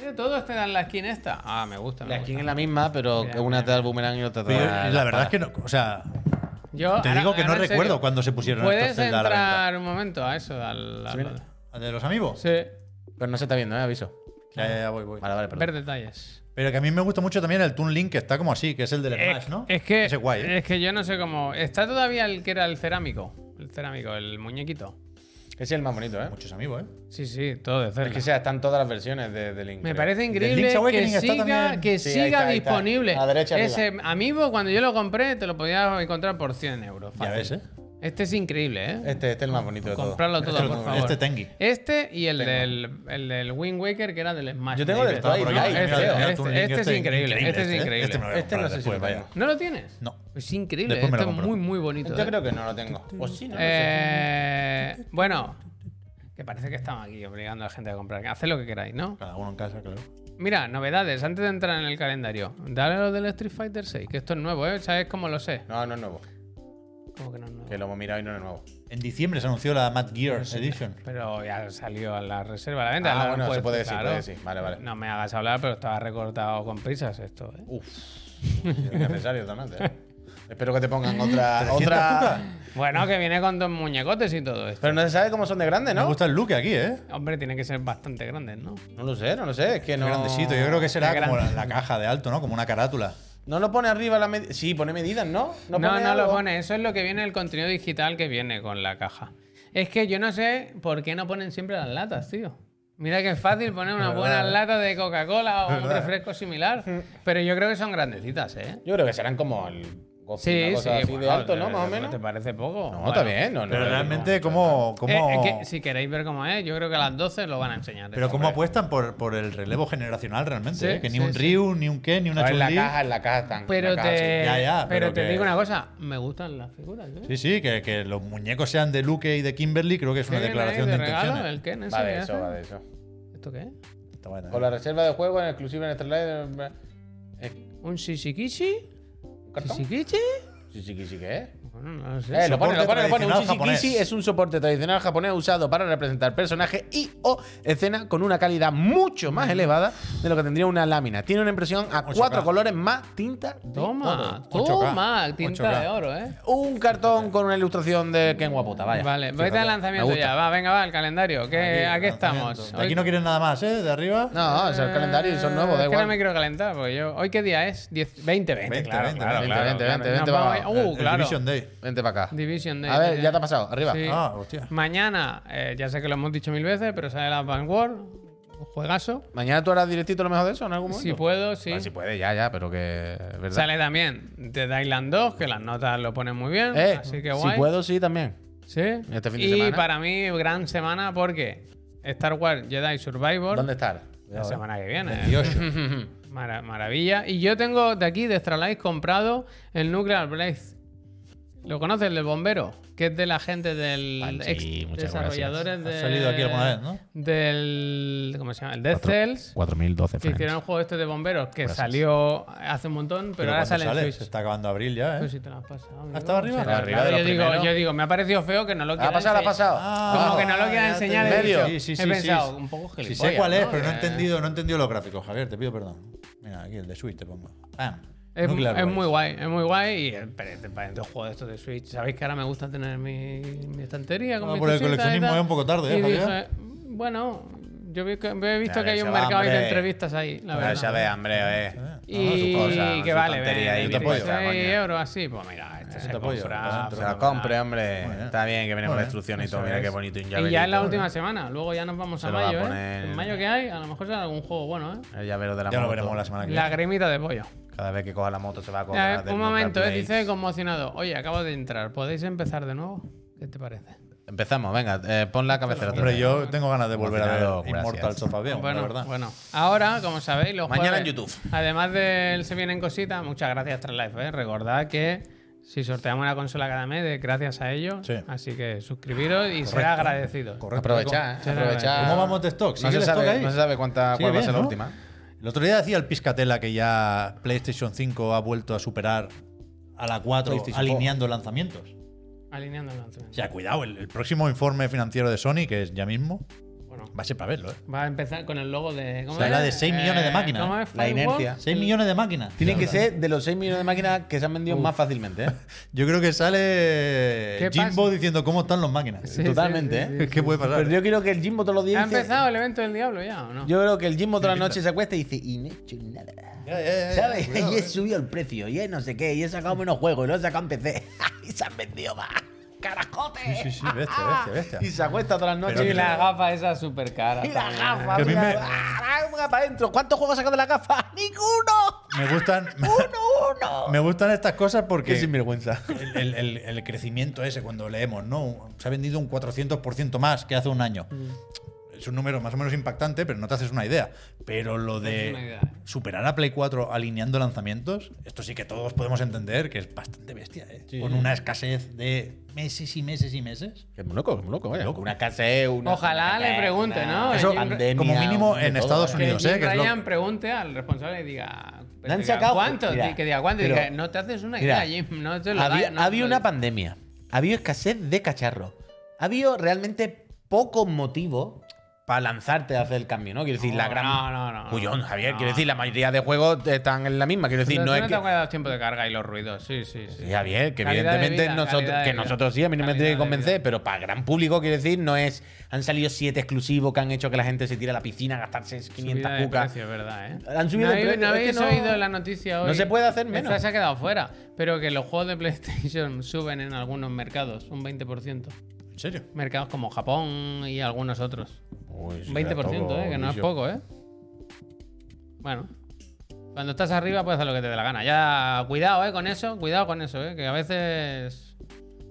[SPEAKER 2] Mira, todos te dan la skin esta. Ah, me gusta. me
[SPEAKER 3] La
[SPEAKER 2] gusta.
[SPEAKER 3] skin es la misma, pero
[SPEAKER 2] Mira,
[SPEAKER 3] que una
[SPEAKER 2] mira,
[SPEAKER 3] te da el boomerang y otra te
[SPEAKER 1] Pero
[SPEAKER 3] da.
[SPEAKER 1] la verdad es que no. O sea,
[SPEAKER 2] Yo,
[SPEAKER 1] te
[SPEAKER 2] ahora-
[SPEAKER 1] digo que no
[SPEAKER 2] ahora en serio,
[SPEAKER 1] recuerdo cuándo se pusieron estos
[SPEAKER 2] Puedes
[SPEAKER 1] Zelda a la venta.
[SPEAKER 2] entrar un momento a eso, al. al-
[SPEAKER 1] ¿Al ¿De los amigos?
[SPEAKER 2] sí,
[SPEAKER 3] Pero no se está viendo, ¿eh? Aviso.
[SPEAKER 1] Ya, ya, ya, voy, voy.
[SPEAKER 3] Vale, vale, perdón.
[SPEAKER 2] ver detalles.
[SPEAKER 1] Pero que a mí me gusta mucho también el Toon Link, que está como así, que es el del Smash,
[SPEAKER 2] Es-
[SPEAKER 1] ¿no?
[SPEAKER 2] Eh, Es que,
[SPEAKER 1] Ese es guay. ¿eh?
[SPEAKER 2] es que yo no sé cómo. Está todavía el que era el cerámico. El cerámico, el muñequito.
[SPEAKER 3] Ese es el más bonito, ¿eh?
[SPEAKER 1] Muchos amigos, ¿eh?
[SPEAKER 2] Sí, sí, todo de
[SPEAKER 3] Es
[SPEAKER 2] cerca.
[SPEAKER 3] que sea, están todas las versiones de, de Link.
[SPEAKER 2] Me
[SPEAKER 3] creo.
[SPEAKER 2] parece increíble
[SPEAKER 1] Link's
[SPEAKER 2] que
[SPEAKER 1] Awakening está
[SPEAKER 2] siga,
[SPEAKER 1] también.
[SPEAKER 2] que
[SPEAKER 3] Sí, ahí
[SPEAKER 2] siga
[SPEAKER 3] está, ahí está.
[SPEAKER 2] disponible.
[SPEAKER 3] A la derecha, arriba.
[SPEAKER 2] Ese amigo, cuando yo lo compré, te lo podías encontrar por 100 euros.
[SPEAKER 1] Ya
[SPEAKER 2] fácil.
[SPEAKER 1] ves, ¿eh?
[SPEAKER 2] Este es increíble, ¿eh?
[SPEAKER 3] Este, este es el más bonito de todos.
[SPEAKER 2] Comprarlo todo,
[SPEAKER 1] Este lo
[SPEAKER 2] por
[SPEAKER 1] tengo,
[SPEAKER 2] favor.
[SPEAKER 1] este Tengi.
[SPEAKER 2] Este y el del, el del Wind Waker, que era del Smash.
[SPEAKER 3] Yo tengo
[SPEAKER 2] Baby.
[SPEAKER 3] del Toy,
[SPEAKER 2] No,
[SPEAKER 3] ¿no?
[SPEAKER 2] este,
[SPEAKER 3] Mira, mira,
[SPEAKER 2] este-
[SPEAKER 1] Toon
[SPEAKER 2] este
[SPEAKER 1] Link,
[SPEAKER 2] es increíble. Este es
[SPEAKER 1] ¿eh?
[SPEAKER 2] increíble.
[SPEAKER 1] Este me lo voy a
[SPEAKER 3] Este no
[SPEAKER 1] comprar
[SPEAKER 3] sé si
[SPEAKER 1] después,
[SPEAKER 3] lo tengo.
[SPEAKER 1] vaya.
[SPEAKER 2] ¿No lo tienes?
[SPEAKER 1] No.
[SPEAKER 2] Es increíble.
[SPEAKER 1] Después me
[SPEAKER 2] Este
[SPEAKER 1] lo
[SPEAKER 2] es
[SPEAKER 1] compro.
[SPEAKER 2] muy, muy bonito.
[SPEAKER 3] Yo
[SPEAKER 2] ¿eh?
[SPEAKER 3] creo que no lo tengo. O sí, no lo sé.
[SPEAKER 2] Eh, bueno, que parece que estamos aquí obligando a la gente a comprar. Haced lo que queráis, ¿no?
[SPEAKER 1] Cada uno en casa, claro.
[SPEAKER 2] Mira, novedades, antes de entrar en el calendario. Dale lo del Street Fighter 6, que esto es nuevo, ¿eh? ¿Sabes cómo lo sé?
[SPEAKER 3] No, no es nuevo.
[SPEAKER 2] Como que no es nuevo.
[SPEAKER 3] Que lo hemos mirado y no es nuevo.
[SPEAKER 1] En diciembre se anunció la Mad Gears Edition.
[SPEAKER 2] Pero ya salió a la reserva, a la venta.
[SPEAKER 3] Ah,
[SPEAKER 2] la
[SPEAKER 3] bueno,
[SPEAKER 2] han
[SPEAKER 3] se puede
[SPEAKER 2] puesto,
[SPEAKER 3] decir, puede decir. Vale, vale.
[SPEAKER 2] No me hagas hablar, pero estaba recortado con prisas esto, ¿eh?
[SPEAKER 3] Uf. Es necesario totalmente. ¿eh? Espero que te pongan otra.
[SPEAKER 1] 300
[SPEAKER 3] otra...
[SPEAKER 1] cucas.
[SPEAKER 2] Bueno, que viene con dos muñecotes y todo esto.
[SPEAKER 3] Pero no se sabe cómo son de grandes,
[SPEAKER 1] Me
[SPEAKER 3] ¿no?
[SPEAKER 1] gusta el look aquí, ¿eh?
[SPEAKER 2] Hombre, tienen que ser bastante grandes, ¿no?
[SPEAKER 3] No lo sé, no lo sé. Es que no.
[SPEAKER 1] Grandecito. Yo creo que será
[SPEAKER 2] Qué
[SPEAKER 1] como la,
[SPEAKER 2] grande.
[SPEAKER 1] la caja de alto, ¿no? Como una carátula.
[SPEAKER 3] No lo pone arriba la medida. Sí, pone medidas, ¿no?
[SPEAKER 2] No, no,
[SPEAKER 3] pone
[SPEAKER 2] lo
[SPEAKER 3] algo?
[SPEAKER 2] pone. Eso es lo que viene el contenido digital que viene con la caja. Es que yo no sé por qué no ponen siempre las latas, tío. Mira que es fácil poner una buena lata de Coca-Cola o un refresco similar. Pero yo creo que son grandecitas, ¿eh?
[SPEAKER 3] Yo creo que serán como el. Goku,
[SPEAKER 2] Sí,
[SPEAKER 3] una
[SPEAKER 2] sí.
[SPEAKER 3] cosa así de
[SPEAKER 2] bueno,
[SPEAKER 3] alto, ¿no?
[SPEAKER 2] te-
[SPEAKER 3] Más o
[SPEAKER 2] te-
[SPEAKER 3] menos.
[SPEAKER 2] ¿Te parece poco?
[SPEAKER 3] No,
[SPEAKER 2] Bueno,
[SPEAKER 3] está bien. No, no,
[SPEAKER 1] Pero
[SPEAKER 3] no,
[SPEAKER 1] realmente,
[SPEAKER 3] no.
[SPEAKER 1] ¿cómo,
[SPEAKER 2] eh,
[SPEAKER 1] cómo,
[SPEAKER 2] es que si queréis ver cómo es, yo creo que a las 12 lo van a enseñar.
[SPEAKER 1] pero
[SPEAKER 2] Esto,
[SPEAKER 1] cómo
[SPEAKER 2] hombre.
[SPEAKER 1] apuestan por, por el relevo generacional realmente?
[SPEAKER 2] Sí,
[SPEAKER 1] ¿eh? Que ni
[SPEAKER 2] sí,
[SPEAKER 1] un
[SPEAKER 2] sí. Pues
[SPEAKER 1] Ryu, ni un Ken, ni una
[SPEAKER 3] No, en la
[SPEAKER 1] Chun-Li.
[SPEAKER 3] caja, en la caja están. en
[SPEAKER 2] Pero
[SPEAKER 3] la caja,
[SPEAKER 2] te,
[SPEAKER 1] sí. Ya, ya,
[SPEAKER 2] pero
[SPEAKER 1] pero
[SPEAKER 2] te
[SPEAKER 1] que-
[SPEAKER 2] digo una cosa, me gustan las figuras. ¿eh?
[SPEAKER 1] Sí, sí, que, que los muñecos sean de Luke y de Kimberly, creo que es
[SPEAKER 2] ¿Qué
[SPEAKER 1] una
[SPEAKER 2] viene ahí
[SPEAKER 1] declaración de,
[SPEAKER 2] de regalo?
[SPEAKER 1] intenciones.
[SPEAKER 2] ¿El Ken
[SPEAKER 3] sí.
[SPEAKER 2] ese
[SPEAKER 3] Va
[SPEAKER 2] que
[SPEAKER 3] de eso,
[SPEAKER 2] hace?
[SPEAKER 3] va de eso.
[SPEAKER 2] ¿Esto qué es?
[SPEAKER 1] Está buena, ¿eh?
[SPEAKER 3] Con la reserva de juego en exclusiva en Starlight. eh,
[SPEAKER 2] ¿Un shishikishi?
[SPEAKER 3] ¿Un cartón?
[SPEAKER 2] ¿Shishikishi?
[SPEAKER 3] Sí, sí, sí, que es.
[SPEAKER 2] Bueno, no lo sé.
[SPEAKER 3] Eh, lo pone, lo pone, lo pone. Un
[SPEAKER 1] tradicional japonés.
[SPEAKER 3] shishikishi es un soporte tradicional japonés usado para representar personajes y o escenas con una calidad mucho más elevada de lo que tendría una lámina. Tiene una impresión a
[SPEAKER 1] 8K.
[SPEAKER 3] cuatro colores más tinta. de
[SPEAKER 2] Toma,
[SPEAKER 3] oro.
[SPEAKER 1] 8K.
[SPEAKER 2] toma, tinta
[SPEAKER 1] 8K.
[SPEAKER 2] de oro, ¿eh?
[SPEAKER 3] Un cartón con una ilustración de Ken Guaputa, vaya.
[SPEAKER 2] Vale,
[SPEAKER 3] Fíjate,
[SPEAKER 2] vete al
[SPEAKER 3] me
[SPEAKER 2] lanzamiento
[SPEAKER 3] gusta.
[SPEAKER 2] ya. Va, venga, va, al calendario. ¿Qué, ¿A qué Eh, estamos?
[SPEAKER 1] eh, De aquí no quieren nada más, ¿eh? De arriba.
[SPEAKER 3] No, es el calendario y son nuevos, da
[SPEAKER 2] Es que
[SPEAKER 3] igual.
[SPEAKER 2] no me quiero calentar, porque yo. ¿Hoy qué día es? 10, 20, 20,
[SPEAKER 1] 20,
[SPEAKER 2] claro,
[SPEAKER 1] 20,
[SPEAKER 2] claro,
[SPEAKER 1] 20,
[SPEAKER 2] claro,
[SPEAKER 3] 20,
[SPEAKER 2] claro.
[SPEAKER 3] 20,
[SPEAKER 2] Nos vamos
[SPEAKER 3] vamos.
[SPEAKER 2] a ir-
[SPEAKER 1] El-
[SPEAKER 2] Uh,
[SPEAKER 1] el
[SPEAKER 2] claro.
[SPEAKER 1] Division Day.
[SPEAKER 3] Vente para acá.
[SPEAKER 2] Division Day,
[SPEAKER 3] A ver,
[SPEAKER 2] sí.
[SPEAKER 3] ya te ha pasado, arriba.
[SPEAKER 2] Sí.
[SPEAKER 1] Ah, hostia.
[SPEAKER 2] Mañana, eh, ya sé que lo hemos dicho mil veces, pero sale la Vanguard. Un juegazo.
[SPEAKER 3] Mañana tú harás directito lo mejor de eso en algún momento.
[SPEAKER 2] Si puedo, sí.
[SPEAKER 3] Bueno, si puede, ya, ya, pero que. ¿verdad?
[SPEAKER 2] Sale también de Dylan 2, que las notas lo ponen muy bien.
[SPEAKER 3] Eh,
[SPEAKER 2] así que guay.
[SPEAKER 3] Si puedo, sí, también.
[SPEAKER 2] Sí.
[SPEAKER 3] Este fin de
[SPEAKER 2] y
[SPEAKER 3] semana.
[SPEAKER 2] para mí, gran semana porque Star Wars Jedi Survivor.
[SPEAKER 3] ¿Dónde estar?
[SPEAKER 2] La semana que viene. Mara- maravilla. Y yo tengo de aquí, de Astralife, comprado el Nuclear Blaze. ¿Lo conoces, el del bombero? Que es de la gente del.
[SPEAKER 3] Panchi,
[SPEAKER 2] ex
[SPEAKER 3] muchas
[SPEAKER 2] desarrolladores de.
[SPEAKER 1] Ha salido aquí alguna vez, ¿no?
[SPEAKER 2] Del. ¿Cómo se llama? El Death Cells.
[SPEAKER 5] 4012
[SPEAKER 2] Que hicieron el juego este de bomberos que salió hace un montón, pero, ahora
[SPEAKER 1] cuando
[SPEAKER 2] sale, en
[SPEAKER 1] Se
[SPEAKER 2] Switch.
[SPEAKER 1] está acabando abril ya,
[SPEAKER 2] Pues
[SPEAKER 1] ¿eh?
[SPEAKER 2] si te lo has pasado, amigo.
[SPEAKER 1] estaba arriba?
[SPEAKER 2] Se lo has
[SPEAKER 3] Arriba de
[SPEAKER 2] pasado.
[SPEAKER 3] lo
[SPEAKER 2] yo, digo,
[SPEAKER 3] primero.
[SPEAKER 2] yo digo, me ha parecido feo que no lo quiera
[SPEAKER 3] Ha pasado, ha
[SPEAKER 2] enseñar.
[SPEAKER 3] pasado.
[SPEAKER 1] Ah,
[SPEAKER 2] Como que no lo quiera
[SPEAKER 1] ya te-
[SPEAKER 2] enseñar. he
[SPEAKER 3] medio.
[SPEAKER 2] dicho-
[SPEAKER 1] Sí, sí,
[SPEAKER 2] he
[SPEAKER 1] sí,
[SPEAKER 2] pensado,
[SPEAKER 1] sí.
[SPEAKER 2] un poco
[SPEAKER 1] Si
[SPEAKER 2] gilipollas.
[SPEAKER 1] sé cuál es,
[SPEAKER 2] ¿no? Eh.
[SPEAKER 1] pero no he
[SPEAKER 2] Que-
[SPEAKER 1] entendido, no he entendido los gráficos, Javier, te pido perdón. Mira, aquí el de Switch te pongo. Bam.
[SPEAKER 2] Es,
[SPEAKER 1] Nuclear
[SPEAKER 2] es
[SPEAKER 1] Blast.
[SPEAKER 2] muy guay, es muy guay. Y eh, pero este- para estos juegos de estos de Switch, sabéis que ahora me gusta tener mi, mi estantería con
[SPEAKER 1] Ah,
[SPEAKER 2] mis
[SPEAKER 1] por el
[SPEAKER 2] cositas y
[SPEAKER 1] coleccionismo
[SPEAKER 2] tal.
[SPEAKER 1] es un poco tarde, ¿eh,
[SPEAKER 2] Y dije,
[SPEAKER 1] Javier?
[SPEAKER 2] bueno, yo vi que- he visto
[SPEAKER 3] Ya
[SPEAKER 2] que hay
[SPEAKER 3] ves,
[SPEAKER 2] un
[SPEAKER 3] ya va,
[SPEAKER 2] mercado ahí de
[SPEAKER 3] hombre.
[SPEAKER 2] entrevistas ahí, la
[SPEAKER 3] Pero ya
[SPEAKER 2] verdad.
[SPEAKER 3] ve, hambre, eh.
[SPEAKER 2] Y
[SPEAKER 3] No, su cosa,
[SPEAKER 2] que
[SPEAKER 3] su
[SPEAKER 2] vale,
[SPEAKER 3] tontería ahí,
[SPEAKER 2] ve,
[SPEAKER 3] yo te apoyo.
[SPEAKER 2] 16 euros así, pues mira, este se
[SPEAKER 1] te apoyo, para
[SPEAKER 2] compra.
[SPEAKER 1] dentro.
[SPEAKER 3] Se la
[SPEAKER 2] fenomenal.
[SPEAKER 3] compre, hombre.
[SPEAKER 1] Muy bien.
[SPEAKER 3] Está bien que viene
[SPEAKER 1] Muy
[SPEAKER 3] con
[SPEAKER 1] bien.
[SPEAKER 3] la instrucción y todo. Mira qué bonito un llaverito.
[SPEAKER 2] Y ya es la última semana, luego ya nos vamos
[SPEAKER 3] ¿eh? Se
[SPEAKER 2] a
[SPEAKER 3] lo va a
[SPEAKER 2] mayo,
[SPEAKER 3] poner-
[SPEAKER 2] ¿eh? En mayo que hay, a lo mejor será algún juego bueno, ¿eh?
[SPEAKER 3] El llavero de la
[SPEAKER 1] Ya lo
[SPEAKER 3] moto.
[SPEAKER 1] veremos la semana que
[SPEAKER 2] La
[SPEAKER 1] viene.
[SPEAKER 2] gremita de pollo.
[SPEAKER 3] Cada vez que coja la moto se va a
[SPEAKER 2] Ya,
[SPEAKER 3] coger.
[SPEAKER 2] eh, un momento, eh, dice conmocionado. Oye, acabo de entrar, ¿podéis empezar de nuevo? ¿Qué te parece?
[SPEAKER 3] Empezamos, venga, eh, pon la cabecera. otra
[SPEAKER 1] Hombre,
[SPEAKER 3] vez.
[SPEAKER 1] yo tengo ganas de volver a
[SPEAKER 3] Emocionado,
[SPEAKER 1] ver Immortal
[SPEAKER 3] gracias.
[SPEAKER 1] Sofa Beam, la
[SPEAKER 2] Bueno,
[SPEAKER 1] verdad.
[SPEAKER 2] bueno. Ahora, como sabéis, los
[SPEAKER 3] Mañana
[SPEAKER 2] jueves,
[SPEAKER 3] en YouTube.
[SPEAKER 2] Además del Se Vienen Cositas, muchas gracias, Traslife. ¿eh? Recordad que Si sorteamos una consola cada mes, de- gracias a ello.
[SPEAKER 1] Sí.
[SPEAKER 2] Así que suscribiros y será agradecido.
[SPEAKER 1] Correcto.
[SPEAKER 3] Aprovechar,
[SPEAKER 2] Sí,
[SPEAKER 3] aprovechar.
[SPEAKER 1] ¿Cómo vamos de stock?
[SPEAKER 3] No
[SPEAKER 1] ¿Sigue
[SPEAKER 3] se,
[SPEAKER 1] el stock
[SPEAKER 3] sabe,
[SPEAKER 1] ahí?
[SPEAKER 3] no se sabe cuánta,
[SPEAKER 1] Sigue
[SPEAKER 3] cuál va a
[SPEAKER 1] bien,
[SPEAKER 3] ser la
[SPEAKER 1] ¿no?
[SPEAKER 3] última.
[SPEAKER 1] El otro día decía el Piscatela que ya PlayStation 5 ha vuelto a superar a la 4
[SPEAKER 3] PlayStation
[SPEAKER 1] alineando lanzamientos.
[SPEAKER 2] Alineando el
[SPEAKER 1] O
[SPEAKER 2] lanzamiento.
[SPEAKER 1] sea, cuidado, el, el próximo informe financiero de Sony, que es ya mismo,
[SPEAKER 2] Bueno,
[SPEAKER 1] va a ser para verlo, ¿eh?
[SPEAKER 2] va a empezar con el logo de. ¿cómo
[SPEAKER 1] Se habla
[SPEAKER 2] era?
[SPEAKER 1] de seis millones de máquinas.
[SPEAKER 2] ¿cómo es?
[SPEAKER 3] La
[SPEAKER 2] Firewall.
[SPEAKER 3] inercia.
[SPEAKER 1] 6 millones de máquinas.
[SPEAKER 3] Tienen que ser de los 6 millones de máquinas que se han vendido más fácilmente. ¿eh?
[SPEAKER 1] Yo creo que sale
[SPEAKER 2] ¿Qué
[SPEAKER 1] Jimbo
[SPEAKER 2] pasa?
[SPEAKER 1] diciendo cómo están las máquinas.
[SPEAKER 2] Sí,
[SPEAKER 3] Totalmente,
[SPEAKER 2] sí, sí,
[SPEAKER 3] ¿eh?
[SPEAKER 1] ¿Qué puede pasar?
[SPEAKER 3] Pero yo creo que el Jimbo todos los
[SPEAKER 2] ¿Ha
[SPEAKER 3] días. dice-
[SPEAKER 2] empezado el evento del diablo ya o no?
[SPEAKER 3] Yo creo que el Jimbo todas las
[SPEAKER 1] Tiene
[SPEAKER 3] noches se acuesta y dice, y no he hecho nada.
[SPEAKER 1] Ya, ya, ya,
[SPEAKER 3] ¿Sabes?
[SPEAKER 1] cuidado,
[SPEAKER 3] y he
[SPEAKER 1] eh.
[SPEAKER 3] subido el precio, y he no sé qué, y he sacado menos juegos, y no he sacado en PC. y se han vendido más. ¡Carajote!
[SPEAKER 1] Sí, sí, sí, bestia, bestia, bestia.
[SPEAKER 3] Y se acuesta todas las noches.
[SPEAKER 1] Pero
[SPEAKER 2] y
[SPEAKER 1] que-
[SPEAKER 2] la gafa esa súper cara.
[SPEAKER 3] Y la gafa,
[SPEAKER 1] Que a mí
[SPEAKER 3] mira,
[SPEAKER 1] me-
[SPEAKER 3] ¡ah, venga para adentro. ¿Cuántos juegos ha sacado de la gafa? ¡Ninguno!
[SPEAKER 1] Me gustan,
[SPEAKER 3] ¡Uno, uno!
[SPEAKER 1] me gustan estas cosas porque
[SPEAKER 3] sinvergüenza.
[SPEAKER 1] el, el- el- el crecimiento ese cuando leemos, ¿no? Se ha vendido un 400% más que hace un año. Es un número más o menos impactante, pero no te haces una idea. Pero lo
[SPEAKER 2] haces una
[SPEAKER 1] de
[SPEAKER 2] idea.
[SPEAKER 1] superar a Play 4 alineando lanzamientos, esto sí que todos podemos entender que es bastante bestia, ¿eh? Con una escasez de meses y meses y meses.
[SPEAKER 3] Es muy loco, es muy loco, vaya.
[SPEAKER 1] Loco.
[SPEAKER 3] Una caseo, una.
[SPEAKER 2] Ojalá le pregunte, ¿no? Eso,
[SPEAKER 1] como mínimo, en Estados
[SPEAKER 2] Que
[SPEAKER 1] Unidos, ¿eh?
[SPEAKER 2] Jim
[SPEAKER 1] Que es lo-
[SPEAKER 2] Ryan pregunte al responsable y diga. pues,
[SPEAKER 3] Le han
[SPEAKER 2] diga,
[SPEAKER 3] sacado-
[SPEAKER 2] ¿Cuánto?
[SPEAKER 3] Mira,
[SPEAKER 2] Di- que diga cuánto. Y
[SPEAKER 3] pero-
[SPEAKER 2] diga, no te haces una
[SPEAKER 3] Mira,
[SPEAKER 2] idea, Jim. No te lo
[SPEAKER 3] Había,
[SPEAKER 2] da- no
[SPEAKER 3] había
[SPEAKER 2] te lo
[SPEAKER 3] una
[SPEAKER 2] digo".
[SPEAKER 3] pandemia. Había escasez de cacharros. Había realmente pocos motivos para lanzarte a hacer el cambio, ¿no? Quiero decir, la
[SPEAKER 2] No,
[SPEAKER 3] gran.
[SPEAKER 2] no, no, no, no.
[SPEAKER 3] Cuyón, Javier,
[SPEAKER 2] No.
[SPEAKER 3] quiero decir, la mayoría de juegos están en la misma. Quiero decir,
[SPEAKER 2] Pero
[SPEAKER 3] no
[SPEAKER 2] tú
[SPEAKER 3] es
[SPEAKER 2] te
[SPEAKER 3] que.
[SPEAKER 2] acuerdas de los tiempos de carga y los ruidos. Sí, sí, sí.
[SPEAKER 3] Sí, Javier, que
[SPEAKER 2] Calidad de
[SPEAKER 3] evidentemente
[SPEAKER 2] vida,
[SPEAKER 3] nosotros,
[SPEAKER 2] calidad de
[SPEAKER 3] que
[SPEAKER 2] vida.
[SPEAKER 3] nosotros sí, a mí no me
[SPEAKER 2] Calidad
[SPEAKER 3] tiene que
[SPEAKER 2] de
[SPEAKER 3] convencer,
[SPEAKER 2] vida.
[SPEAKER 3] pero para gran público, quiero decir, no es. Han salido siete exclusivos que han hecho que la gente se tire a la piscina a gastarse
[SPEAKER 2] Subida
[SPEAKER 3] 500
[SPEAKER 2] de
[SPEAKER 3] cucas.
[SPEAKER 2] precio, es verdad, ¿eh?
[SPEAKER 3] Han subido
[SPEAKER 2] no,
[SPEAKER 3] de
[SPEAKER 2] habéis-
[SPEAKER 3] precio,
[SPEAKER 2] no
[SPEAKER 3] es que
[SPEAKER 2] habéis
[SPEAKER 3] no-
[SPEAKER 2] oído la noticia hoy.
[SPEAKER 3] no se puede hacer menos.
[SPEAKER 2] Esta se ha quedado fuera. Pero que los juegos de PlayStation suben en algunos mercados, un 20%.
[SPEAKER 1] ¿En serio?
[SPEAKER 2] Mercados como Japón y algunos otros.
[SPEAKER 3] Uy, sí,
[SPEAKER 2] Un 20%,
[SPEAKER 3] tampoco,
[SPEAKER 2] eh, que no es
[SPEAKER 3] Guillo.
[SPEAKER 2] poco, ¿eh? Bueno. Cuando estás arriba puedes hacer lo que te dé la gana. Ya, cuidado, ¿eh? Con eso, cuidado con eso, ¿eh? Que a veces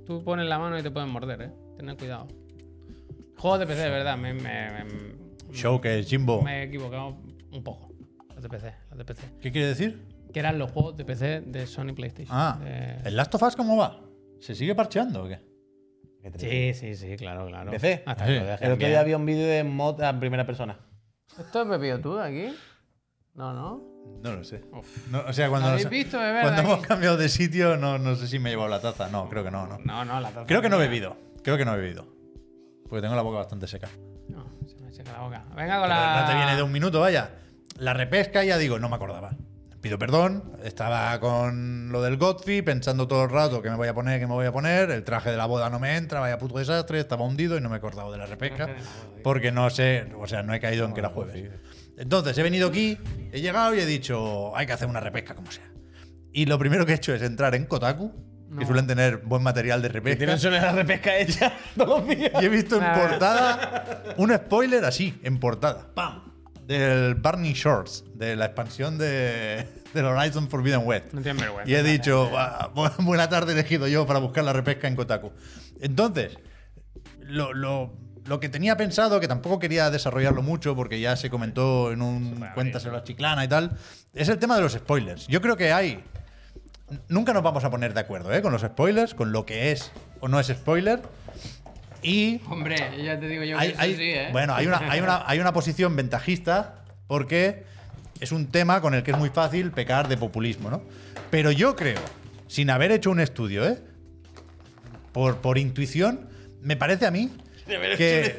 [SPEAKER 2] tú pones la mano y te pueden morder, ¿eh? Tened cuidado. Juegos de PC, de verdad. Me, me, me,
[SPEAKER 1] Showcase, Jimbo.
[SPEAKER 2] me he equivocado un poco. Los de PC, los de PC.
[SPEAKER 1] ¿Qué quiere decir?
[SPEAKER 2] Que eran los juegos de PC de Sony PlayStation.
[SPEAKER 1] Ah,
[SPEAKER 2] Eh,
[SPEAKER 1] ¿el Last of Us cómo va? ¿Se sigue parcheando o qué?
[SPEAKER 2] sí, sí, sí, claro, claro.
[SPEAKER 3] PC.
[SPEAKER 2] Hasta
[SPEAKER 1] Sí.
[SPEAKER 2] que lo dejen
[SPEAKER 3] El otro
[SPEAKER 2] bien.
[SPEAKER 3] día había un vídeo de mod en primera persona.
[SPEAKER 2] ¿Esto es bebido tú de aquí? No, no.
[SPEAKER 1] No lo sé.
[SPEAKER 2] Uf.
[SPEAKER 1] No, o sea, cuando,
[SPEAKER 2] ¿Lo
[SPEAKER 1] nos-
[SPEAKER 2] habéis visto beber
[SPEAKER 1] cuando
[SPEAKER 2] de aquí?
[SPEAKER 1] hemos cambiado de sitio, no, no sé si me he llevado la taza. No, creo que no, no.
[SPEAKER 2] No, no, la taza
[SPEAKER 1] Creo que no he
[SPEAKER 2] mía.
[SPEAKER 1] bebido. Creo que no he bebido. Porque tengo la boca bastante seca.
[SPEAKER 2] No, se me seca la boca. Venga con
[SPEAKER 1] Pero
[SPEAKER 2] la.
[SPEAKER 1] No te viene de un minuto, vaya. La repesca ya digo, no me acordaba. Pido perdón, estaba con lo del Godfrey, pensando todo el rato que me voy a poner, que me voy a poner, el traje de la boda no me entra, vaya puto desastre, estaba hundido y no me he acordado de la repesca, porque no sé, o sea, no he caído en que era jueves. Entonces, he venido aquí, he llegado y he dicho, hay que hacer una repesca como sea. Y lo primero que he hecho es entrar en Kotaku, que
[SPEAKER 2] No.
[SPEAKER 1] suelen tener buen material de repesca.
[SPEAKER 3] una la repesca hecha todos los días.
[SPEAKER 1] Y he visto en
[SPEAKER 2] Ah.
[SPEAKER 1] portada un spoiler así, en portada. ¡Pam! Del Barney Shorts, de la expansión de, del Horizon Forbidden West.
[SPEAKER 2] No tienes vergüenza.
[SPEAKER 1] Y he dicho, "Buah, bu- buena tarde elegido yo para buscar la repesca en Kotaku. Entonces, lo, lo- lo que tenía pensado, que tampoco quería desarrollarlo mucho porque ya se comentó en un Cuéntaselo a Chiclana y tal, es el tema de los spoilers. Yo creo que hay... Nunca nos vamos a poner de acuerdo ¿eh? con los spoilers, con lo que es o no es spoiler. Y
[SPEAKER 2] Hombre, ya te digo yo que
[SPEAKER 1] hay-
[SPEAKER 2] eso
[SPEAKER 1] hay-
[SPEAKER 2] sí, ¿eh?
[SPEAKER 1] Bueno, hay una, hay, una, hay una posición ventajista porque es un tema con el que es muy fácil pecar de populismo, ¿no? Pero yo creo, sin haber hecho un estudio, ¿eh? Por, por intuición, me parece a mí que,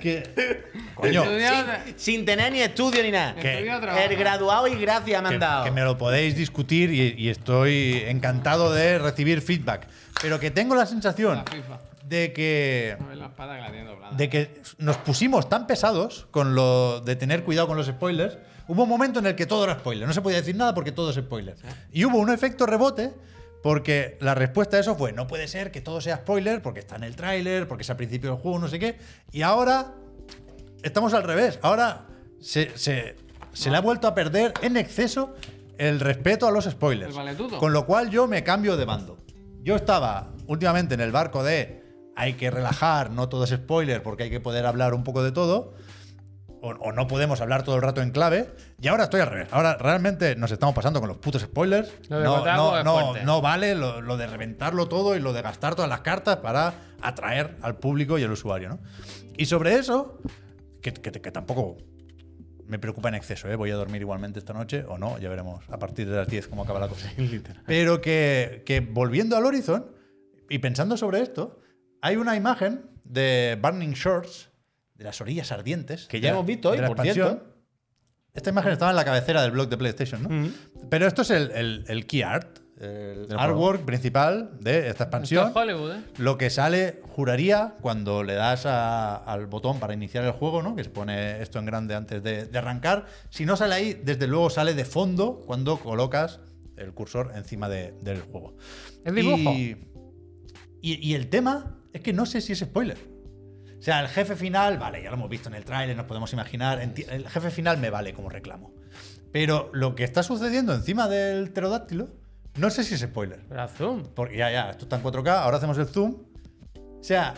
[SPEAKER 1] que- coño, que,
[SPEAKER 2] Estudia-
[SPEAKER 3] Sin tener ni estudio ni nada.
[SPEAKER 1] ¿Qué?
[SPEAKER 2] estudia otra
[SPEAKER 3] El
[SPEAKER 2] cosa.
[SPEAKER 3] graduado y gracias me han dado.
[SPEAKER 1] que me lo podéis discutir y, y estoy encantado de recibir feedback, pero que tengo la sensación
[SPEAKER 2] La FIFA.
[SPEAKER 1] de que
[SPEAKER 2] A ver la espada que la tiene doblada.
[SPEAKER 1] de que nos pusimos tan pesados con lo de tener cuidado con los spoilers. Hubo un momento en el que todo era spoiler, no se podía decir nada porque todo es spoiler. Y hubo un efecto rebote porque la respuesta a eso fue, no puede ser que todo sea spoiler porque está en el tráiler, porque es al principio del juego, no sé qué. Y ahora estamos al revés. Ahora se, se- se le ha vuelto a perder en exceso el respeto a los spoilers.
[SPEAKER 2] El valetudo.
[SPEAKER 1] Con lo cual yo me cambio de bando. Yo estaba últimamente en el barco de hay que relajar, no todo es spoiler porque hay que poder hablar un poco de todo. o, o no podemos hablar todo el rato en clave. Y ahora estoy al revés. Ahora realmente nos estamos pasando con los putos spoilers.
[SPEAKER 2] Lo de
[SPEAKER 1] No,
[SPEAKER 2] contar algo
[SPEAKER 1] no,
[SPEAKER 2] es
[SPEAKER 1] no,
[SPEAKER 2] fuerte.
[SPEAKER 1] no vale lo, lo de reventarlo todo y lo de gastar todas las cartas para atraer al público y al usuario. ¿no? Y sobre eso, que, que- que tampoco me preocupa en exceso. ¿eh? Voy a dormir igualmente esta noche o no, ya veremos a partir de las 10 cómo acaba la cosa. Pero que, que volviendo al Horizon y pensando sobre esto, hay una imagen de Burning Shores, de las orillas ardientes.
[SPEAKER 3] Que
[SPEAKER 1] de
[SPEAKER 3] ya
[SPEAKER 1] la-
[SPEAKER 3] hemos visto hoy,
[SPEAKER 1] de la
[SPEAKER 3] por
[SPEAKER 1] expansión.
[SPEAKER 3] cierto.
[SPEAKER 1] Esta imagen estaba en la cabecera del blog de PlayStation, ¿no?
[SPEAKER 3] Mm.
[SPEAKER 1] Pero esto es el, el- el key art, el artwork principal de esta
[SPEAKER 2] Esto
[SPEAKER 1] expansión
[SPEAKER 2] es Hollywood, ¿eh?
[SPEAKER 1] lo que sale, juraría, cuando le das a- al botón para iniciar el juego, ¿no? Que se pone esto en grande antes de, de arrancar. Si no sale ahí, desde luego sale de fondo cuando colocas el cursor encima de- del juego.
[SPEAKER 2] Es dibujo.
[SPEAKER 1] Y, y- y el tema es que no sé si es spoiler. O sea, el jefe final, vale, ya lo hemos visto en el tráiler, nos podemos imaginar. enti- El jefe final me vale como reclamo. Pero lo que está sucediendo encima del pterodáctilo, no sé si es spoiler.
[SPEAKER 2] Pero haz zoom.
[SPEAKER 1] Porque ya, ya, esto está en 4K, ahora hacemos el zoom. O sea,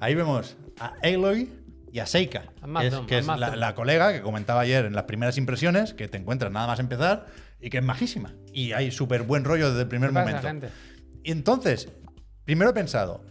[SPEAKER 1] ahí vemos a Aloy y a Seika,
[SPEAKER 2] Haz más
[SPEAKER 1] que es,
[SPEAKER 2] zoom,
[SPEAKER 1] que
[SPEAKER 2] haz
[SPEAKER 1] es
[SPEAKER 2] más
[SPEAKER 1] la,
[SPEAKER 2] zoom.
[SPEAKER 1] la colega que comentaba ayer en las primeras impresiones, que te encuentras nada más empezar y que es majísima. Y hay súper buen rollo desde el primer
[SPEAKER 2] ¿Qué pasa,
[SPEAKER 1] momento.
[SPEAKER 2] gente?
[SPEAKER 1] Y entonces, primero he pensado,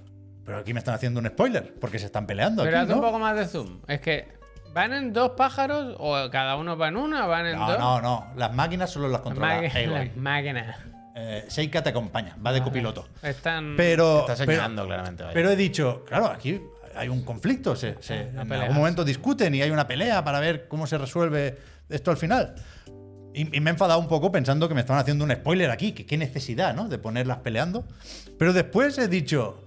[SPEAKER 1] pero aquí me están haciendo un spoiler, porque se están peleando.
[SPEAKER 2] Pero
[SPEAKER 1] aquí,
[SPEAKER 2] haz un
[SPEAKER 1] ¿no?
[SPEAKER 2] poco más de zoom. Es que, ¿van en dos pájaros o cada uno va en una o van en
[SPEAKER 1] no,
[SPEAKER 2] dos?
[SPEAKER 1] no, no, las máquinas solo las
[SPEAKER 2] Las
[SPEAKER 1] controla
[SPEAKER 2] máquinas.
[SPEAKER 1] Aloy.
[SPEAKER 2] las máquinas.
[SPEAKER 1] Eh, Seika te acompaña, va de copiloto.
[SPEAKER 2] Están.
[SPEAKER 1] Pero,
[SPEAKER 3] Está
[SPEAKER 1] pero-
[SPEAKER 3] señalando claramente. vaya.
[SPEAKER 1] Pero he dicho, claro, aquí hay un conflicto, se, se-
[SPEAKER 2] Una
[SPEAKER 1] en
[SPEAKER 2] pelea.
[SPEAKER 1] algún momento discuten y hay una pelea para ver cómo se resuelve esto al final. Y, y me he enfadado un poco pensando que me estaban haciendo un spoiler aquí, que qué necesidad, ¿no? De ponerlas peleando. Pero después he dicho,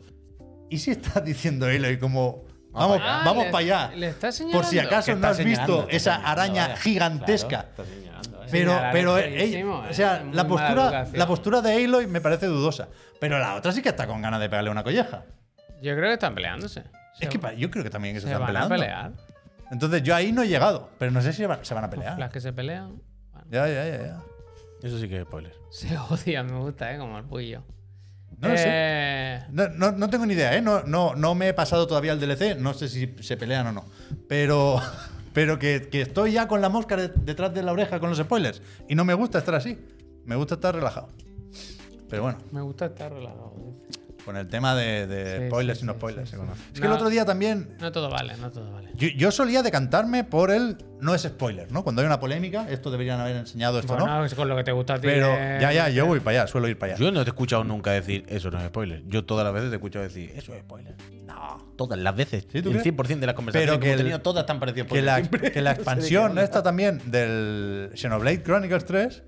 [SPEAKER 1] ¿y si estás diciendo Eloy como, vamos,
[SPEAKER 2] para allá.
[SPEAKER 1] vamos
[SPEAKER 2] Ah, le-
[SPEAKER 1] para allá?
[SPEAKER 2] le está
[SPEAKER 1] Por si
[SPEAKER 2] señalando.
[SPEAKER 1] acaso
[SPEAKER 3] Que
[SPEAKER 1] no
[SPEAKER 3] está
[SPEAKER 1] has
[SPEAKER 3] señalando,
[SPEAKER 1] visto
[SPEAKER 3] está
[SPEAKER 1] esa
[SPEAKER 3] señalando,
[SPEAKER 1] arañca
[SPEAKER 3] vaya.
[SPEAKER 1] gigantesca.
[SPEAKER 3] Claro, está señalando, vaya.
[SPEAKER 1] Pero,
[SPEAKER 2] Señalar
[SPEAKER 1] pero
[SPEAKER 2] es
[SPEAKER 1] ella-
[SPEAKER 2] feísimo,
[SPEAKER 1] o sea,
[SPEAKER 2] ¿eh? es muy
[SPEAKER 1] la
[SPEAKER 2] mala
[SPEAKER 1] postura,
[SPEAKER 2] educación.
[SPEAKER 1] la postura de Aloy me parece dudosa. Pero la otra sí que está con ganas de pegarle una colleja.
[SPEAKER 2] Yo creo que están peleándose.
[SPEAKER 1] Es que pa- yo creo que también que se,
[SPEAKER 2] se
[SPEAKER 1] están
[SPEAKER 2] van
[SPEAKER 1] peleando.
[SPEAKER 2] a pelear.
[SPEAKER 1] Entonces yo ahí no he llegado, pero no sé si van- se van a
[SPEAKER 2] Las
[SPEAKER 1] pelear.
[SPEAKER 2] que se pelean. bueno,
[SPEAKER 1] Ya, ya, ya, ya.
[SPEAKER 3] Eso sí que es spoiler.
[SPEAKER 2] se odian, me gusta, ¿eh? Como el puyo.
[SPEAKER 1] No lo sé.
[SPEAKER 2] Eh,
[SPEAKER 1] No, no- no tengo ni idea, ¿eh? No, no, no me he pasado todavía el DLC, no sé si se pelean o no. Pero, pero que, que estoy ya con la mosca de- detrás de la oreja con los spoilers. Y no me gusta estar así. Me gusta estar relajado. Pero bueno,
[SPEAKER 2] Me gusta estar relajado. dice.
[SPEAKER 1] con el tema de, de
[SPEAKER 2] Sí,
[SPEAKER 1] spoilers
[SPEAKER 2] sí,
[SPEAKER 1] y no
[SPEAKER 2] sí,
[SPEAKER 1] spoilers.
[SPEAKER 2] sí,
[SPEAKER 1] se
[SPEAKER 2] sí.
[SPEAKER 1] conoce. Es
[SPEAKER 2] No.
[SPEAKER 1] que el otro día también
[SPEAKER 2] No todo vale, no todo vale.
[SPEAKER 1] Yo, yo solía decantarme por el no es spoiler, ¿no? Cuando hay una polémica, esto deberían haber enseñado, esto
[SPEAKER 2] Bueno,
[SPEAKER 1] no.
[SPEAKER 2] es con lo que te gusta a ti.
[SPEAKER 1] Pero
[SPEAKER 2] eh,
[SPEAKER 1] ya, ya, yo voy para allá, suelo ir para allá.
[SPEAKER 3] Yo no te he escuchado nunca decir eso no es spoiler. Yo todas las veces te he escuchado decir eso es spoiler. No, todas las veces.
[SPEAKER 1] ¿Sí, tú
[SPEAKER 3] el
[SPEAKER 1] crees?
[SPEAKER 3] 100% de las conversaciones
[SPEAKER 1] Pero
[SPEAKER 3] que,
[SPEAKER 1] que
[SPEAKER 3] hemos
[SPEAKER 1] el-
[SPEAKER 3] tenido todas están parecidas
[SPEAKER 1] Que
[SPEAKER 3] spoiler.
[SPEAKER 1] la,
[SPEAKER 3] Siempre.
[SPEAKER 1] que la
[SPEAKER 3] No sé de qué
[SPEAKER 1] expansión
[SPEAKER 3] hablas.
[SPEAKER 1] esta también del Xenoblade Chronicles 3,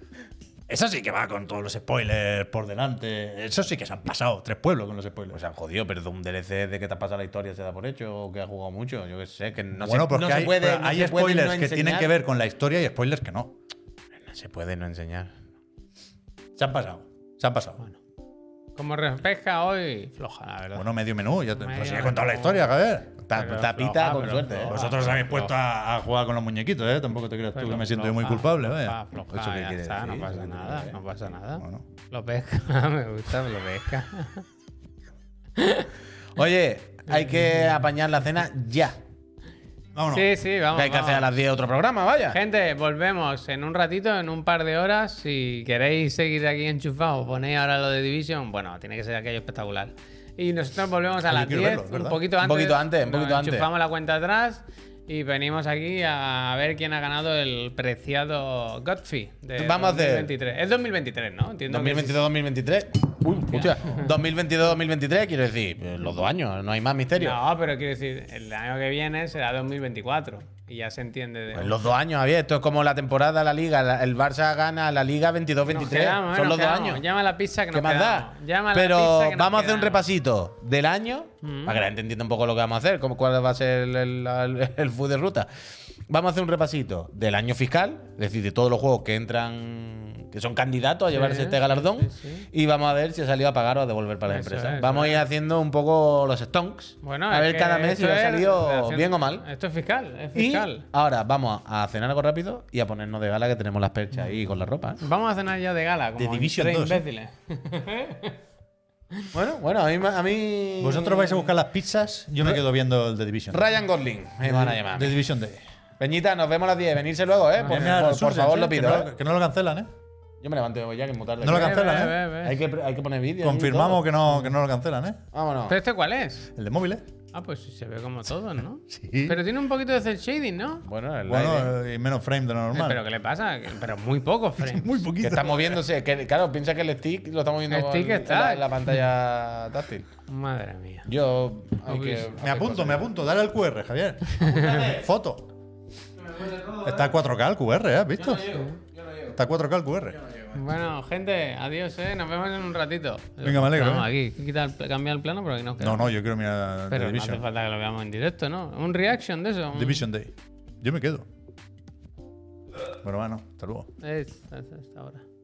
[SPEAKER 1] esa sí que va con todos los spoilers por delante. Eso sí que se han pasado tres pueblos con los spoilers.
[SPEAKER 3] Pues han jodido, pero de un DLC de que te ha pasado la historia se da por hecho o que has jugado mucho. Yo que sé, pues que no
[SPEAKER 1] bueno,
[SPEAKER 3] se,
[SPEAKER 1] porque
[SPEAKER 3] no se
[SPEAKER 1] hay,
[SPEAKER 3] puede.
[SPEAKER 1] pero
[SPEAKER 3] no
[SPEAKER 1] hay
[SPEAKER 3] se puede
[SPEAKER 1] spoilers
[SPEAKER 3] no
[SPEAKER 1] que tienen
[SPEAKER 3] enseñar.
[SPEAKER 1] que ver con la historia y spoilers que no.
[SPEAKER 3] No se puede no enseñar.
[SPEAKER 1] Se han pasado. Se han pasado. Bueno,
[SPEAKER 2] Como repesca hoy, floja, la verdad.
[SPEAKER 1] medio menú. Ya te,
[SPEAKER 2] Medio
[SPEAKER 1] pero si he
[SPEAKER 2] menú.
[SPEAKER 1] contado la historia, a ver.
[SPEAKER 3] Ta-
[SPEAKER 2] Pero
[SPEAKER 3] tapita
[SPEAKER 2] floja,
[SPEAKER 3] con
[SPEAKER 2] pero
[SPEAKER 3] suerte. ¿eh?
[SPEAKER 2] floja.
[SPEAKER 1] Vosotros os habéis puesto a, a jugar con los muñequitos, ¿eh? Tampoco te creas tú
[SPEAKER 2] Pero
[SPEAKER 1] que me siento yo muy
[SPEAKER 2] floja,
[SPEAKER 1] culpable,
[SPEAKER 2] floja,
[SPEAKER 1] vaya.
[SPEAKER 2] floja,
[SPEAKER 3] ¿Eso qué
[SPEAKER 2] ya
[SPEAKER 3] quiere
[SPEAKER 2] está,
[SPEAKER 3] decir?
[SPEAKER 2] No
[SPEAKER 3] Eso
[SPEAKER 2] pasa
[SPEAKER 3] qué
[SPEAKER 2] nada,
[SPEAKER 3] quiere
[SPEAKER 2] no pasa nada.
[SPEAKER 1] Bueno.
[SPEAKER 2] Lo pesca, me gusta, lo pesca.
[SPEAKER 3] Oye, hay que apañar la cena ya.
[SPEAKER 1] Vámonos.
[SPEAKER 2] Sí, sí, vamos.
[SPEAKER 3] Que hay que
[SPEAKER 2] vamos.
[SPEAKER 3] hacer a las 10 otro programa, vaya.
[SPEAKER 2] Gente, volvemos en un ratito, en un par de horas. Si queréis seguir aquí enchufados, ponéis ahora lo de Division. Bueno, tiene que ser aquello espectacular. Y nosotros volvemos a
[SPEAKER 1] Oye,
[SPEAKER 2] las
[SPEAKER 1] quiero
[SPEAKER 2] 10,
[SPEAKER 1] verlo, es
[SPEAKER 2] un
[SPEAKER 1] verdad.
[SPEAKER 2] poquito
[SPEAKER 3] Un
[SPEAKER 2] antes.
[SPEAKER 3] poquito antes, un
[SPEAKER 2] nos
[SPEAKER 3] poquito antes.
[SPEAKER 2] Enchufamos la cuenta atrás y venimos aquí a ver quién ha ganado el preciado Godfrey de
[SPEAKER 3] Vamos a hacer-
[SPEAKER 2] 2023. Es 2023, ¿no? Entiendo que sí.
[SPEAKER 3] 2022-2023. Uy, hostia. 2022-2023, quiero decir, eh, los dos años, no hay más misterio.
[SPEAKER 2] No, pero quiero decir, el año que viene será 2024. Y ya se entiende de.
[SPEAKER 3] Pues los dos años, Javier. Esto es como la temporada, la liga. la- el Barça gana la liga 22-23.
[SPEAKER 2] Nos quedamos, eh,
[SPEAKER 3] Son
[SPEAKER 2] nos
[SPEAKER 3] los dos
[SPEAKER 2] quedamos.
[SPEAKER 3] años.
[SPEAKER 2] Llama a la pizza que
[SPEAKER 3] ¿Qué
[SPEAKER 2] nos
[SPEAKER 3] más
[SPEAKER 2] quedamos.
[SPEAKER 3] da?
[SPEAKER 2] Llama a la
[SPEAKER 3] Pero
[SPEAKER 2] pizza que nos
[SPEAKER 3] vamos a hacer
[SPEAKER 2] quedamos.
[SPEAKER 3] un
[SPEAKER 2] Mm.
[SPEAKER 3] repasito del año para que la gente entienda un poco lo que vamos a hacer, cómo, cuál va a ser el, el- el- el food de ruta. Vamos a hacer un repasito del año fiscal, es decir, de todos los juegos que entran, que son candidatos a llevarse este galardón.
[SPEAKER 2] sí, sí.
[SPEAKER 3] Y vamos a ver si ha salido a pagar o a devolver para las
[SPEAKER 2] Eso
[SPEAKER 3] empresas.
[SPEAKER 2] es,
[SPEAKER 3] vamos a ir haciendo un poco los stonks.
[SPEAKER 2] Bueno,
[SPEAKER 3] a
[SPEAKER 2] es
[SPEAKER 3] ver
[SPEAKER 2] que
[SPEAKER 3] cada mes si
[SPEAKER 2] esto
[SPEAKER 3] ha
[SPEAKER 2] es
[SPEAKER 3] salido
[SPEAKER 2] relación-
[SPEAKER 3] bien o mal.
[SPEAKER 2] Esto es fiscal, es
[SPEAKER 3] Y
[SPEAKER 2] fiscal.
[SPEAKER 3] ahora vamos a cenar algo rápido y a ponernos de gala que tenemos
[SPEAKER 2] Mm.
[SPEAKER 3] las perchas ahí con la ropa. ¿eh?
[SPEAKER 2] Vamos a cenar ya de gala, como
[SPEAKER 1] Division
[SPEAKER 2] tres
[SPEAKER 1] 2, ¿eh?
[SPEAKER 2] imbéciles.
[SPEAKER 3] Bueno, bueno, a mí. A mí...
[SPEAKER 1] Vosotros
[SPEAKER 3] Eh,
[SPEAKER 1] vais a buscar las pizzas, yo me quedo viendo el The Division.
[SPEAKER 3] Ryan Gosling, me van a llamar.
[SPEAKER 1] The Division Day.
[SPEAKER 3] Peñita, nos vemos a las 10. Venirse luego, ¿eh? Por,
[SPEAKER 1] Mira,
[SPEAKER 3] por- por
[SPEAKER 1] Resurgence,
[SPEAKER 3] favor,
[SPEAKER 1] ¿eh?
[SPEAKER 3] lo
[SPEAKER 1] Que
[SPEAKER 3] pido.
[SPEAKER 1] no lo-
[SPEAKER 3] ¿eh?
[SPEAKER 1] Que no lo cancelan, ¿eh?
[SPEAKER 3] Yo me levanto, voy ya que es muy tarde.
[SPEAKER 1] No lo
[SPEAKER 3] Hay que-
[SPEAKER 1] cancelan,
[SPEAKER 2] Ve,
[SPEAKER 1] ¿eh?
[SPEAKER 2] ve, ve.
[SPEAKER 3] Hay que, hay que poner vídeo.
[SPEAKER 1] Confirmamos que no, que no lo cancelan, ¿eh?
[SPEAKER 3] Vámonos.
[SPEAKER 2] ¿Pero este cuál es?
[SPEAKER 1] El de ¿eh? móviles.
[SPEAKER 2] Ah, pues sí, se ve como todos, ¿no?
[SPEAKER 1] Sí.
[SPEAKER 2] Pero tiene un poquito de cel shading, ¿no?
[SPEAKER 3] Bueno, el aire.
[SPEAKER 1] Bueno, eh, y menos frame de lo
[SPEAKER 2] Eh,
[SPEAKER 1] normal.
[SPEAKER 2] ¿Pero qué le pasa? Que- Pero muy poco, Fren.
[SPEAKER 1] Muy
[SPEAKER 3] Que
[SPEAKER 1] poquito.
[SPEAKER 3] está moviéndose. que- claro, piensa que el stick lo está moviendo
[SPEAKER 2] El
[SPEAKER 3] con
[SPEAKER 2] stick está.
[SPEAKER 3] La, la pantalla táctil.
[SPEAKER 2] Madre mía.
[SPEAKER 3] Yo. hay que
[SPEAKER 2] Obvio.
[SPEAKER 1] Me
[SPEAKER 3] hacer
[SPEAKER 1] apunto,
[SPEAKER 3] cosas.
[SPEAKER 1] me apunto. Dale al QR, Javier. Foto. Está a 4K el QR, ¿eh? ¿has visto? Está a 4K el QR.
[SPEAKER 2] Bueno, gente, adiós, ¿eh? Nos vemos en un ratito.
[SPEAKER 1] Venga, me alegro,
[SPEAKER 2] Vamos
[SPEAKER 1] ¿eh?
[SPEAKER 2] aquí. Quita el pl- cambiar el plano, pero aquí nos
[SPEAKER 1] No,
[SPEAKER 2] quedamos.
[SPEAKER 1] no, yo quiero mirar The
[SPEAKER 2] Pero no hace
[SPEAKER 1] Division.
[SPEAKER 2] falta que lo veamos en directo, ¿no? Un reaction de eso. un-
[SPEAKER 1] Division Day. Yo me quedo. Bueno, bueno, hasta luego.
[SPEAKER 2] Es, es- es ahora.